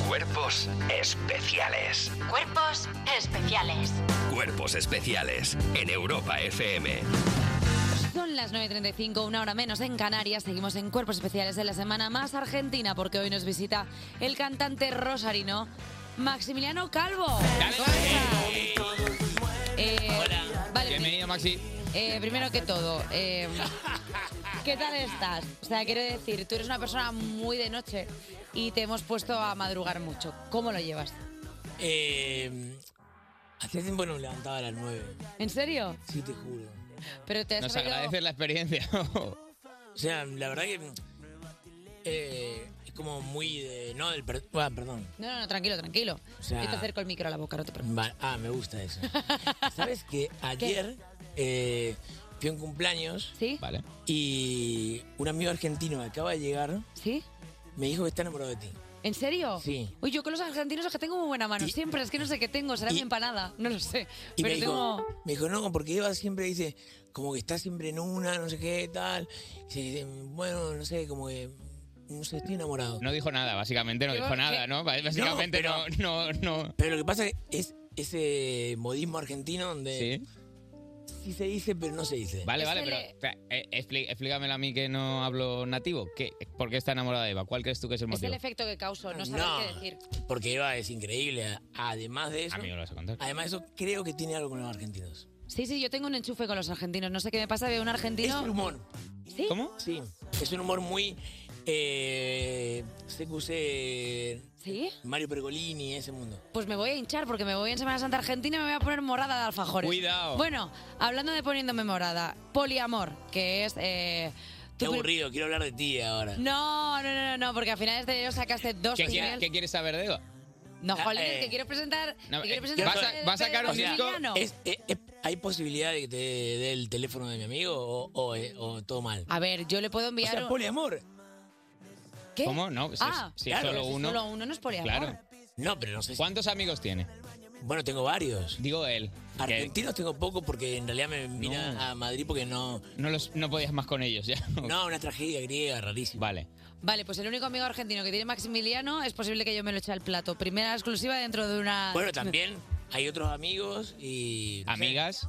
Speaker 1: Cuerpos especiales.
Speaker 4: Cuerpos especiales.
Speaker 1: Cuerpos especiales en Europa FM.
Speaker 2: Son las 9.35, una hora menos en Canarias. Seguimos en Cuerpos Especiales de la Semana Más Argentina, porque hoy nos visita el cantante rosarino Maximiliano Calvo. Eh, vale,
Speaker 3: Bienvenido, Maxi.
Speaker 2: eh, primero que todo, eh, ¿qué tal estás? O sea, quiero decir, tú eres una persona muy de noche y te hemos puesto a madrugar mucho. ¿Cómo lo llevas?
Speaker 22: Eh, hacía tiempo que no me levantaba a las 9.
Speaker 2: ¿En serio?
Speaker 22: Sí, te juro.
Speaker 2: Pero te has
Speaker 22: Nos
Speaker 2: traído-
Speaker 22: agradece
Speaker 3: la experiencia.
Speaker 22: O sea, la verdad que. eh, es como muy de. No, del. per- ah, perdón.
Speaker 2: No, no, no, tranquilo, tranquilo.
Speaker 22: O sea-
Speaker 2: Yo te acerco el micro a la boca, no te preocupes.
Speaker 22: Va- ah, me gusta eso. ¿Sabes que ayer eh, fui a un cumpleaños?
Speaker 2: Sí.
Speaker 22: Vale. Y un amigo argentino que acaba de llegar.
Speaker 2: Sí.
Speaker 22: Me dijo que está enamorado de ti.
Speaker 2: ¿En serio?
Speaker 22: Sí.
Speaker 2: Uy, yo con los argentinos es que tengo muy buena mano. Siempre, es que no sé qué tengo, será mi empanada, no lo sé.
Speaker 22: Y
Speaker 2: Pero
Speaker 22: me,
Speaker 2: tengo.
Speaker 22: dijo, me dijo, no, porque Eva siempre dice, como que está siempre en una, no sé qué, tal. Y dice, bueno, no sé, como que, no sé, estoy enamorado.
Speaker 3: No dijo nada, básicamente no
Speaker 22: Yo-
Speaker 3: dijo nada,
Speaker 22: ¿qué?
Speaker 3: ¿no? Básicamente no,
Speaker 22: No,
Speaker 3: no, no,
Speaker 22: Pero lo que pasa es ese modismo argentino donde ¿Sí? se dice, pero no se dice.
Speaker 3: Vale, vale, pero espera, eh, expli- explícamelo a mí que no hablo nativo. ¿Qué, ¿Por qué está enamorada de Eva? ¿Cuál crees tú que es el
Speaker 2: Es
Speaker 3: motivo?
Speaker 2: el efecto que causo, no sabes
Speaker 22: No.
Speaker 2: qué decir.
Speaker 22: Porque Eva es increíble. ¿ah? Además de eso,
Speaker 3: Amigo, lo vas a contar.
Speaker 22: además de eso, creo que tiene algo con los argentinos.
Speaker 2: Sí, sí, yo tengo un enchufe con los argentinos. No sé qué me pasa, veo un argentino.
Speaker 22: Es el humor.
Speaker 2: ¿Sí?
Speaker 22: ¿Cómo? Sí. Es un humor muy. Eh, CQC.
Speaker 2: ¿Sí?
Speaker 22: Mario Pergolini, ese mundo.
Speaker 2: Pues me voy a hinchar porque me voy en Semana Santa Argentina y me voy a poner morada de alfajores.
Speaker 22: Cuidado.
Speaker 2: Bueno, hablando de poniéndome morada, poliamor, que es. eh,
Speaker 22: Qué
Speaker 2: tu pri-
Speaker 22: aburrido, quiero hablar de ti ahora.
Speaker 2: No, no, no, no, no, porque a finales de enero sacaste dos
Speaker 22: ¿Qué- qué-
Speaker 2: singles.
Speaker 22: qué
Speaker 3: quieres saber de Eva?
Speaker 2: No,
Speaker 22: Ah,
Speaker 2: jolín,
Speaker 22: eh.
Speaker 2: que quiero presentar.
Speaker 22: No,
Speaker 2: que quiero
Speaker 22: eh,
Speaker 2: presentar
Speaker 22: vas a-
Speaker 2: el
Speaker 22: vas a
Speaker 2: Pedro
Speaker 22: sacar un disco-
Speaker 2: Maximiliano.
Speaker 22: Es- eh, eh, ¿Hay posibilidad de que te dé el teléfono de mi amigo o, o, eh, o todo mal?
Speaker 2: A ver, yo le puedo
Speaker 22: O
Speaker 2: enviar.
Speaker 22: sea,
Speaker 2: un-
Speaker 22: poliamor.
Speaker 2: ¿Qué?
Speaker 22: ¿Cómo? No, si es-
Speaker 2: ah,
Speaker 22: si es
Speaker 2: claro,
Speaker 22: solo
Speaker 2: si
Speaker 22: uno.
Speaker 2: Solo uno no es poliamor.
Speaker 22: No, pero no sé. ¿Cuántos amigos tiene? Bueno, tengo varios.
Speaker 3: Digo él.
Speaker 22: Argentinos tengo pocos porque en realidad me vine a Madrid porque no...
Speaker 3: No, los, no podías más con ellos ya.
Speaker 22: No, una tragedia griega rarísima.
Speaker 3: Vale.
Speaker 2: Vale, pues el único amigo argentino que tiene Maximiliano es posible que yo me lo eche al plato. Primera exclusiva dentro de una.
Speaker 22: Bueno, también hay otros amigos y...
Speaker 3: ¿Amigas?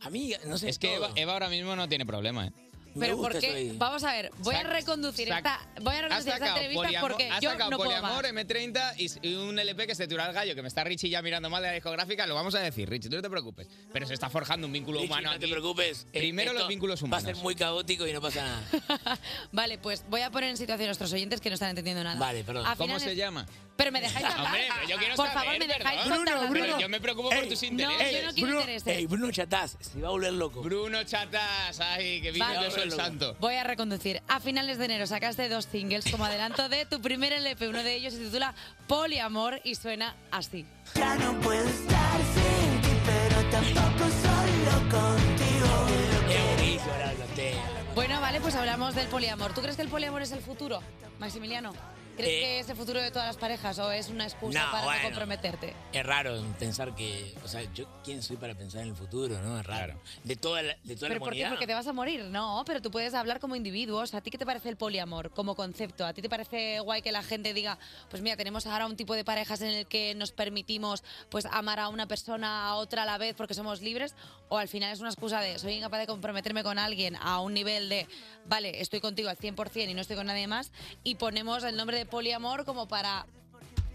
Speaker 22: Amigas, no sé.
Speaker 3: Es que
Speaker 22: todo.
Speaker 3: Eva, Eva ahora mismo no tiene problema, ¿eh?
Speaker 2: Pero ¿por qué? Vamos a ver, voy a
Speaker 3: Sac-
Speaker 2: reconducir
Speaker 3: sac-
Speaker 2: esta, voy a
Speaker 3: Has
Speaker 2: reconducir esta
Speaker 3: sacado
Speaker 2: entrevista
Speaker 3: poliamor,
Speaker 2: porque
Speaker 3: has
Speaker 2: yo
Speaker 3: sacado
Speaker 2: no puedo
Speaker 3: poliamor,
Speaker 2: más.
Speaker 3: M30 y s- y un LP que se tira al gallo, que me está Richie ya mirando mal de la discográfica, lo vamos a decir, Richie, tú no te preocupes. Pero se está forjando un vínculo
Speaker 22: Richie,
Speaker 3: humano
Speaker 22: no te
Speaker 3: aquí.
Speaker 22: preocupes. Eh,
Speaker 3: Primero los
Speaker 22: esto
Speaker 3: vínculos
Speaker 22: Va a
Speaker 3: humanos.
Speaker 22: ser muy caótico y no pasa nada.
Speaker 2: Vale, pues voy a poner en situación a nuestros oyentes que no están entendiendo nada.
Speaker 22: Vale, perdón.
Speaker 2: A
Speaker 3: ¿Cómo
Speaker 2: finales-
Speaker 3: se llama?
Speaker 2: Pero me dejáis hablar.
Speaker 22: Hombre, pero yo quiero
Speaker 2: Por
Speaker 22: saber,
Speaker 2: favor, me dejáis
Speaker 22: perdón.
Speaker 2: contar
Speaker 22: Bruno,
Speaker 2: las
Speaker 22: Bruno.
Speaker 2: cosas.
Speaker 3: Yo me preocupo
Speaker 22: Ey,
Speaker 3: por tus intereses.
Speaker 2: No, yo no quiero
Speaker 22: Bruno,
Speaker 2: intereses.
Speaker 22: ey, Bruno Chatás, se va a volver loco.
Speaker 3: Bruno Chatás, ay, que vino
Speaker 2: Vale.
Speaker 3: yo soy el santo.
Speaker 2: Voy a reconducir. A finales de enero sacaste dos singles como adelanto de tu primer LP. Uno de ellos se titula Poliamor y suena así.
Speaker 20: Ya no puedo estar sin ti, pero tampoco solo contigo.
Speaker 22: Qué bonito era el hotel.
Speaker 2: Bueno, vale, pues hablamos del poliamor. ¿Tú crees que el poliamor es el futuro, Maximiliano? ¿Crees
Speaker 22: Eh.
Speaker 2: que es el futuro de todas las parejas o es una excusa
Speaker 22: No,
Speaker 2: para
Speaker 22: bueno.
Speaker 2: no comprometerte?
Speaker 22: Es raro pensar que, o sea, yo quién soy para pensar en el futuro, ¿no? Es raro. De toda la, de toda
Speaker 2: ¿Pero
Speaker 22: la
Speaker 2: por qué?
Speaker 22: humanidad.
Speaker 2: Porque te vas a morir. No, pero tú puedes hablar como individuos. ¿A ti qué te parece el poliamor como concepto? ¿A ti te parece guay que la gente diga, pues mira, tenemos ahora un tipo de parejas en el que nos permitimos pues amar a una persona, a otra a la vez porque somos libres? ¿O al final es una excusa de soy incapaz de comprometerme con alguien a un nivel de, vale, estoy contigo al 100% y no estoy con nadie más? Y ponemos el nombre de poliamor como para...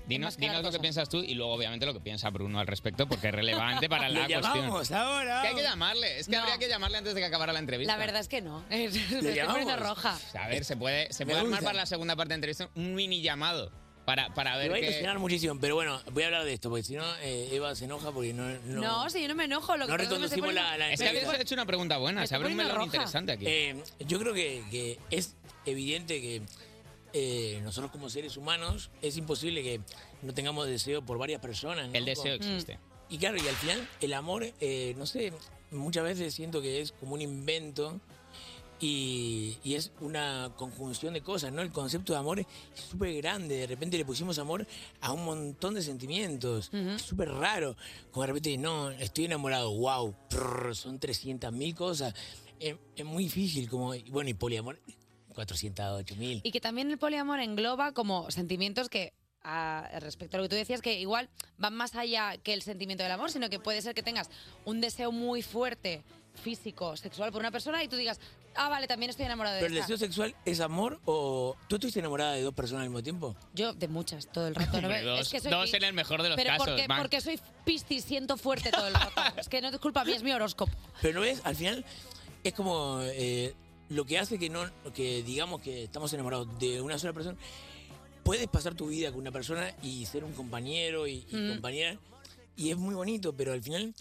Speaker 3: Dinos, dinos lo que piensas tú y luego, obviamente, lo que piensa Bruno al respecto, porque es relevante para
Speaker 22: Lo
Speaker 3: la
Speaker 22: llamamos
Speaker 3: cuestión.
Speaker 22: ahora.
Speaker 3: Que hay que llamarle, es que habría que llamarle antes de que acabara la entrevista.
Speaker 2: La verdad es que no. Me estoy
Speaker 3: llamamos?
Speaker 2: poniendo roja.
Speaker 3: A ver, se puede, se
Speaker 22: Me
Speaker 3: puede armar
Speaker 22: gusta.
Speaker 3: para la segunda parte de la entrevista un mini llamado para, para
Speaker 22: Me
Speaker 3: ver
Speaker 22: va a
Speaker 3: qué...
Speaker 22: ilusionar muchísimo, pero bueno, voy a hablar de esto, porque si no, eh, Eva se enoja porque no. No,
Speaker 2: No, si yo no me enojo. Lo que
Speaker 22: no
Speaker 2: pasa es que me estoy
Speaker 22: reconducimos la,
Speaker 2: poniendo-
Speaker 22: la
Speaker 3: Es que habéis hecho una pregunta buena,
Speaker 2: Me
Speaker 3: se abre un
Speaker 2: estoy
Speaker 3: melón
Speaker 2: poniendo roja.
Speaker 3: interesante aquí.
Speaker 22: Eh, yo creo que, que es evidente que eh, nosotros como seres humanos es imposible que no tengamos deseo por varias personas. ¿no?
Speaker 3: El deseo
Speaker 22: Con- Mm.
Speaker 3: existe.
Speaker 22: Y claro, y al final el amor, eh, no sé, muchas veces siento que es como un invento y, y es una conjunción de cosas, ¿no? El concepto de amor es súper grande, de repente le pusimos amor a un montón de sentimientos, Es súper raro, como de repente, no, estoy enamorado, wow, prrr, son 300.000 cosas, es, es muy difícil, como, y bueno, y poliamor, 408.000.
Speaker 2: Y que también el poliamor engloba como sentimientos que, a- respecto a lo que tú decías, que igual van más allá que el sentimiento del amor, sino que puede ser que tengas un deseo muy fuerte físico, sexual por una persona y tú digas, ah, vale, también estoy enamorado de
Speaker 22: ¿Pero el
Speaker 2: esta".
Speaker 22: deseo sexual es amor o tú estuviste enamorada de dos personas al mismo tiempo?
Speaker 2: Yo de muchas, todo el rato.
Speaker 22: Hombre,
Speaker 2: ve- es que soy
Speaker 22: dos
Speaker 2: pi-
Speaker 22: en el mejor de los
Speaker 2: Pero
Speaker 22: casos,
Speaker 2: Porque,
Speaker 22: man.
Speaker 2: porque soy piscis, siento fuerte todo el rato. es que no es culpa mía, es mi horóscopo.
Speaker 22: Pero no es, al final es como eh, lo que hace que no que digamos que estamos enamorados de una sola persona. Puedes pasar tu vida con una persona y ser un compañero y, y
Speaker 2: Mm.
Speaker 22: compañera y es muy bonito, pero al final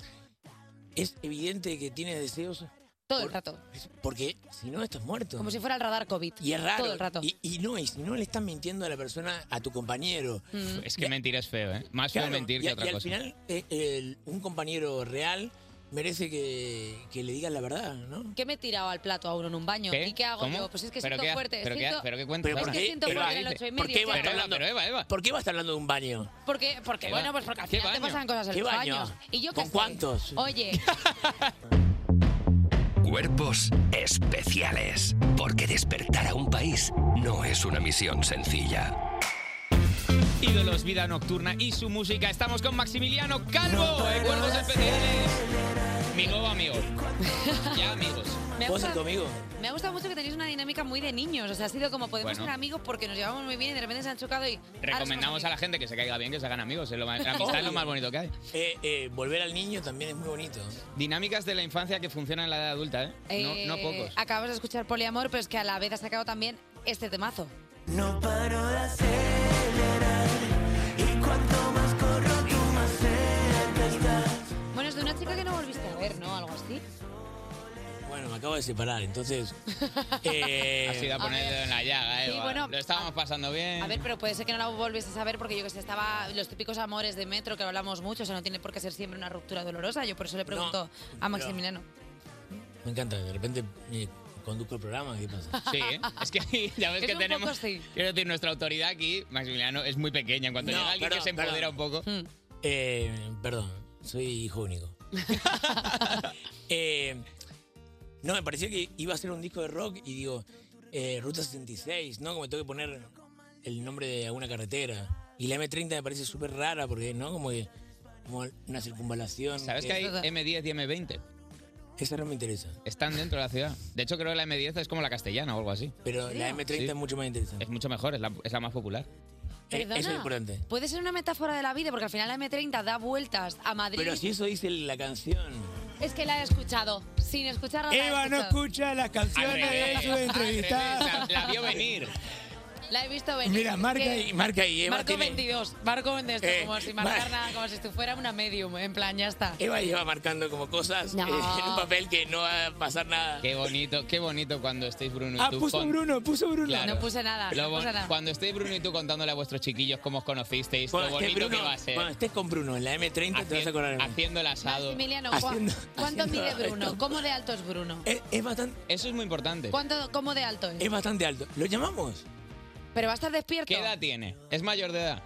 Speaker 22: es evidente que tienes deseos
Speaker 2: Todo el rato.
Speaker 22: porque si no estás muerto.
Speaker 2: Como si fuera el radar COVID.
Speaker 22: y es raro.
Speaker 2: Todo el rato.
Speaker 22: Y, y no, y si no le estás mintiendo a la persona, a tu compañero.
Speaker 2: Mm.
Speaker 3: Es que mentir es feo, ¿eh? Más feo
Speaker 22: Claro,
Speaker 3: mentir
Speaker 22: y,
Speaker 3: que
Speaker 22: y
Speaker 3: otra
Speaker 22: al
Speaker 3: cosa.
Speaker 22: final, eh, el- un compañero real merece que, que le digas la verdad, ¿no?
Speaker 2: ¿Qué me he tirado al plato a uno en un baño?
Speaker 22: ¿Qué?
Speaker 2: ¿Y qué hago
Speaker 22: ¿Cómo?
Speaker 2: yo? Pues es que
Speaker 22: ¿Pero
Speaker 2: siento
Speaker 22: qué ha-
Speaker 2: fuerte.
Speaker 22: pero qué ha-
Speaker 2: siento,
Speaker 22: pero qué cuentas
Speaker 2: es
Speaker 22: ahora?
Speaker 2: que siento
Speaker 22: Eva,
Speaker 2: fuerte el
Speaker 22: dice,
Speaker 2: 8 y
Speaker 22: ¿por qué
Speaker 2: medio.
Speaker 22: Eva
Speaker 2: ¿qué
Speaker 22: está
Speaker 2: hago?
Speaker 22: hablando- ¿Por qué Eva está hablando de un baño?
Speaker 2: Porque, porque
Speaker 22: ¿Qué
Speaker 2: bueno,
Speaker 22: va?
Speaker 2: pues porque al
Speaker 22: ¿Qué
Speaker 2: final te
Speaker 22: baño?
Speaker 2: pasan cosas en
Speaker 22: ¿Qué
Speaker 2: los
Speaker 22: baño?
Speaker 2: baños. ¿Y yo qué
Speaker 22: ¿Con
Speaker 2: sé?
Speaker 22: cuántos?
Speaker 2: Oye,
Speaker 1: Cuerpos especiales. Porque despertar a un país no es una misión sencilla.
Speaker 3: Ídolos, vida nocturna y su música. Estamos con Maximiliano Calvo en Cuerpos Especiales. Mi nuevo amigo. Ya amigos.
Speaker 2: Me
Speaker 22: ¿Vos
Speaker 2: gusta-
Speaker 22: sos tu amigo?
Speaker 2: me ha gustado mucho que tenéis una dinámica muy de niños. O sea, ha sido como podemos
Speaker 3: Bueno.
Speaker 2: ser amigos porque nos llevamos muy bien y de repente se han chocado y. ahora
Speaker 3: Recomendamos a la gente que se caiga bien, que se hagan amigos. es lo más- La amistad es lo
Speaker 22: Obvio.
Speaker 3: más bonito que hay.
Speaker 22: Eh, eh, volver al niño también es muy bonito.
Speaker 3: Dinámicas de la infancia que funcionan en la edad adulta, ¿eh?
Speaker 2: somos- Eh,
Speaker 3: no, no pocos.
Speaker 2: Acabas de escuchar Poliamor, pero es que a la vez ha sacado también este temazo.
Speaker 20: No paro de acelerar. Y cuanto más corro, tú más cerca estás.
Speaker 2: Bueno, es de una chica que no volviste a ver, ¿no? Algo así.
Speaker 22: Bueno, me acabo de separar, entonces. eh,
Speaker 3: Has ido a poner el dedo en la llaga,
Speaker 2: Sí,
Speaker 3: Eva.
Speaker 2: bueno,
Speaker 3: lo estábamos pasando bien.
Speaker 2: A ver, pero puede ser que no la volvieses a ver porque yo que sé, estaba los típicos amores de metro que hablamos mucho, o sea, no tiene por qué ser siempre una ruptura dolorosa. Yo por eso le pregunto a
Speaker 22: pero-
Speaker 2: Maximiliano.
Speaker 22: Me encanta, de repente eh, conduzco el programa, ¿qué pasa?
Speaker 3: Sí, ¿eh? Es que aquí ya ves
Speaker 2: ah, Es
Speaker 3: que
Speaker 2: un
Speaker 3: tenemos.
Speaker 2: poco así.
Speaker 3: Quiero decir, nuestra autoridad aquí, Maximiliano, es muy pequeña. En cuanto
Speaker 22: No,
Speaker 3: llega alguien
Speaker 22: perdón,
Speaker 3: que se empodera
Speaker 22: perdón.
Speaker 3: un poco.
Speaker 22: Eh, perdón, soy hijo único. Eh, no, me pareció que iba a ser un disco de rock y digo, eh, Ruta 66, ¿no? Como tengo que poner el nombre de alguna carretera. Y la M30 me parece súper rara porque, ¿no? Como que como una circunvalación.
Speaker 3: ¿Sabes que hay M10 y M20?
Speaker 22: Esa no me interesa.
Speaker 3: Están dentro de la ciudad. De hecho, creo que la M10 es como la castellana o algo así.
Speaker 22: Pero la M30 es mucho más interesante.
Speaker 3: Es mucho mejor, es la, es la más popular.
Speaker 22: Eh,
Speaker 2: Perdona, Puede ser una metáfora de la vida, porque al final la M30 da vueltas a Madrid.
Speaker 22: Pero si eso dice la canción.
Speaker 2: Es que la he escuchado. Sin escucharla. la he
Speaker 22: Eva no
Speaker 2: escuchado.
Speaker 22: escucha las canciones de su entrevistada.
Speaker 3: La vio venir.
Speaker 2: La he visto venir.
Speaker 22: Mira, marca
Speaker 2: Que-
Speaker 22: y marca y Eva
Speaker 2: Marco
Speaker 22: tiene-
Speaker 2: 22. Marco 22.
Speaker 22: Eh,
Speaker 2: como si
Speaker 22: mar-
Speaker 2: marcar nada, como si tú fuera una medium. En plan, ya está.
Speaker 22: Eva lleva marcando como cosas
Speaker 2: No.
Speaker 22: eh, en un papel que no va a pasar nada.
Speaker 3: Qué bonito, qué bonito cuando estéis Bruno y
Speaker 22: Ah,
Speaker 3: tú.
Speaker 22: puso
Speaker 3: con-
Speaker 22: Bruno, puso Bruno.
Speaker 3: Claro.
Speaker 2: No puse nada.
Speaker 3: Lo
Speaker 2: no
Speaker 3: bon-
Speaker 2: puse nada.
Speaker 3: Cuando estéis Bruno y tú contándole a vuestros chiquillos cómo os conocisteis,
Speaker 22: Cuando
Speaker 3: lo
Speaker 22: estés
Speaker 3: bonito
Speaker 22: Bruno-
Speaker 3: que va a ser.
Speaker 22: cuando estés con Bruno en la M30 te vas a acordar de mí.
Speaker 3: Haciendo el asado.
Speaker 2: Emiliano, ¿cu- ¿cuánto mide Bruno? ¿Cómo de alto es Bruno?
Speaker 22: Es, es bastante.
Speaker 3: Eso es muy importante.
Speaker 2: ¿Cuánto, ¿Cómo de alto es?
Speaker 3: Em,
Speaker 22: Es bastante alto. ¿Lo llamamos?
Speaker 2: Pero va a estar despierto.
Speaker 3: ¿Qué edad tiene? ¿Es mayor de edad?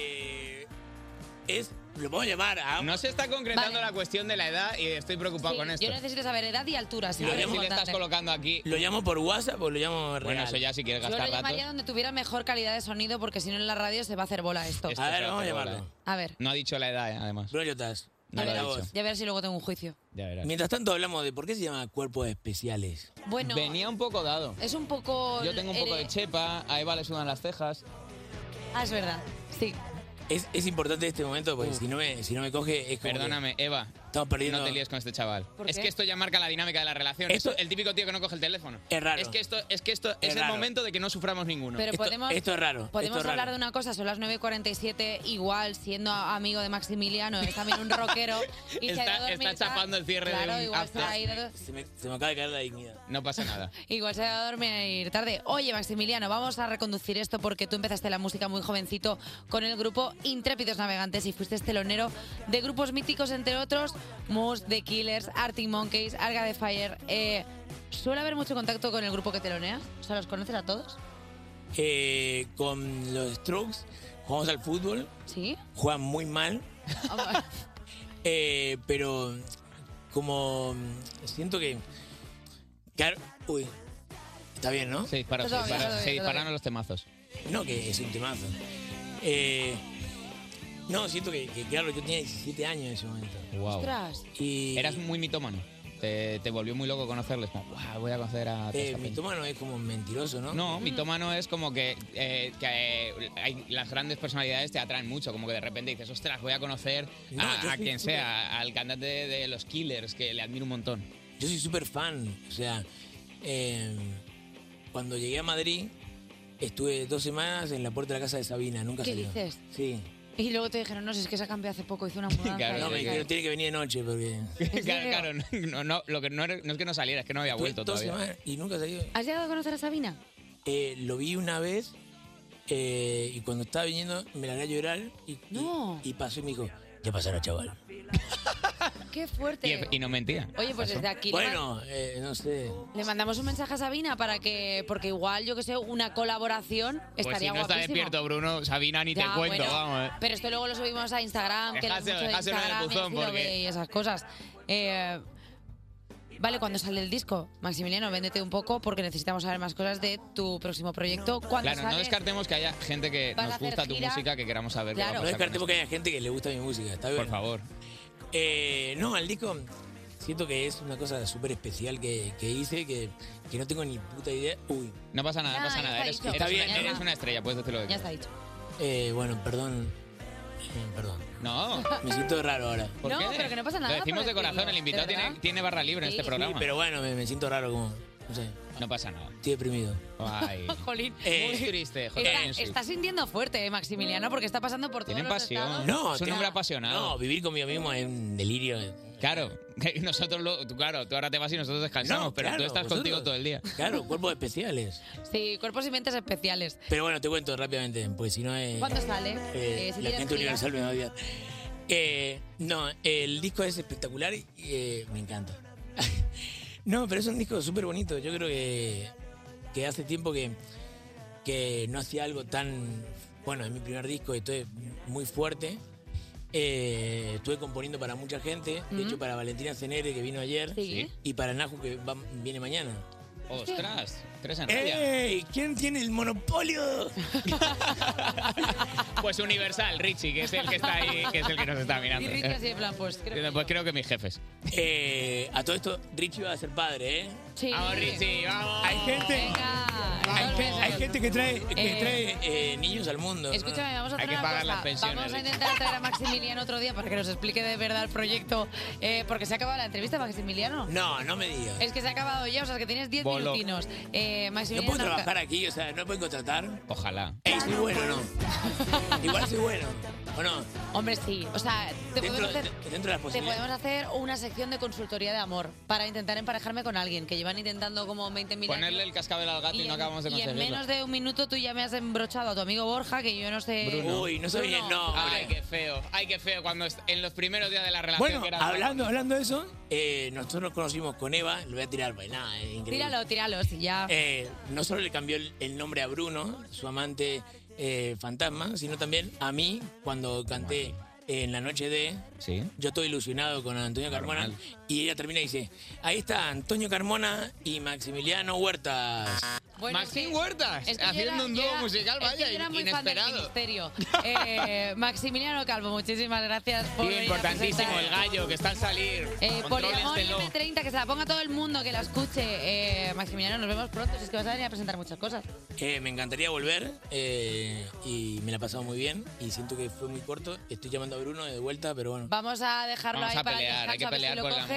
Speaker 22: Eh, Es. Lo puedo llamar a.
Speaker 3: No se está concretando
Speaker 2: Vale.
Speaker 3: la cuestión de la edad y estoy preocupado
Speaker 2: Sí,
Speaker 3: con esto.
Speaker 2: Yo necesito saber edad y altura. Si
Speaker 3: A ver si le estás
Speaker 2: Yo
Speaker 3: colocando aquí.
Speaker 22: ¿Lo llamo por WhatsApp o lo llamo real?
Speaker 3: Bueno, eso ya si quieres
Speaker 2: lo
Speaker 3: gastar datos.
Speaker 2: llamaría donde tuviera mejor calidad de sonido, porque si no en la radio se va a hacer bola esto.
Speaker 3: Esto se hace bola, eh.
Speaker 2: A ver,
Speaker 3: No ha dicho la edad, eh, además.
Speaker 22: Bruno Yotas.
Speaker 3: No lo
Speaker 22: Habla
Speaker 3: ha
Speaker 22: vos.
Speaker 3: dicho.
Speaker 2: ya verás si luego tengo un juicio.
Speaker 3: Ya verás.
Speaker 22: Mientras tanto hablamos de por qué se llama cuerpos especiales.
Speaker 2: Bueno,
Speaker 3: Venía un poco dado.
Speaker 2: es un poco.
Speaker 3: Yo tengo un poco de
Speaker 2: eh,
Speaker 3: chepa, a Eva le sudan las cejas.
Speaker 2: Ah, es verdad. Sí.
Speaker 22: Es, es importante este momento porque si no me, si no me coge es como
Speaker 3: Perdóname, Eva.
Speaker 22: Estamos perdiendo.
Speaker 3: No te líes con este chaval.
Speaker 22: ¿Por
Speaker 3: Es
Speaker 22: qué?
Speaker 3: que esto ya marca la dinámica de la relación.
Speaker 22: Esto-
Speaker 3: Esto- el típico tío que no coge el teléfono.
Speaker 22: Es raro.
Speaker 3: Es que esto es, que esto es,
Speaker 22: Es
Speaker 3: el
Speaker 22: raro.
Speaker 3: momento de que no suframos ninguno.
Speaker 2: Pero podemos, Podemos
Speaker 3: esto es
Speaker 2: hablar
Speaker 3: raro.
Speaker 2: de una cosa, son las 9.47, igual siendo a- amigo de Maximiliano, es también un rockero. y se ha ido a
Speaker 3: Está,
Speaker 2: dormir
Speaker 3: está chapando el cierre
Speaker 2: Claro,
Speaker 3: de un
Speaker 2: igual se ha
Speaker 3: after.
Speaker 2: ido-
Speaker 22: Se me, se me acaba de caer la dignidad.
Speaker 3: No pasa nada.
Speaker 2: Igual se va a dormir tarde. Oye, Maximiliano, vamos a reconducir esto porque tú empezaste la música muy jovencito con el grupo Intrépidos Navegantes y fuiste telonero de grupos míticos, entre otros Moose, The Killers, Arctic Monkeys, Arga de Fire. Eh, ¿Suele haber mucho contacto con el grupo que teloneas? O sea, ¿los conoces a todos?
Speaker 22: Eh, con los Strokes jugamos al fútbol.
Speaker 2: Sí.
Speaker 22: Juegan muy mal. Eh, pero como siento que... Claro, uy. Está bien, ¿no?
Speaker 3: Se disparan,
Speaker 22: Todo
Speaker 3: se
Speaker 22: bien,
Speaker 3: disparan-
Speaker 22: todo bien,
Speaker 3: se
Speaker 22: todo
Speaker 3: dispararon
Speaker 22: bien.
Speaker 3: los temazos.
Speaker 22: No, que es un temazo. Eh, no, siento que, que, claro, yo tenía 17 años en ese momento.
Speaker 3: Wow.
Speaker 22: Ostras. Y-
Speaker 3: Eras muy mitómano. Te, te volvió muy loco conocerles. Como, "Guau, voy a conocer a. toda
Speaker 22: Eh,
Speaker 3: esta peña".
Speaker 22: mitómano es como mentiroso, ¿no?
Speaker 2: Mm.
Speaker 3: No, mitómano es como que, eh, que, eh, hay- las grandes personalidades te atraen mucho, como que de repente dices, ostras, voy a conocer
Speaker 22: No, yo
Speaker 3: a, a
Speaker 22: soy
Speaker 3: quien
Speaker 22: súper-
Speaker 3: sea, al cantante de, de Los Killers, que le admiro un montón.
Speaker 22: Yo soy súper fan. O sea, eh, cuando llegué a Madrid, estuve dos semanas en la puerta de la casa de Sabina. Nunca
Speaker 2: ¿Qué
Speaker 22: salió.
Speaker 2: dices?
Speaker 22: Sí.
Speaker 2: Y luego te dijeron, no, si es que se ha cambiado hace poco, hizo una mudanza.
Speaker 22: no, me
Speaker 3: sí,
Speaker 22: dijeron,
Speaker 3: claro.
Speaker 22: tiene que venir de noche porque...
Speaker 3: claro, claro, no, no, lo que no, era- no es que no saliera, es que no había
Speaker 22: Estuve
Speaker 3: vuelto
Speaker 22: dos
Speaker 3: todavía.
Speaker 22: semanas y nunca salió.
Speaker 2: ¿Has llegado a conocer a Sabina?
Speaker 22: Eh, lo vi una vez eh, y cuando estaba viniendo me la haré llorar y, y- y pasó y me dijo, ya pasará, chaval.
Speaker 2: ¡Qué fuerte!
Speaker 3: Y, em- y no mentía.
Speaker 2: Oye, pues desde aquí... le man-
Speaker 22: Bueno, eh, no sé.
Speaker 2: Le mandamos un mensaje a Sabina para que, porque igual, yo que sé, una colaboración
Speaker 3: Pues si
Speaker 2: estaría
Speaker 3: no está
Speaker 2: guapísimo.
Speaker 3: despierto Bruno, Sabina ni
Speaker 2: Ya,
Speaker 3: te cuento,
Speaker 2: bueno,
Speaker 3: vamos. eh.
Speaker 2: Pero esto luego lo subimos a Instagram, que
Speaker 3: Dejáselo-
Speaker 2: él es mucho de
Speaker 3: dejáselo en el
Speaker 2: Instagram,
Speaker 3: buzón,
Speaker 2: y así lo
Speaker 3: porque-
Speaker 2: ve y esas cosas. Eh, vale, cuando sale el disco, Maximiliano, véndete un poco porque necesitamos saber más cosas de tu próximo proyecto. ¿Cuándo
Speaker 3: Claro, no
Speaker 2: sale?
Speaker 3: descartemos que haya gente que
Speaker 2: ¿Vas a
Speaker 3: nos
Speaker 2: hacer
Speaker 3: gusta tu
Speaker 2: gira?
Speaker 3: música que queramos saber qué va a
Speaker 22: No
Speaker 3: pasar con
Speaker 22: descartemos que haya gente que le gusta mi música, está bien. Por
Speaker 3: favor.
Speaker 22: no, al disco siento que es una cosa súper especial que, que hice que, que no tengo ni puta idea. Uy.
Speaker 3: No pasa nada, no
Speaker 22: Ah,
Speaker 3: pasa
Speaker 22: ya
Speaker 3: nada.
Speaker 22: está
Speaker 3: Eres,
Speaker 22: dicho.
Speaker 3: eres
Speaker 22: Está
Speaker 3: una-
Speaker 22: bien, ya
Speaker 3: eres
Speaker 22: está.
Speaker 3: una estrella, pues, puedes decirlo. de
Speaker 2: Ya
Speaker 3: que
Speaker 2: está dicho.
Speaker 22: Eh, bueno, perdón. Eh, Perdón.
Speaker 3: No.
Speaker 22: Me siento raro ahora.
Speaker 3: ¿Por
Speaker 2: No,
Speaker 3: qué?
Speaker 2: pero que no pasa nada
Speaker 3: Lo decimos
Speaker 2: por
Speaker 3: de corazón,
Speaker 2: decirlo,
Speaker 3: el invitado
Speaker 2: ¿de
Speaker 3: tiene,
Speaker 2: verdad?
Speaker 3: tiene barra libre
Speaker 2: Sí.
Speaker 3: en este programa.
Speaker 22: Sí, pero bueno, me, me siento raro como... No sé.
Speaker 3: No pasa nada.
Speaker 22: Estoy deprimido. Eh.
Speaker 3: Ay.
Speaker 2: Jolín.
Speaker 3: Muy triste, Jolín.
Speaker 2: Está, está sintiendo fuerte, eh, Maximiliano, porque está pasando por todos
Speaker 3: Tiene
Speaker 2: los
Speaker 3: pasión.
Speaker 2: estados.
Speaker 3: es un
Speaker 22: tiene-
Speaker 3: hombre apasionado.
Speaker 22: No, vivir conmigo mismo es un delirio.
Speaker 3: Claro, que nosotros lo, tú, claro, tú ahora te vas y nosotros descansamos,
Speaker 22: No,
Speaker 3: pero tú
Speaker 22: claro,
Speaker 3: estás
Speaker 22: vosotros.
Speaker 3: contigo todo el día.
Speaker 22: Claro, cuerpos especiales.
Speaker 2: Sí, cuerpos y mentes especiales.
Speaker 22: Pero bueno, te cuento rápidamente, pues si no es...
Speaker 2: ¿Cuándo sale?
Speaker 22: Eh,
Speaker 2: Eh, si
Speaker 22: la
Speaker 2: tienes gira.
Speaker 22: gente universal me va a odiar. Eh, no, el disco es espectacular y eh, me encanta. no, pero es un disco súper bonito. Yo creo que, que hace tiempo que, que no hacía algo tan... Bueno, es mi primer disco, esto es muy fuerte. eh, estuve componiendo para mucha gente, de hecho para Valentina Cenere que vino ayer Sí. y para Naju que va- viene mañana. ¡Eh,
Speaker 3: Ostras, tres
Speaker 22: ¡Ey! ¿Quién tiene el monopolio?
Speaker 3: Pues Universal, Richie, que es el que está ahí, que es el que nos está mirando.
Speaker 2: Y Richie así de plan, pues creo que-
Speaker 3: Pues creo que mis jefes.
Speaker 22: Eh, a todo esto, Richie va a ser padre, ¿eh?
Speaker 2: Sí.
Speaker 22: ¡Vamos,
Speaker 3: Richie, vamos!
Speaker 22: Hay gente, hay, gen- hay gente que trae, que
Speaker 2: Eh,
Speaker 22: trae eh, niños al mundo.
Speaker 2: Escúchame, vamos a hacer una cosa. Vamos a intentar traer a Maximiliano otro día para que nos explique de verdad el proyecto. Eh, porque se ha acabado la entrevista, Maximiliano.
Speaker 22: No, no me digas.
Speaker 2: Es que se ha acabado ya, o sea, que tienes 10
Speaker 22: Voló.
Speaker 2: minutinos. Eh,
Speaker 22: No
Speaker 2: Maximiliano.
Speaker 22: puedo trabajar aquí, o sea, no puedo contratar.
Speaker 3: Ojalá.
Speaker 22: Ey, soy bueno, ¿no? Igual soy bueno, ¿o no?
Speaker 2: Hombre, sí. O sea, te
Speaker 22: Dentro,
Speaker 2: podemos hacer.
Speaker 22: de- dentro de las
Speaker 2: Te podemos
Speaker 22: posibilidades.
Speaker 2: hacer una sección de consultoría de amor para intentar emparejarme con alguien que llevan intentando como 20.000
Speaker 3: Ponerle
Speaker 2: años.
Speaker 3: el cascabel al gato y,
Speaker 2: en-
Speaker 3: no acabamos de
Speaker 2: y en
Speaker 3: conseguirlo.
Speaker 2: menos de un minuto tú ya me has embrochado a tu amigo Borja, que yo no sé... Bruno.
Speaker 3: Ay, qué feo. Ay, qué feo cuando est- en los primeros días de la relación
Speaker 22: Bueno,
Speaker 3: que era
Speaker 22: hablando, hablando de eso, eh, nosotros nos conocimos con Eva, lo voy a tirar, pues nada, es increíble.
Speaker 2: Tíralo, tíralo, si ya...
Speaker 22: Eh, no solo le cambió el, el nombre a Bruno, su amante eh, fantasma, sino también a mí cuando canté en la noche de
Speaker 3: Sí.
Speaker 22: Yo estoy ilusionado con Antonio Carmona y ella termina y dice, ahí está Antonio Carmona y Maximiliano Huertas.
Speaker 3: Maxim Huertas,
Speaker 2: es que yo
Speaker 3: haciendo
Speaker 2: era-
Speaker 3: un
Speaker 2: yo
Speaker 3: dúo
Speaker 2: era-
Speaker 3: musical,
Speaker 2: es que
Speaker 3: vaya,
Speaker 2: yo era muy Fan del
Speaker 3: inesperado.
Speaker 2: ministerio. Eh, Maximiliano Calvo, muchísimas gracias por
Speaker 3: Y
Speaker 2: venir a
Speaker 3: importantísimo,
Speaker 2: presentar.
Speaker 3: el gallo este que está al salir.
Speaker 2: Eh, Poliamor
Speaker 3: Contrólenselo.
Speaker 2: M30, que se la ponga todo el mundo, que la escuche. Eh, Maximiliano, nos vemos pronto, si es que vas a venir a presentar muchas cosas.
Speaker 22: Eh, me encantaría volver eh, y me la he pasado muy bien y siento que fue muy corto. Estoy llamando a Bruno de vuelta, pero bueno.
Speaker 2: Vamos a dejarlo
Speaker 22: Vamos
Speaker 2: ahí
Speaker 22: a
Speaker 2: para
Speaker 22: pelear, hay
Speaker 2: el
Speaker 22: que pelear
Speaker 2: descanso, a ver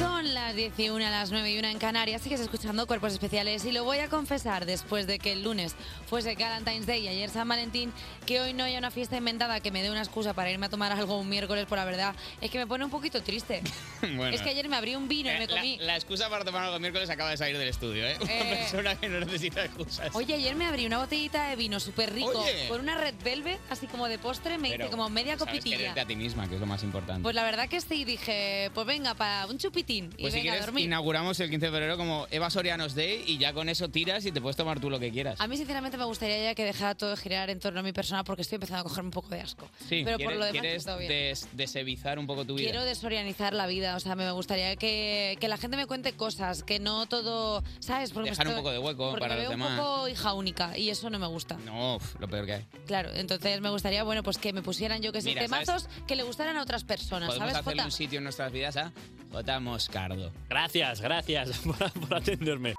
Speaker 2: Son las 11, las 9 y 1 en Canarias, sigues escuchando Cuerpos Especiales y lo voy a confesar después de que el lunes fuese Valentine's Day y ayer San Valentín, que hoy no haya una fiesta inventada que me dé una excusa para irme a tomar algo un miércoles, por la verdad, es que me pone un poquito triste.
Speaker 3: Bueno.
Speaker 2: Es que ayer me abrí un vino y
Speaker 3: Eh,
Speaker 2: me
Speaker 3: la-
Speaker 2: comí...
Speaker 3: La, excusa para tomar algo el miércoles acaba de salir del estudio, ¿eh? Una
Speaker 2: Eh.
Speaker 3: persona que no necesita excusas.
Speaker 2: Oye, ayer me abrí una botellita de vino súper rico
Speaker 3: Oye.
Speaker 2: con una red velvet, así como de postre, me hice
Speaker 3: Pero,
Speaker 2: como media
Speaker 3: sabes
Speaker 2: copitilla.
Speaker 3: quererte a ti misma, que es lo más importante.
Speaker 2: Pues la verdad que sí, dije, pues venga, para un chupitín y
Speaker 3: Pues si
Speaker 2: venga a
Speaker 3: quieres,
Speaker 2: dormir.
Speaker 3: inauguramos el 15 de febrero como Eva Sorianos Day y ya con eso tiras y te puedes tomar tú lo que quieras.
Speaker 2: A mí, sinceramente, me gustaría ya que dejara todo de girar en torno a mi persona porque estoy empezando a cogerme un poco de asco.
Speaker 3: Sí,
Speaker 2: Pero por
Speaker 3: ¿quieres,
Speaker 2: lo demás,
Speaker 3: quieres
Speaker 2: todo bien.
Speaker 3: des- desevizar un poco tu vida.
Speaker 2: Quiero desorientar la vida, o sea, me gustaría que, que la gente me cuente cosas, que no todo, ¿sabes? Porque me
Speaker 3: Dejar un
Speaker 2: estoy-
Speaker 3: poco de hueco
Speaker 2: porque
Speaker 3: para
Speaker 2: me
Speaker 3: los
Speaker 2: veo
Speaker 3: demás.
Speaker 2: un poco hija única y eso no me gusta.
Speaker 3: No, uf, lo peor que hay.
Speaker 2: Claro, entonces me gustaría, bueno, pues que me pusieran yo que sé,
Speaker 3: Mira,
Speaker 2: temazos que le gustaran a otras personas,
Speaker 3: Podemos
Speaker 2: ¿sabes,
Speaker 3: hacerle
Speaker 2: Jota?
Speaker 3: un sitio en nuestras vidas a J. Moscardo.
Speaker 16: Gracias, gracias por, por atenderme.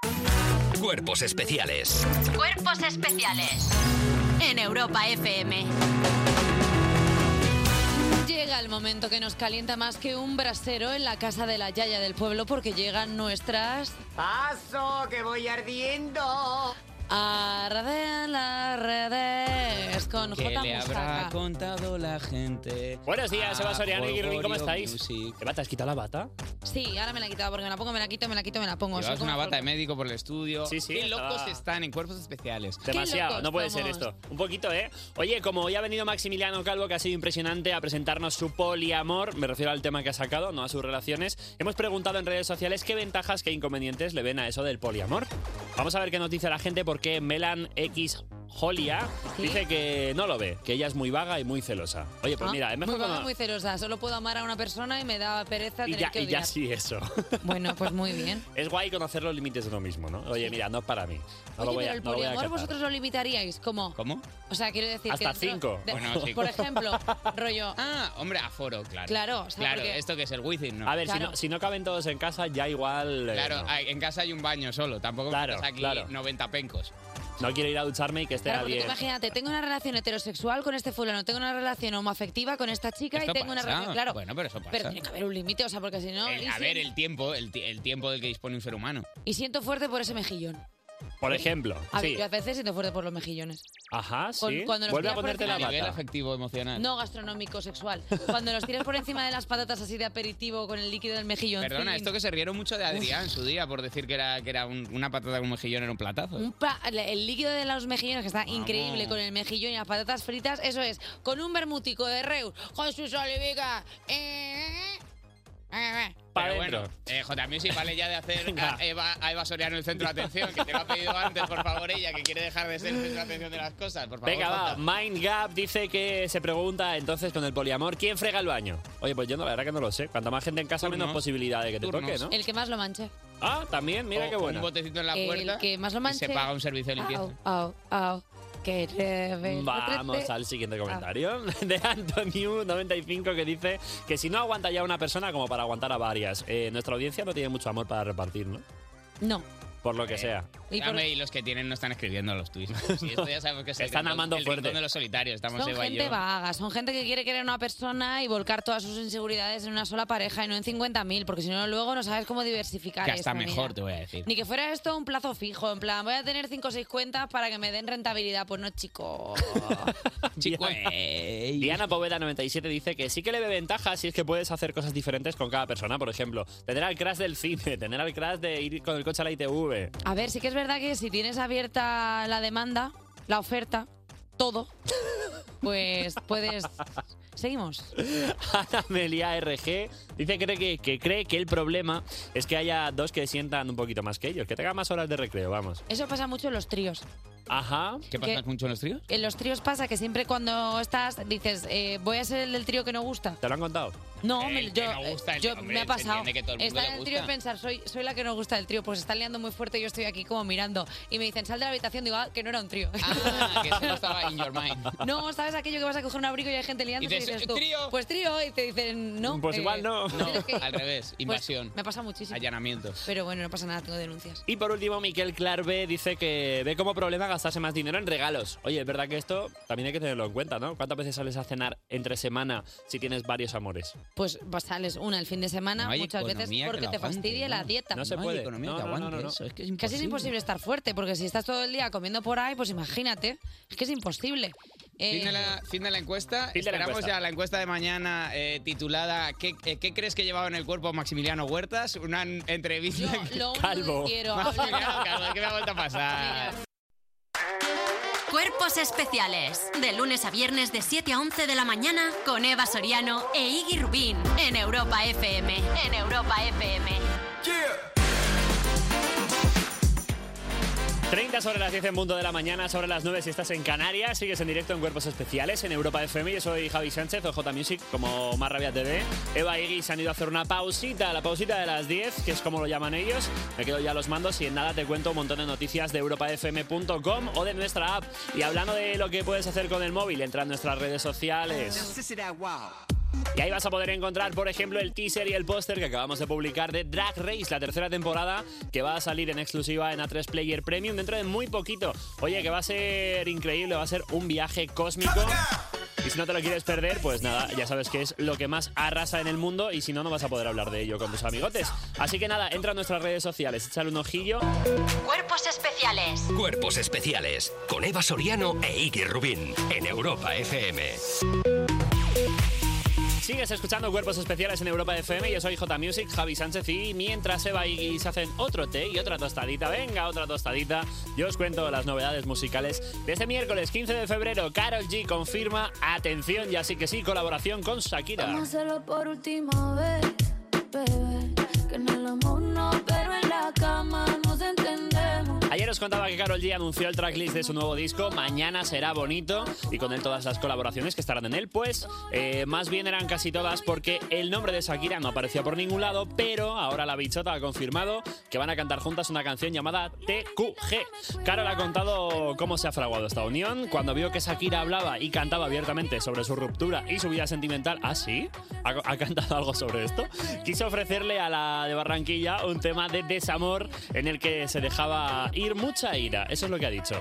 Speaker 1: Cuerpos especiales.
Speaker 4: Cuerpos especiales. En Europa FM.
Speaker 2: Llega el momento que nos calienta más que un brasero en la casa de la yaya del pueblo porque llegan nuestras...
Speaker 23: Paso, que voy ardiendo.
Speaker 2: Arden las redes con
Speaker 3: ¿Qué
Speaker 2: J.
Speaker 3: le habrá
Speaker 2: Musaca.
Speaker 3: contado la gente? Ah,
Speaker 16: Buenos días, Eva Soriano y Guirri, ¿cómo estáis?
Speaker 3: ¿Te has quitado la bata?
Speaker 2: Sí, ahora me la he quitado porque me la pongo, me la quito, me la quito, me la pongo. Pues Soy
Speaker 3: Llevas
Speaker 2: como
Speaker 3: una bata de
Speaker 2: Hulk.
Speaker 3: médico por el estudio.
Speaker 16: Sí, sí,
Speaker 3: Qué locos
Speaker 16: estaba-
Speaker 3: están en cuerpos especiales.
Speaker 16: Demasiado, no puede ser
Speaker 3: somos.
Speaker 16: esto. Un poquito, ¿eh? Oye, como hoy ha venido Maximiliano Calvo, que ha sido impresionante a presentarnos su poliamor, me refiero al tema que ha sacado, no a sus relaciones, hemos preguntado en redes sociales qué ventajas, qué inconvenientes le ven a eso del poliamor. Vamos a ver qué nos dice la gente, porque Melan X Jolia dice que no lo ve, que ella es muy vaga y muy celosa. Oye, pues
Speaker 2: Ah,
Speaker 16: mira, es mejor
Speaker 2: muy vaga,
Speaker 16: cuando-
Speaker 2: muy celosa. Solo puedo amar a una persona y me da pereza
Speaker 16: Y
Speaker 2: tener
Speaker 16: ya,
Speaker 2: que
Speaker 16: y ya
Speaker 2: odiar.
Speaker 16: sí, eso.
Speaker 2: Bueno, pues muy bien.
Speaker 16: Es guay conocer los límites de uno mismo, ¿no? Oye, mira, no es para mí. No lo
Speaker 2: Oye,
Speaker 16: voy
Speaker 2: pero
Speaker 16: a,
Speaker 2: el
Speaker 16: no lo voy a
Speaker 2: poliamor
Speaker 16: catar.
Speaker 2: vosotros lo limitaríais, ¿cómo?
Speaker 3: ¿Cómo?
Speaker 2: O sea, quiero decir que...
Speaker 3: Hasta
Speaker 2: dentro
Speaker 3: cinco.
Speaker 2: de-
Speaker 3: Bueno, sí.
Speaker 2: Por ejemplo, rollo...
Speaker 3: Ah, hombre, aforo, claro.
Speaker 2: Claro, o sea,
Speaker 3: Claro,
Speaker 2: porque-
Speaker 3: esto que es el wifi, ¿no?
Speaker 16: A ver, si Claro. no- caben todos en casa, ya igual... eh,
Speaker 3: Claro,
Speaker 16: no.
Speaker 3: hay- en casa hay un baño solo, tampoco
Speaker 16: Claro,
Speaker 3: estás aquí
Speaker 16: claro.
Speaker 3: 90 pencos.
Speaker 16: No quiero ir a ducharme y que esté
Speaker 2: Claro, porque tú
Speaker 16: alguien...
Speaker 2: imagínate, tengo una relación heterosexual con este fulano, tengo una relación homoafectiva con esta chica y
Speaker 3: Esto
Speaker 2: tengo una
Speaker 3: pasa.
Speaker 2: relación... Claro,
Speaker 3: Bueno, pero eso pasa.
Speaker 2: pero tiene que haber un límite, o sea, porque si no...
Speaker 3: El-
Speaker 2: y
Speaker 3: a
Speaker 2: si-
Speaker 3: ver, el tiempo, el, ti- el tiempo del que dispone un ser humano.
Speaker 2: Y siento fuerte por ese mejillón.
Speaker 16: Por ejemplo.
Speaker 2: A ver,
Speaker 16: sí.
Speaker 2: yo a veces siento fuerte por los mejillones.
Speaker 16: Ajá,
Speaker 2: Con-
Speaker 16: sí.
Speaker 2: cuando nos
Speaker 16: Vuelve a
Speaker 2: pillas por
Speaker 16: ponerte la
Speaker 2: encima-
Speaker 16: bata.
Speaker 2: A nivel
Speaker 21: afectivo,
Speaker 3: Ah.
Speaker 21: emocional.
Speaker 2: No gastronómico, sexual. Cuando nos tiras por encima de las patatas así de aperitivo con el líquido del mejillón.
Speaker 3: Perdona, esto que se rieron mucho de Adrián en su día por decir que era, que era un- una patata con un mejillón era un platazo.
Speaker 2: Un pa- el líquido de los mejillones que está increíble con el mejillón y las patatas fritas, eso es, con un bermútico de Reus, con sus olivicas. eh, eh, eh.
Speaker 3: Pero bueno, eh, J Music, vale ya de hacer a Eva, a Eva Soriano el centro de atención, que te lo ha pedido antes, por favor, ella, que quiere dejar de ser el centro de atención de las cosas, por favor.
Speaker 16: Venga, va.
Speaker 3: Jota.
Speaker 16: Mind Gap dice que se pregunta entonces con el poliamor: ¿quién frega el baño? Oye, pues yo no, la verdad que no lo sé. Cuanta más gente en casa, menos posibilidad de que te toque, ¿no?
Speaker 2: El que más lo manche.
Speaker 16: Ah, también, mira
Speaker 3: O
Speaker 16: qué bueno.
Speaker 3: Un botecito en la puerta.
Speaker 2: El que más lo
Speaker 3: y
Speaker 2: manche. Ah, oh.
Speaker 3: se paga un servicio de limpieza.
Speaker 2: Au, au, au, que te ves-
Speaker 16: Vamos al siguiente
Speaker 2: Ah.
Speaker 16: comentario de Antoniu95 que dice que si no aguanta ya una persona como para aguantar a varias. Eh, nuestra audiencia no tiene mucho amor para repartir, ¿no?
Speaker 2: No.
Speaker 16: Por
Speaker 2: Eh,
Speaker 16: lo que sea.
Speaker 3: Y, y los que tienen no están escribiendo los tweets. Sí, esto ya sabemos que es el
Speaker 16: Están
Speaker 3: rincón-
Speaker 16: amando
Speaker 3: el
Speaker 16: fuerte.
Speaker 3: rincón de los solitarios, estamos
Speaker 2: Son
Speaker 3: Eva y
Speaker 2: gente
Speaker 3: yo.
Speaker 2: vaga, son gente que quiere querer a una persona y volcar todas sus inseguridades en una sola pareja y no en 50.000, porque si no, luego no sabes cómo diversificar.
Speaker 3: que hasta
Speaker 2: esto, mira.
Speaker 3: mejor te voy a decir.
Speaker 2: Ni que fuera esto un plazo fijo, en plan, voy a tener 5 o 6 cuentas para que me den rentabilidad. Pues no, chico.
Speaker 16: Diana Poveda97 dice que sí que le ve ventajas si es que puedes hacer cosas diferentes con cada persona. Por ejemplo, tener al crash del cine, tener al crash de ir con el coche a la ITV.
Speaker 2: A ver, sí que es verdad que si tienes abierta la demanda, la oferta, todo, pues puedes... Seguimos.
Speaker 16: Ana Melia RG dice que cree que, que cree que el problema es que haya dos que sientan un poquito más que ellos, que tengan más horas de recreo, vamos.
Speaker 2: Eso pasa mucho en los tríos.
Speaker 16: Ajá.
Speaker 2: ¿Qué pasa Que-
Speaker 3: mucho en los tríos?
Speaker 2: En los tríos pasa que siempre cuando estás dices, eh, voy a ser el del trío que no gusta.
Speaker 16: ¿Te lo han contado?
Speaker 2: No, me- yo, eh, yo-
Speaker 16: hombre,
Speaker 2: me ha
Speaker 16: se
Speaker 2: pasado.
Speaker 16: entiende que todo el mundo
Speaker 2: Estar
Speaker 16: le
Speaker 2: en el
Speaker 16: gusta.
Speaker 2: trío y pensar, soy, soy la que no gusta del trío, pues están liando muy fuerte y yo estoy aquí como mirando. Y me dicen, sal de la habitación, digo, ah, que no era un trío.
Speaker 3: Ah, que eso no estaba in your mind.
Speaker 2: no, ¿sabes aquello que vas a coger un abrigo y hay gente liando? Y,
Speaker 3: dices,
Speaker 2: dices tú, pues trío, y te dicen, no. eh, Pues
Speaker 3: al revés, invasión.
Speaker 2: Me pasa muchísimo.
Speaker 3: Allanamiento.
Speaker 2: Pero bueno, no pasa nada, tengo denuncias.
Speaker 16: Y por último, Miquel Clarbe dice que ve como problema gastarse más dinero en regalos. Oye, es verdad que esto también hay que tenerlo en cuenta, ¿no? ¿Cuántas veces sales a cenar entre semana si tienes varios amores?
Speaker 2: Pues vas- sales una el fin de semana,
Speaker 16: No hay
Speaker 2: muchas veces
Speaker 16: economía que
Speaker 2: porque
Speaker 16: lo
Speaker 2: te
Speaker 16: aguante,
Speaker 2: fastidia
Speaker 16: ¿no?
Speaker 2: la dieta.
Speaker 16: No se No hay puede. economía No, que no, no, aguante no, no. eso, es que es
Speaker 2: Casi es
Speaker 16: imposible.
Speaker 2: imposible estar fuerte, porque si estás todo el día comiendo por ahí, pues imagínate, es que es imposible. Eh,
Speaker 3: Fin de, la, fin de la encuesta.
Speaker 2: Fin de la
Speaker 3: Esperamos
Speaker 2: encuesta.
Speaker 3: ya la encuesta de mañana eh, titulada ¿Qué, eh, qué crees que llevaba en el cuerpo Maximiliano Huertas? Una n- entrevista.
Speaker 2: lo único que Calvo. quiero-
Speaker 3: Maximiliano Calvo, ¿qué me ha vuelto a pasar?
Speaker 4: Cuerpos especiales. De lunes a viernes de 7 a 11 de la mañana con Eva Soriano e Iggy Rubín en Europa FM. En Europa FM.
Speaker 16: 30 sobre las 10 en punto de la mañana, sobre las 9 si estás en Canarias, sigues en directo en Cuerpos Especiales en Europa FM. Yo soy Javi Sánchez, OJ Music, como Más Rabia TV. Eva y Iggy se han ido a hacer una pausita, la pausita de las 10, que es como lo llaman ellos. Me quedo ya a los mandos y en nada te cuento un montón de noticias de europafm.com o de nuestra app. Y hablando de lo que puedes hacer con el móvil, entra en nuestras redes sociales. Y ahí vas a poder encontrar, por ejemplo, el teaser y el póster que acabamos de publicar de Drag Race, la tercera temporada, que va a salir en exclusiva en A3 Player Premium dentro de muy poquito. Oye, que va a ser increíble, va a ser un viaje cósmico. Y si no te lo quieres perder, pues nada, ya sabes que es lo que más arrasa en el mundo y si no, no vas a poder hablar de ello con tus amigotes. Así que nada, entra a nuestras redes sociales, échale un ojillo.
Speaker 4: Cuerpos especiales.
Speaker 1: Cuerpos especiales con Eva Soriano e Iggy Rubín en Europa FM.
Speaker 16: Sigues escuchando Cuerpos Especiales en Europa FM. Yo soy J Music, Javi Sánchez y mientras Eva y Iggy se hacen otro té y otra tostadita, venga, otra tostadita, yo os cuento las novedades musicales. De este miércoles 15 de febrero, Carol G confirma, atención, y así que sí, colaboración con Shakira.
Speaker 20: Vamos a hacerlo por última vez, bebé. Que en el amor no, pero en la cama nos entendemos.
Speaker 16: Ayer os contaba que Carol G anunció el tracklist de su nuevo disco, Mañana será bonito, y con él todas las colaboraciones que estarán en él, pues eh, más bien eran casi todas porque el nombre de Shakira no aparecía por ningún lado, pero ahora la bichota ha confirmado que van a cantar juntas una canción llamada TQG. Carol ha contado cómo se ha fraguado esta unión, cuando vio que Shakira hablaba y cantaba abiertamente sobre su ruptura y su vida sentimental, ¿ah sí? ¿Ha, ha cantado algo sobre esto? Quiso ofrecerle a la de Barranquilla un tema de desamor en el que se dejaba ir mucha ira, eso es lo que ha dicho.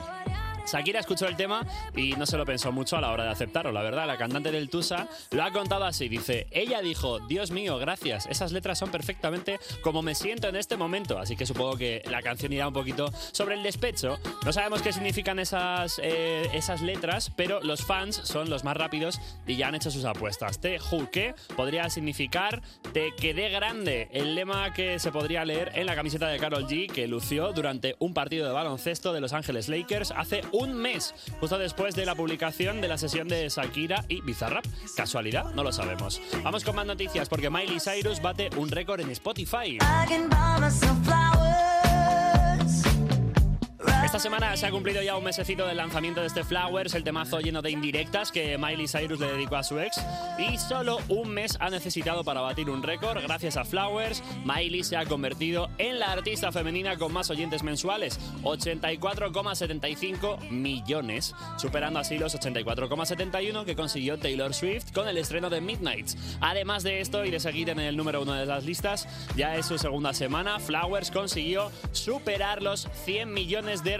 Speaker 16: Shakira escuchó el tema y no se lo pensó mucho a la hora de aceptarlo. La verdad, la cantante del Tusa lo ha contado así. Dice, ella dijo, Dios mío, gracias. Esas letras son perfectamente como me siento en este momento. Así que supongo que la canción irá un poquito sobre el despecho. No sabemos qué significan esas, eh, esas letras, pero los fans son los más rápidos y ya han hecho sus apuestas. Te juque podría significar te quedé grande, el lema que se podría leer en la camiseta de Carol G que lució durante un partido de baloncesto de Los Ángeles Lakers hace un mes, justo después de la publicación de la sesión de Shakira y Bizarrap. ¿Casualidad? No lo sabemos. Vamos con más noticias porque Miley Cyrus bate un récord en Spotify.
Speaker 20: I can buy myself flowers.
Speaker 16: Esta semana se ha cumplido ya un mesecito del lanzamiento de este Flowers, el temazo lleno de indirectas que Miley Cyrus le dedicó a su ex. Y solo un mes ha necesitado para batir un récord. Gracias a Flowers, Miley se ha convertido en la artista femenina con más oyentes mensuales, 84,75 millones, superando así los 84,71 que consiguió Taylor Swift con el estreno de Midnights. Además de esto y de seguir en el número uno de las listas, ya es su segunda semana, Flowers consiguió superar los 100 millones de